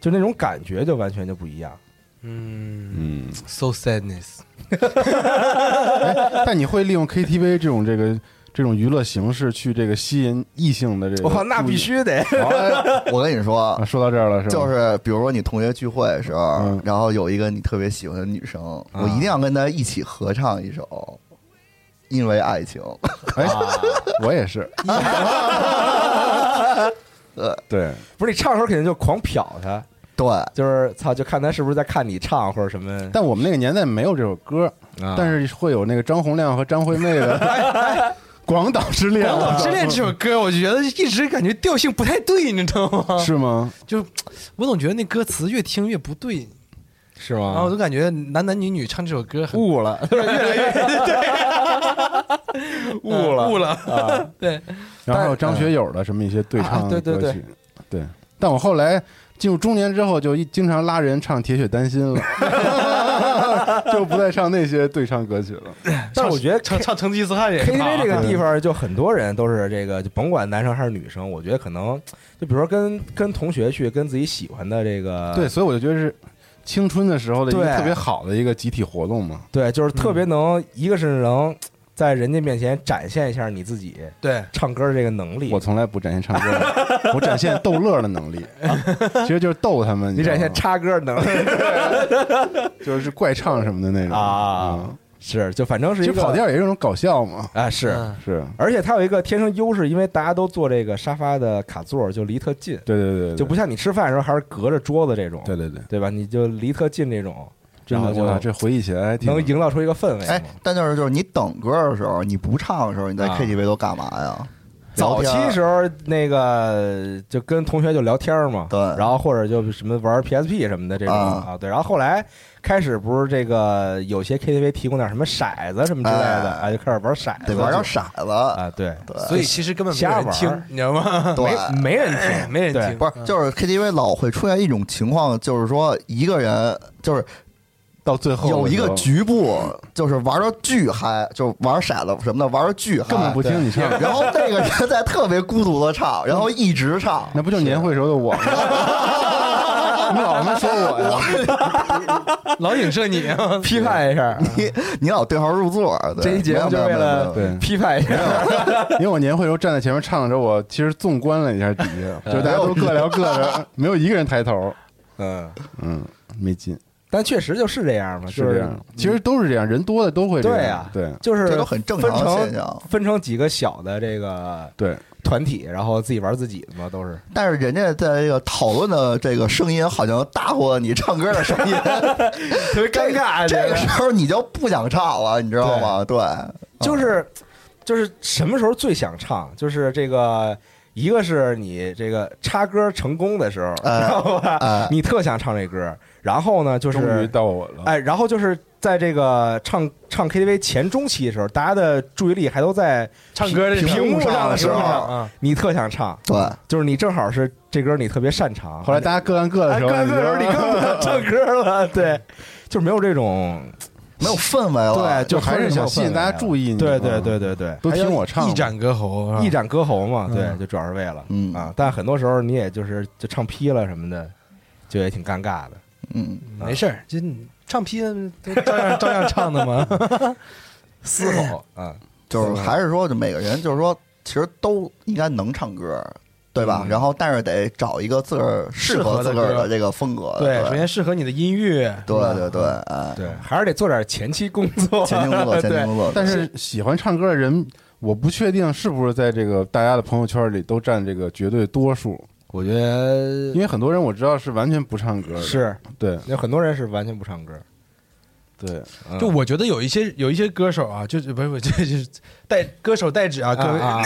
[SPEAKER 2] 就那种感觉就完全就不一样。
[SPEAKER 5] 嗯
[SPEAKER 3] 嗯，
[SPEAKER 5] ，so sadness，
[SPEAKER 3] 但你会利用 KTV 这种这个这种娱乐形式去这个吸引异性的这个
[SPEAKER 2] 我
[SPEAKER 3] 注意？
[SPEAKER 2] 靠，那必须得
[SPEAKER 3] 好。哎
[SPEAKER 4] 我跟你说
[SPEAKER 3] 啊，说到这儿 了，是吧？
[SPEAKER 4] 就是比如说你同学聚会的时候
[SPEAKER 3] 嗯，
[SPEAKER 4] 然后有一个你特别喜欢的女生，我一定要跟她一起合唱一首《因为爱情》。
[SPEAKER 3] 哎，我也是，对，
[SPEAKER 2] 不是你唱的时候肯定就狂瞟他，
[SPEAKER 4] 对，
[SPEAKER 2] 就是操，就看他是不是在看你唱或者什么。
[SPEAKER 3] 但我们那个年代没有这首歌，
[SPEAKER 2] 啊
[SPEAKER 3] 但是会有那个张洪亮和张惠妹 的《广岛之恋》
[SPEAKER 5] 《
[SPEAKER 3] 啊。
[SPEAKER 5] 广岛之哦恋》这首歌，我觉得一直感觉调性不太对，你知道吗？
[SPEAKER 3] 是吗？
[SPEAKER 5] 就我总觉得那歌词越听越不对，
[SPEAKER 2] 是
[SPEAKER 5] 然后我
[SPEAKER 2] 吗？
[SPEAKER 5] 就感觉男男女女唱这首歌很
[SPEAKER 2] 悟了，越来越对，悟了，
[SPEAKER 5] 嗯悟
[SPEAKER 2] 了。
[SPEAKER 5] 了，
[SPEAKER 2] 啊，
[SPEAKER 5] 对，
[SPEAKER 3] 然后还有张学友的什么一些对
[SPEAKER 2] 啊
[SPEAKER 3] 唱
[SPEAKER 2] 对
[SPEAKER 3] 的
[SPEAKER 2] 对
[SPEAKER 3] 歌曲，对但我后来进入中年之后，就一经常拉人唱《铁血丹心》了， 就不再唱那些对唱歌曲了。
[SPEAKER 2] 但我觉得
[SPEAKER 5] 唱唱成吉思汗也啊
[SPEAKER 3] 啊
[SPEAKER 2] KTV 这个地方，就很多人都是这个，就甭管男生还是女生，我觉得可能就比如说跟跟同学去，跟自己喜欢的这个，
[SPEAKER 3] 对，所以我就觉得是青春的时候的一
[SPEAKER 2] 啊对
[SPEAKER 3] 个特别好的一个集体活动嘛。
[SPEAKER 2] 对，就是特
[SPEAKER 3] 嗯
[SPEAKER 2] 别能，一个是能在人家面前展现一下你自己
[SPEAKER 5] 对，
[SPEAKER 2] 唱歌的这个能力
[SPEAKER 3] 我，从来不展现唱歌的，我展现逗乐的能力， 其实就是逗他们。
[SPEAKER 2] 你展现
[SPEAKER 3] 知道
[SPEAKER 2] 插歌的能 力
[SPEAKER 3] 吗就是怪唱什么的那种
[SPEAKER 2] 啊
[SPEAKER 3] 嗯，
[SPEAKER 2] 是就反正是
[SPEAKER 3] 其
[SPEAKER 2] 一
[SPEAKER 3] 实
[SPEAKER 2] 个
[SPEAKER 3] 跑调也是一种搞笑嘛，
[SPEAKER 2] 啊 是。
[SPEAKER 5] 嗯
[SPEAKER 3] 是
[SPEAKER 2] 而且它有一个天生优势，因为大家都坐这个沙发的卡座，就离特近，
[SPEAKER 3] 对对对对，
[SPEAKER 2] 就不像你吃饭的时候还是隔着桌子这种，
[SPEAKER 3] 对对对，
[SPEAKER 2] 对吧？你就离特近这种，
[SPEAKER 3] 真
[SPEAKER 2] 然
[SPEAKER 3] 的
[SPEAKER 2] 后就
[SPEAKER 3] 哇，这回忆起来还挺
[SPEAKER 2] 能营造出一个氛围嘛。
[SPEAKER 4] 哎，但就是就是你等歌的时候，你不唱的时候，你在
[SPEAKER 2] 啊
[SPEAKER 4] KTV 都干嘛呀？
[SPEAKER 2] 早
[SPEAKER 4] 聊天
[SPEAKER 2] 期
[SPEAKER 4] 儿
[SPEAKER 2] 时候那个就跟同学就聊天儿嘛，
[SPEAKER 4] 对
[SPEAKER 2] 然后或者就什么玩 PSP 什么的这种
[SPEAKER 4] 啊
[SPEAKER 2] 啊，对，然后后来开始不是这个有些 KTV 提供点什么骰子什么之类的
[SPEAKER 4] 哎
[SPEAKER 2] 啊，就开始玩骰子，
[SPEAKER 4] 得玩点骰子，
[SPEAKER 2] 啊，对，
[SPEAKER 4] 对，
[SPEAKER 5] 所以其实根本没有人
[SPEAKER 2] 瞎玩
[SPEAKER 5] 听
[SPEAKER 2] 儿，
[SPEAKER 5] 你知道吗？
[SPEAKER 4] 对。
[SPEAKER 2] 没没人听，
[SPEAKER 5] 没人
[SPEAKER 2] 对
[SPEAKER 5] 听，
[SPEAKER 4] 不是，就是 KTV 老会出现一种情况，就是说一个人就是
[SPEAKER 3] 到最后
[SPEAKER 4] 有一个
[SPEAKER 3] 的 时候
[SPEAKER 4] 局部，就是玩的巨嗨，就玩骰子什么的玩的巨嗨，
[SPEAKER 3] 根本不听 你唱，
[SPEAKER 4] 然后那个人在特别孤独的唱，然后一直唱，
[SPEAKER 3] 那不就是年会时候的我吗？你老他妈说我呀，
[SPEAKER 5] 老影射你，
[SPEAKER 2] 批判一下，
[SPEAKER 4] 你你老对号入座。对
[SPEAKER 2] 这一节目就
[SPEAKER 4] 没
[SPEAKER 2] 为
[SPEAKER 4] 有没有没有没有
[SPEAKER 2] 了
[SPEAKER 4] 没有
[SPEAKER 3] 对
[SPEAKER 2] 批判一下，
[SPEAKER 3] 因为我年会时候站在前面唱的时候，我其实纵观了一下底下， 就是大家都各聊各
[SPEAKER 2] 哎
[SPEAKER 3] 的，没有一个人抬头，
[SPEAKER 2] 嗯，
[SPEAKER 3] 嗯，没劲，
[SPEAKER 2] 但确实就是这样嘛，
[SPEAKER 3] 是
[SPEAKER 2] 就
[SPEAKER 3] 这
[SPEAKER 2] 是
[SPEAKER 3] 样，其实都是这样，人多的都会这
[SPEAKER 2] 对
[SPEAKER 3] 样
[SPEAKER 2] 呀，，
[SPEAKER 3] 对
[SPEAKER 2] 就是
[SPEAKER 4] 这都很正常的
[SPEAKER 2] 分成
[SPEAKER 4] 现象
[SPEAKER 2] 分成几个小的这个
[SPEAKER 3] 对，
[SPEAKER 2] 团体，然后自己玩自己的嘛，都是。
[SPEAKER 4] 但是人家在这个讨论的这个声音好像大过你唱歌的声音，
[SPEAKER 2] 特别尴尬，啊
[SPEAKER 4] 这个时候你就不想唱了，你知道吗？对，
[SPEAKER 2] 就是就是什么时候最想唱？就是这个，一个是你这个插歌成功的时候，
[SPEAKER 3] 呃
[SPEAKER 4] 哎
[SPEAKER 2] 知道吧？
[SPEAKER 4] 哎，
[SPEAKER 2] 你特想唱这歌，然后呢就
[SPEAKER 3] 终于
[SPEAKER 2] 是
[SPEAKER 3] 到我了，
[SPEAKER 2] 哎，然后就是在这个唱唱 KTV 前中期的时候，大家的注意力还都在
[SPEAKER 5] 唱歌的
[SPEAKER 2] 屏幕上的时
[SPEAKER 4] 屏幕
[SPEAKER 2] 候，
[SPEAKER 4] 上
[SPEAKER 5] 啊，
[SPEAKER 2] 你特想唱，
[SPEAKER 4] 对，
[SPEAKER 2] 就是你正好是这歌你特别擅长，
[SPEAKER 3] 后来大家各干各的
[SPEAKER 2] 哎
[SPEAKER 3] 时
[SPEAKER 2] 歌
[SPEAKER 3] 候，
[SPEAKER 2] 歌你根本不想唱歌了，对，就是没有这种
[SPEAKER 4] 没有氛围了，
[SPEAKER 2] 对
[SPEAKER 3] 就还是想吸引大家注意你，嗯
[SPEAKER 2] 对对对对对。
[SPEAKER 3] 都听我唱
[SPEAKER 5] 一，展歌喉，啊
[SPEAKER 2] 一展歌喉嘛，对，
[SPEAKER 5] 嗯
[SPEAKER 2] 就主要是为了
[SPEAKER 4] 嗯
[SPEAKER 2] 啊。但很多时候你也就是就唱劈了什么的，就也挺尴尬的。
[SPEAKER 4] 嗯，
[SPEAKER 5] 没事儿，就你唱批都照样照样唱的嘛。
[SPEAKER 2] 嘶 吼啊，
[SPEAKER 4] 就是还是说，就每个人就是说，其实都应该能唱歌。对吧？
[SPEAKER 2] 嗯
[SPEAKER 4] 然后，但是得找一个自个儿适合自个儿的这个风格。
[SPEAKER 5] 对，
[SPEAKER 4] 对，
[SPEAKER 5] 首先适合你的音乐，
[SPEAKER 4] 对
[SPEAKER 5] 是吧
[SPEAKER 4] 对对，哎，
[SPEAKER 2] 对，还是得做点前期工作，
[SPEAKER 4] 前进 工作，前进
[SPEAKER 2] 嗯对，
[SPEAKER 4] 工作。
[SPEAKER 3] 但是喜欢唱歌的人，我不确定是不是在这个大家的朋友圈里都占这个绝对多数，
[SPEAKER 2] 我觉得
[SPEAKER 3] 因为很多人我知道是完全不唱歌的，
[SPEAKER 2] 是
[SPEAKER 3] 对
[SPEAKER 2] 有很多人是完全不唱歌，
[SPEAKER 3] 对，
[SPEAKER 2] 嗯
[SPEAKER 5] 就我觉得有一些有一些歌手啊，就是不是不是 就是代歌手代指啊，各位，
[SPEAKER 2] 啊啊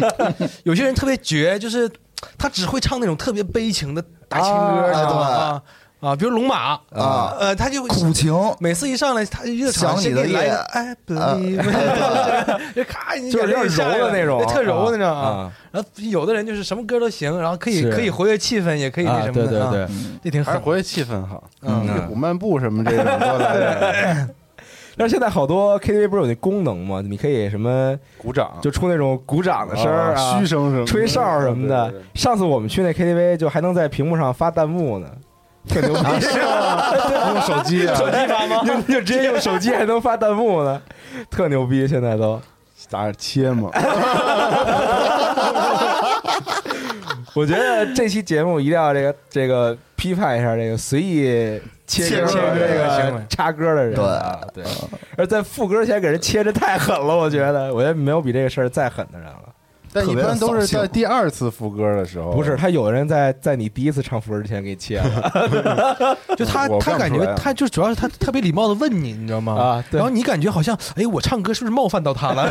[SPEAKER 5] 有些人特别绝，就是他只会唱那种特别悲情的大情歌，
[SPEAKER 2] 啊
[SPEAKER 5] 你知道吗？啊，比如龙马
[SPEAKER 4] 啊
[SPEAKER 5] 呃，他就
[SPEAKER 4] 苦情，
[SPEAKER 5] 每次一上来，他热场
[SPEAKER 4] 想
[SPEAKER 5] 先
[SPEAKER 4] 你的
[SPEAKER 5] 给来一
[SPEAKER 4] 夜
[SPEAKER 5] 个 I believe，就 咔，你
[SPEAKER 2] 啊 就是有
[SPEAKER 5] 感觉
[SPEAKER 2] 点
[SPEAKER 5] 一下来
[SPEAKER 2] 柔的那种
[SPEAKER 5] 对特柔的那种
[SPEAKER 2] 啊
[SPEAKER 5] 啊。然后有的人就是什么歌都行，然后可以
[SPEAKER 2] 是
[SPEAKER 5] 可以活跃气氛，也可以那
[SPEAKER 2] 啊
[SPEAKER 5] 什么
[SPEAKER 2] 对对
[SPEAKER 5] 的，
[SPEAKER 2] 对
[SPEAKER 5] 啊，这挺
[SPEAKER 3] 还是
[SPEAKER 5] 好。
[SPEAKER 3] 活跃气氛好，
[SPEAKER 2] 嗯
[SPEAKER 3] 嗯，古漫步什么这种都来点
[SPEAKER 2] 但是现在好多 KTV 不是有那功能吗？你可以什么
[SPEAKER 3] 鼓掌，
[SPEAKER 2] 就出那种鼓掌的声儿
[SPEAKER 5] 哦
[SPEAKER 2] 啊
[SPEAKER 3] 嘘，声什么的，
[SPEAKER 2] 吹哨什么
[SPEAKER 3] 对
[SPEAKER 2] 的
[SPEAKER 3] 对对。
[SPEAKER 2] 上次我们去那 KTV 就还能在屏幕上发弹幕 呢，特牛逼。
[SPEAKER 3] 啊 用手机啊，
[SPEAKER 2] 就就直接用手机还能发弹幕呢，特牛逼！现在都，
[SPEAKER 3] 打点切嘛，
[SPEAKER 2] 我觉得这期节目一定要这个这个批判一下这个随意切
[SPEAKER 4] 切
[SPEAKER 2] 歌
[SPEAKER 4] 歌
[SPEAKER 2] 这
[SPEAKER 4] 这
[SPEAKER 5] 个
[SPEAKER 2] 个
[SPEAKER 5] 行为
[SPEAKER 2] 插歌的人啊，对，而在副歌前给人切这太狠了，我觉得，我觉得没有比这个事儿再狠的人了。
[SPEAKER 3] 但一
[SPEAKER 4] 特别
[SPEAKER 3] 般都是
[SPEAKER 4] 扫
[SPEAKER 3] 在
[SPEAKER 4] 兴
[SPEAKER 3] 第二次副歌的时候，
[SPEAKER 2] 不是，他有的人在在你第一次唱副歌之前给你切了嗯
[SPEAKER 5] 就他
[SPEAKER 3] 我
[SPEAKER 5] 他
[SPEAKER 3] 干
[SPEAKER 5] 感
[SPEAKER 3] 不出来
[SPEAKER 5] 觉
[SPEAKER 3] 啊
[SPEAKER 5] 他就主要是他特别礼貌的问你，你知道吗？
[SPEAKER 2] 啊对
[SPEAKER 5] 然后你感觉好像，哎，我唱歌是不是冒犯到他了？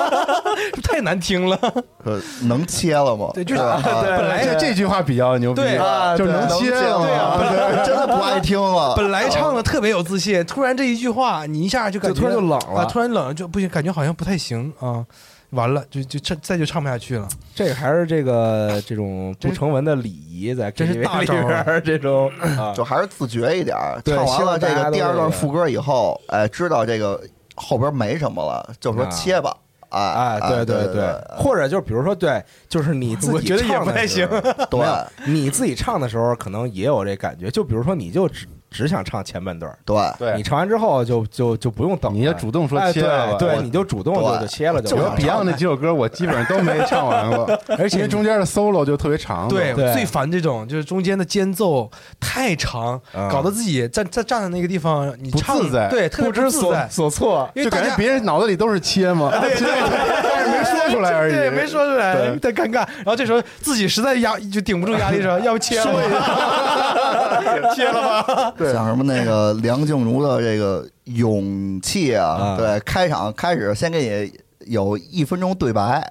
[SPEAKER 5] 是不是太难听了。
[SPEAKER 4] 可能切了吗？
[SPEAKER 5] 对就是
[SPEAKER 4] 吧
[SPEAKER 2] 对啊
[SPEAKER 3] 本来这这句话比较牛逼，
[SPEAKER 5] 对
[SPEAKER 4] 啊
[SPEAKER 3] 就
[SPEAKER 4] 对
[SPEAKER 3] 能切了
[SPEAKER 4] 能切
[SPEAKER 3] 嘛
[SPEAKER 4] 对啊真的不爱听了。
[SPEAKER 5] 本来唱的特别有自信，突然这一句话，你一下就感
[SPEAKER 2] 啊就
[SPEAKER 5] 觉
[SPEAKER 2] 突然就冷了
[SPEAKER 5] 啊，突然冷了就不行，感觉好像不太行啊。完了，就就唱再就唱不下去了。
[SPEAKER 2] 这个还是这个这种不成文的礼仪，在
[SPEAKER 5] 真是
[SPEAKER 2] KTV
[SPEAKER 5] 大
[SPEAKER 2] 里
[SPEAKER 5] 招啊
[SPEAKER 2] 边儿这种啊
[SPEAKER 4] 就还是自觉一点儿。
[SPEAKER 2] 对
[SPEAKER 4] 唱完了这
[SPEAKER 2] 希望大家
[SPEAKER 4] 个
[SPEAKER 2] 都
[SPEAKER 4] 第二段
[SPEAKER 2] 这个
[SPEAKER 4] 副歌以后，哎，知道这个后边没什么了，就说
[SPEAKER 2] 啊
[SPEAKER 4] 切吧。啊
[SPEAKER 2] 啊，对
[SPEAKER 4] 对
[SPEAKER 2] 对，或者就是比如说对，就是你自己
[SPEAKER 5] 我觉得也
[SPEAKER 2] 唱的
[SPEAKER 5] 不太
[SPEAKER 2] 时候
[SPEAKER 4] 对
[SPEAKER 2] 没有你自己唱的时候可能也有这感觉，就比如说你就只只想唱前半段儿，
[SPEAKER 4] 对，
[SPEAKER 3] 对
[SPEAKER 2] 啊你唱完之后就就就不用等了，
[SPEAKER 3] 你就主动说
[SPEAKER 2] 哎
[SPEAKER 3] 切了吧
[SPEAKER 2] 对，
[SPEAKER 3] 我
[SPEAKER 2] 对，你就主动就
[SPEAKER 4] 对
[SPEAKER 2] 就切了就
[SPEAKER 3] 比如
[SPEAKER 2] 完了。
[SPEAKER 3] Beyond 那几首歌，我基本上都没唱完过，
[SPEAKER 5] 而且
[SPEAKER 3] 因为中间的 solo 就特别长。
[SPEAKER 5] 对，
[SPEAKER 2] 啊对
[SPEAKER 5] 最烦这种就是中间的间奏太长，
[SPEAKER 2] 啊
[SPEAKER 5] 搞得自己站站站在那个地方，你
[SPEAKER 3] 不
[SPEAKER 5] 唱
[SPEAKER 3] 自在
[SPEAKER 5] 对，特别
[SPEAKER 2] 不知
[SPEAKER 5] 自
[SPEAKER 2] 所
[SPEAKER 5] 在，
[SPEAKER 2] 所措，
[SPEAKER 5] 因为
[SPEAKER 3] 就
[SPEAKER 5] 大
[SPEAKER 3] 感觉
[SPEAKER 5] 家
[SPEAKER 3] 别人脑子里都是切 嘛，但是没说出来而已。
[SPEAKER 5] 对没说出来，
[SPEAKER 3] 对
[SPEAKER 5] 太尴尬。然后这时候自己实在压就顶不住压力的时候，要不切 了吧，切了吧。
[SPEAKER 4] 像什么那个梁静茹的这个勇气啊
[SPEAKER 2] 啊，
[SPEAKER 4] 对，开场开始先给你有一分钟对白，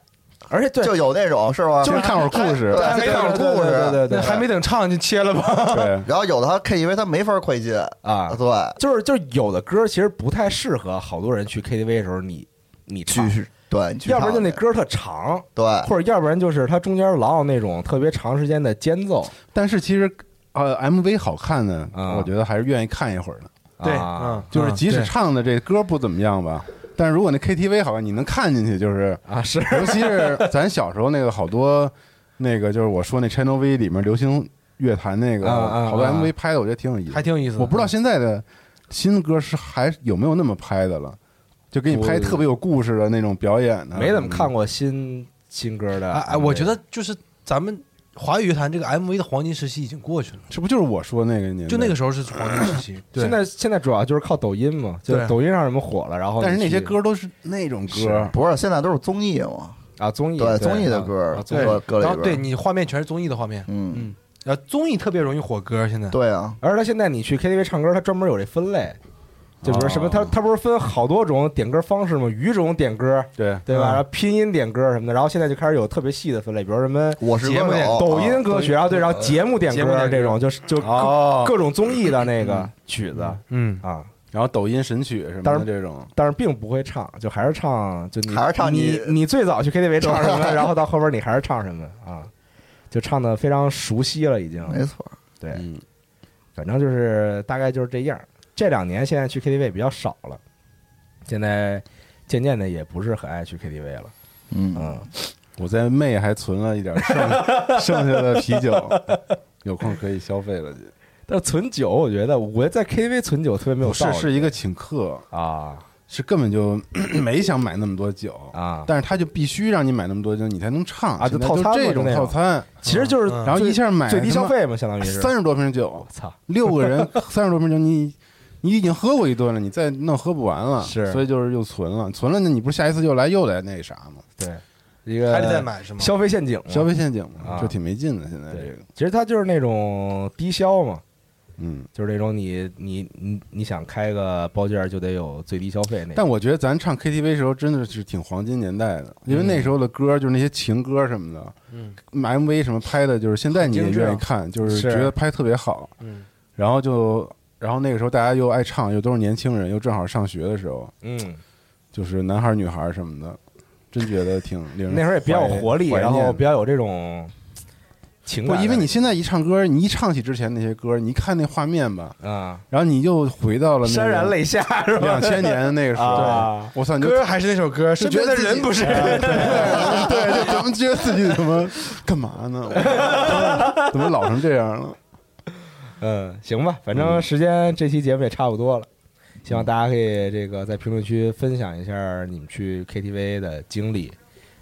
[SPEAKER 2] 而且对，
[SPEAKER 4] 就有那种是吧？
[SPEAKER 3] 先看会儿故事，
[SPEAKER 4] 对
[SPEAKER 2] 还
[SPEAKER 4] 先看会儿
[SPEAKER 2] 对
[SPEAKER 4] 故
[SPEAKER 2] 对
[SPEAKER 4] 事，
[SPEAKER 2] 对对对
[SPEAKER 5] 还没等唱就切了吧。
[SPEAKER 3] 对，
[SPEAKER 4] 然后有的他 KTV 他没法快进，
[SPEAKER 2] 啊，
[SPEAKER 4] 对，
[SPEAKER 2] 就是就是有的歌其实不太适合好多人去 KTV 的时候你你唱
[SPEAKER 4] 继，续啊对，你去
[SPEAKER 2] 要不然就
[SPEAKER 4] 唱
[SPEAKER 2] 那
[SPEAKER 4] 去
[SPEAKER 2] 歌特长，
[SPEAKER 4] 对，
[SPEAKER 2] 或者要不然就是它中间老有那种特别长时间的间奏。
[SPEAKER 3] 但是其实呃 MV 好看呢，
[SPEAKER 2] 啊
[SPEAKER 3] 我觉得还是愿意看一会儿的。
[SPEAKER 5] 对，
[SPEAKER 2] 啊
[SPEAKER 5] 嗯，
[SPEAKER 3] 就是即使
[SPEAKER 5] 对
[SPEAKER 3] 唱的这歌不怎么样吧，但是如果那 KTV 好看，你能看进去，就是
[SPEAKER 2] 啊是
[SPEAKER 3] 尤其是咱小时候那个好多那个就是我说那 Channel V 里面流行乐坛那个
[SPEAKER 2] 啊啊啊
[SPEAKER 3] 好多 MV 拍的，我觉得挺有意思
[SPEAKER 5] 还。挺有意思的。
[SPEAKER 3] 我不知道现在的新歌是还有没有那么拍的了，就给你拍
[SPEAKER 2] 我
[SPEAKER 3] 特别有故事的那种表演呢。嗯
[SPEAKER 2] 没怎么看过新新歌的
[SPEAKER 5] 哎哎，我觉得就是咱们华语乐坛这个 MV 的黄金时期已经过去了，
[SPEAKER 3] 这不就是我说那个年代？
[SPEAKER 5] 就那个时候是黄金时期。对
[SPEAKER 2] 现在现在主要就是靠抖音嘛，就
[SPEAKER 5] 对
[SPEAKER 2] 抖音上什么火了，然后
[SPEAKER 3] 但是
[SPEAKER 2] 你
[SPEAKER 3] 那些
[SPEAKER 2] 去
[SPEAKER 3] 歌都是那种歌
[SPEAKER 2] 是，
[SPEAKER 4] 不是现在都是综艺嘛，
[SPEAKER 2] 啊综艺
[SPEAKER 4] 对综艺的
[SPEAKER 2] 啊
[SPEAKER 4] 歌
[SPEAKER 2] 啊综
[SPEAKER 4] 对
[SPEAKER 2] 艺
[SPEAKER 4] 歌歌里
[SPEAKER 5] 然后
[SPEAKER 4] 边
[SPEAKER 5] 对你画面全是综艺的画面，
[SPEAKER 4] 嗯，
[SPEAKER 5] 嗯，然后综艺特别容易火歌，现在
[SPEAKER 4] 对啊，
[SPEAKER 2] 而且他现在你去 KTV 唱歌，他专门有这分类，就比如什么，
[SPEAKER 3] 哦
[SPEAKER 2] 他他不是分好多种点歌方式吗？语种点歌，
[SPEAKER 3] 对
[SPEAKER 2] 对吧？
[SPEAKER 5] 嗯
[SPEAKER 2] 然后拼音点歌什么的，然后现在就开始有特别细的分类，比如什么
[SPEAKER 4] 我是
[SPEAKER 5] 节目
[SPEAKER 4] 歌
[SPEAKER 5] 也
[SPEAKER 4] 手，啊
[SPEAKER 2] 抖音歌曲，然后对，然后节目点
[SPEAKER 5] 节目
[SPEAKER 2] 歌
[SPEAKER 5] 点歌
[SPEAKER 2] 这种，就是就各
[SPEAKER 3] 哦，
[SPEAKER 2] 各种综艺的那个曲子
[SPEAKER 5] 嗯，
[SPEAKER 2] 啊，
[SPEAKER 3] 然后抖音神曲什么
[SPEAKER 2] 但
[SPEAKER 3] 的
[SPEAKER 2] 是
[SPEAKER 3] 这种，
[SPEAKER 2] 但是并不会唱，就还是唱，就你
[SPEAKER 4] 还是唱
[SPEAKER 2] 你
[SPEAKER 4] 你
[SPEAKER 2] 你最早去 KTV 唱什么，然后到后边你还是唱什么啊，就唱的非常熟悉了，已经
[SPEAKER 4] 没错，
[SPEAKER 2] 对。
[SPEAKER 3] 嗯，
[SPEAKER 2] 反正就是大概就是这样。这两年现在去 KTV 也比较少了，现在渐渐的也不是很爱去 KTV 了。
[SPEAKER 4] 嗯，
[SPEAKER 2] 嗯，
[SPEAKER 3] 我在妹还存了一点剩 剩下的啤酒，有空可以消费了去。
[SPEAKER 2] 但是存酒，我觉得我在 KTV 存酒特别没有
[SPEAKER 3] 不
[SPEAKER 2] 道
[SPEAKER 3] 是
[SPEAKER 2] 理。
[SPEAKER 3] 是一个请客，
[SPEAKER 2] 啊
[SPEAKER 3] 是根本就 没想买那么多酒
[SPEAKER 2] 啊，
[SPEAKER 3] 但是他就必须让你买那么多酒，你才能唱
[SPEAKER 2] 啊就
[SPEAKER 3] 现在
[SPEAKER 2] 套餐嘛
[SPEAKER 3] 这
[SPEAKER 2] 就
[SPEAKER 3] 种
[SPEAKER 2] 那种
[SPEAKER 3] 套餐，
[SPEAKER 2] 其实就是
[SPEAKER 5] 嗯
[SPEAKER 3] 然后一下买
[SPEAKER 2] 最低消费嘛，相当于是。
[SPEAKER 3] 三十多瓶酒
[SPEAKER 2] 我，操，
[SPEAKER 3] 六个人三十多瓶酒，你你已经喝过一顿了，你再弄喝不完了，
[SPEAKER 2] 是
[SPEAKER 3] 所以就是又存了，存了那你不是下一次又来又来那啥吗？
[SPEAKER 2] 对，一个
[SPEAKER 5] 还得再买是吗？
[SPEAKER 2] 消费陷阱嘛。
[SPEAKER 3] 消费陷阱嘛，
[SPEAKER 2] 啊
[SPEAKER 3] 就挺没劲的。现在这
[SPEAKER 2] 对
[SPEAKER 3] 个，，
[SPEAKER 2] 其实它就是那种低消嘛，
[SPEAKER 3] 嗯，
[SPEAKER 2] 就是那种你你你你想开个包间儿就得有最低消费那种。
[SPEAKER 3] 但我觉得咱唱 KTV 时候真的是挺黄金年代的，因为那时候的歌就是那些情歌什么的，
[SPEAKER 5] 嗯
[SPEAKER 3] MV 什么拍的，就是现在你也
[SPEAKER 2] 很精致啊
[SPEAKER 3] 愿意看，就是
[SPEAKER 2] 是
[SPEAKER 3] 觉得拍特别好。
[SPEAKER 5] 嗯，
[SPEAKER 3] 然后就，然后那个时候大家又爱唱，又都是年轻人，又正好上学的时候，
[SPEAKER 2] 嗯，
[SPEAKER 3] 就是男孩儿女孩儿什么的，真觉 得挺令人
[SPEAKER 2] 那时候也比较有
[SPEAKER 3] 怀
[SPEAKER 2] 活力，
[SPEAKER 3] 怀
[SPEAKER 2] 然
[SPEAKER 3] 念
[SPEAKER 2] 后
[SPEAKER 3] 的
[SPEAKER 2] 比较有这种情
[SPEAKER 3] 不
[SPEAKER 2] 感，在里面。
[SPEAKER 3] 因为你现在一唱歌，你一唱起之前那些歌，你一看那画面吧，
[SPEAKER 2] 啊，
[SPEAKER 3] 然后你又回到了
[SPEAKER 2] 潸然泪下是吧？
[SPEAKER 3] 两千年的那个时 候
[SPEAKER 2] 啊，
[SPEAKER 3] 我操，你就
[SPEAKER 5] 歌还是那首歌，
[SPEAKER 3] 就
[SPEAKER 5] 身
[SPEAKER 3] 觉
[SPEAKER 5] 边
[SPEAKER 3] 得
[SPEAKER 5] 的
[SPEAKER 3] 自己
[SPEAKER 5] 人不是。
[SPEAKER 3] 对对，就咱们觉得自己怎么干嘛呢？我怎么老成这样了？
[SPEAKER 2] 嗯，行吧，反正时间这期节目也差不多了，希望大家可以这个在评论区分享一下你们去 KTV 的经历，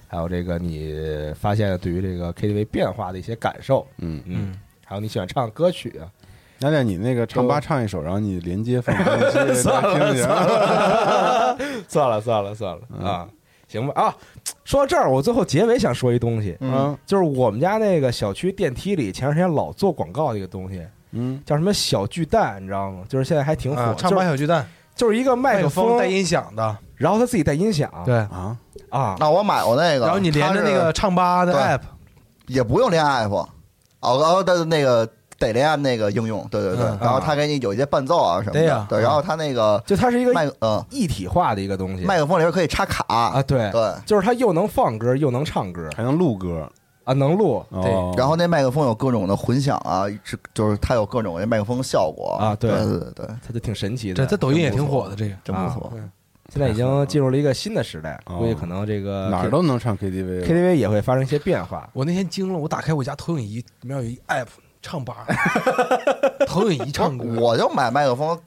[SPEAKER 2] 还有这个你发现对于这个 KTV 变化的一些感受，
[SPEAKER 3] 嗯，
[SPEAKER 2] 嗯，还有你喜欢唱的歌曲啊，
[SPEAKER 3] 娜娜，你那个唱吧唱一首，然后你 连接放放进去，大家听一下。
[SPEAKER 5] 嗯
[SPEAKER 2] 算了算了算了啊！行吧啊。说到这儿，我最后结尾想说一东西，
[SPEAKER 3] 啊
[SPEAKER 4] 嗯
[SPEAKER 2] 就是我们家那个小区电梯里前段时间老做广告的一个东西，
[SPEAKER 3] 嗯，
[SPEAKER 2] 叫什么小巨蛋，你知道吗？就是现在还挺火，
[SPEAKER 5] 啊，唱
[SPEAKER 2] 就
[SPEAKER 5] 把
[SPEAKER 2] 是
[SPEAKER 5] 小巨蛋，
[SPEAKER 2] 就是一个麦
[SPEAKER 5] 麦
[SPEAKER 2] 克
[SPEAKER 5] 风
[SPEAKER 2] 风
[SPEAKER 5] 带，音响的，
[SPEAKER 2] 然后他自己带音响，
[SPEAKER 5] 对，
[SPEAKER 3] 啊，
[SPEAKER 2] 啊，
[SPEAKER 4] 那我买过那个，
[SPEAKER 5] 然后你连着那
[SPEAKER 4] 它
[SPEAKER 5] 个
[SPEAKER 4] 是
[SPEAKER 5] 唱吧的
[SPEAKER 4] 对
[SPEAKER 5] app，
[SPEAKER 4] 也不用连 app，哦哦，但是那个得连那个应用，对对对
[SPEAKER 5] 嗯，
[SPEAKER 4] 然后它给你有一些伴奏啊什么
[SPEAKER 5] 对
[SPEAKER 4] 的
[SPEAKER 5] 呀，
[SPEAKER 4] 对，
[SPEAKER 5] 嗯
[SPEAKER 4] 然后它那个
[SPEAKER 2] 就它是一个
[SPEAKER 4] 麦呃
[SPEAKER 2] 一体化的一个东西
[SPEAKER 4] 麦克风里边可以插
[SPEAKER 2] 啊，
[SPEAKER 4] 卡，
[SPEAKER 2] 对，
[SPEAKER 4] 对，
[SPEAKER 2] 就是它又能放歌又能唱歌
[SPEAKER 3] 还能录歌，
[SPEAKER 2] 啊，能录
[SPEAKER 5] 对
[SPEAKER 3] 哦
[SPEAKER 4] 然后那麦克风有各种的混响啊，是就是它有各种的麦克风效果
[SPEAKER 2] 啊对
[SPEAKER 4] 对对对，
[SPEAKER 2] 它就挺神奇的。
[SPEAKER 5] 这在抖音也挺火的，嗯这个。
[SPEAKER 4] 真不错。
[SPEAKER 2] 现在已经进入了一个新的时代，
[SPEAKER 3] 哦
[SPEAKER 2] 估计可能这个
[SPEAKER 3] 哪儿都能唱 KTV 了
[SPEAKER 2] KTV 也会发生一些变化。
[SPEAKER 5] 我那天惊了，我打开我家投影仪，里面有一 app 唱 吧，投影仪唱歌，
[SPEAKER 4] 我就买麦克风，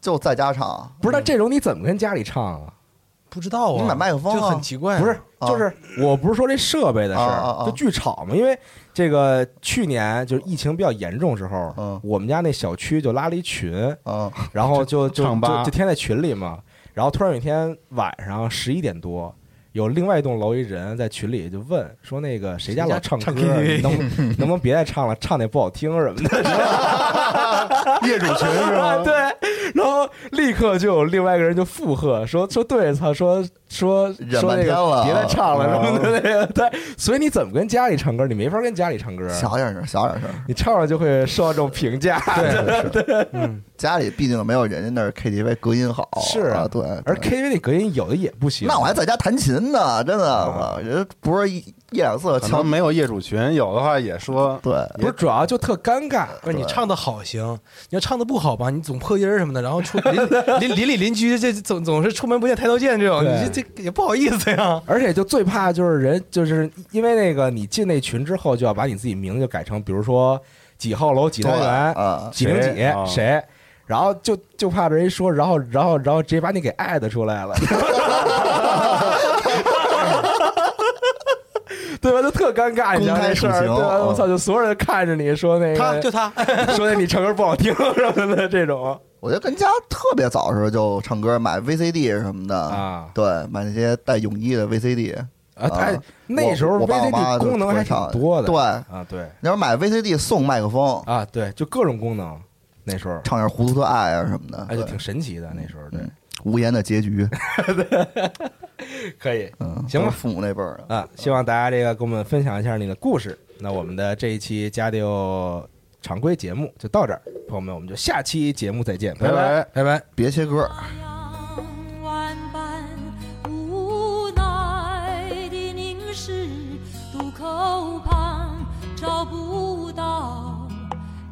[SPEAKER 4] 就在家唱，
[SPEAKER 2] 不是，那这种你怎么跟家里唱啊？
[SPEAKER 5] 不知道啊，
[SPEAKER 4] 你买麦克风啊
[SPEAKER 5] 就很奇怪啊，
[SPEAKER 2] 不是，
[SPEAKER 4] 啊
[SPEAKER 2] 就是我不是说这设备的事
[SPEAKER 4] 啊啊
[SPEAKER 2] 儿，
[SPEAKER 4] 啊
[SPEAKER 2] 就剧吵嘛。因为这个去年就是疫情比较严重时候
[SPEAKER 4] 嗯，
[SPEAKER 2] 我们家那小区就拉了一群，
[SPEAKER 4] 嗯
[SPEAKER 2] 然后就就
[SPEAKER 3] 唱
[SPEAKER 2] 就
[SPEAKER 3] 吧
[SPEAKER 2] 就天在群里嘛，然后突然有一天晚上十一点多，有另外一栋楼一人在群里就问说那个谁家老唱歌，
[SPEAKER 5] 谁家唱
[SPEAKER 2] 你能
[SPEAKER 5] KTV
[SPEAKER 2] 不能不能 别再唱了，唱的不好听什么的，
[SPEAKER 3] 业主群是
[SPEAKER 2] 啊
[SPEAKER 3] 吧？
[SPEAKER 2] 对，然后立刻就有另外一个人就附和说说对，操，说说
[SPEAKER 4] 忍
[SPEAKER 2] 说
[SPEAKER 4] 半
[SPEAKER 2] 那个
[SPEAKER 4] 天了哦
[SPEAKER 2] 别再唱了什么的那个， 对，所以你怎么跟家里唱歌，你没法跟家里唱歌，
[SPEAKER 4] 小点声，小点声。
[SPEAKER 2] 你唱了就会受到这种评价，
[SPEAKER 4] 对，是
[SPEAKER 5] 嗯，
[SPEAKER 4] 家里毕竟没有人家那儿 KTV 隔音好，
[SPEAKER 2] 是
[SPEAKER 4] 啊，对。
[SPEAKER 2] 而
[SPEAKER 4] 对
[SPEAKER 2] KTV 里隔音有的也不行，
[SPEAKER 4] 那我还在家弹琴呢，真的，我人不是一一两次
[SPEAKER 3] 可
[SPEAKER 4] 敲
[SPEAKER 3] 能没有业主群，有的话也说
[SPEAKER 4] 对，
[SPEAKER 2] 不是主要就特尴尬。
[SPEAKER 5] 不是你唱的好行，你要唱的不好吧，你总破音儿什么的，然后 出邻邻邻里邻居这总总是出门不见抬头见这种，
[SPEAKER 2] 对
[SPEAKER 5] 你这这也不好意思呀。
[SPEAKER 2] 而且就最怕就是人，就是因为那个你进那群之后，就要把你自己名字就改成，比如说几号楼几
[SPEAKER 4] 对
[SPEAKER 2] 单元
[SPEAKER 4] 啊，
[SPEAKER 2] 几零
[SPEAKER 3] 谁啊
[SPEAKER 2] 几谁，然后就就怕人一说，然后然后然后直接把你给艾特出来了， 对吧？就特尴尬，你知道
[SPEAKER 4] 公开
[SPEAKER 2] 这事儿，
[SPEAKER 4] 处刑
[SPEAKER 2] 对吧？
[SPEAKER 4] 嗯
[SPEAKER 2] 我操，就所有人看着你说那
[SPEAKER 5] 他
[SPEAKER 2] 个，
[SPEAKER 5] 就他，
[SPEAKER 2] 说那你唱歌不好听什么的这种
[SPEAKER 4] 我就跟家特别早的时候就唱歌，买 VCD 什么的，
[SPEAKER 2] 啊
[SPEAKER 4] 对，买那些带泳衣的 VCD。
[SPEAKER 2] 啊！他
[SPEAKER 4] 啊
[SPEAKER 2] 那时候
[SPEAKER 4] 我我爸我妈
[SPEAKER 2] VCD
[SPEAKER 4] 就
[SPEAKER 2] 功能还挺多的，
[SPEAKER 4] 对，
[SPEAKER 2] 啊对
[SPEAKER 4] 那时候买 VCD 送麦克风，
[SPEAKER 2] 啊对，就各种功能，那时候。
[SPEAKER 4] 唱点《糊涂的爱》啊什么的，
[SPEAKER 2] 哎，就
[SPEAKER 4] 对
[SPEAKER 2] 挺神奇的那时候，对，
[SPEAKER 4] 嗯无言的结局，
[SPEAKER 2] 可以
[SPEAKER 4] 嗯，
[SPEAKER 2] 行吧
[SPEAKER 4] 都是父母那辈儿的，
[SPEAKER 2] 啊，希望大家这个给我们分享一下你的故事。那我们的这一期家里有常规节目就到这儿，朋友们，我们就下期节目再见，拜拜。
[SPEAKER 3] 拜。
[SPEAKER 5] 拜拜。
[SPEAKER 4] 别切歌。
[SPEAKER 7] 那样万般无奈的凝视，渡口旁找不到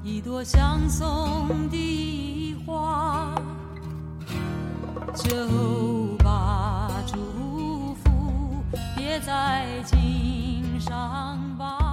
[SPEAKER 7] 一朵相送的花，就把祝福别在襟上吧。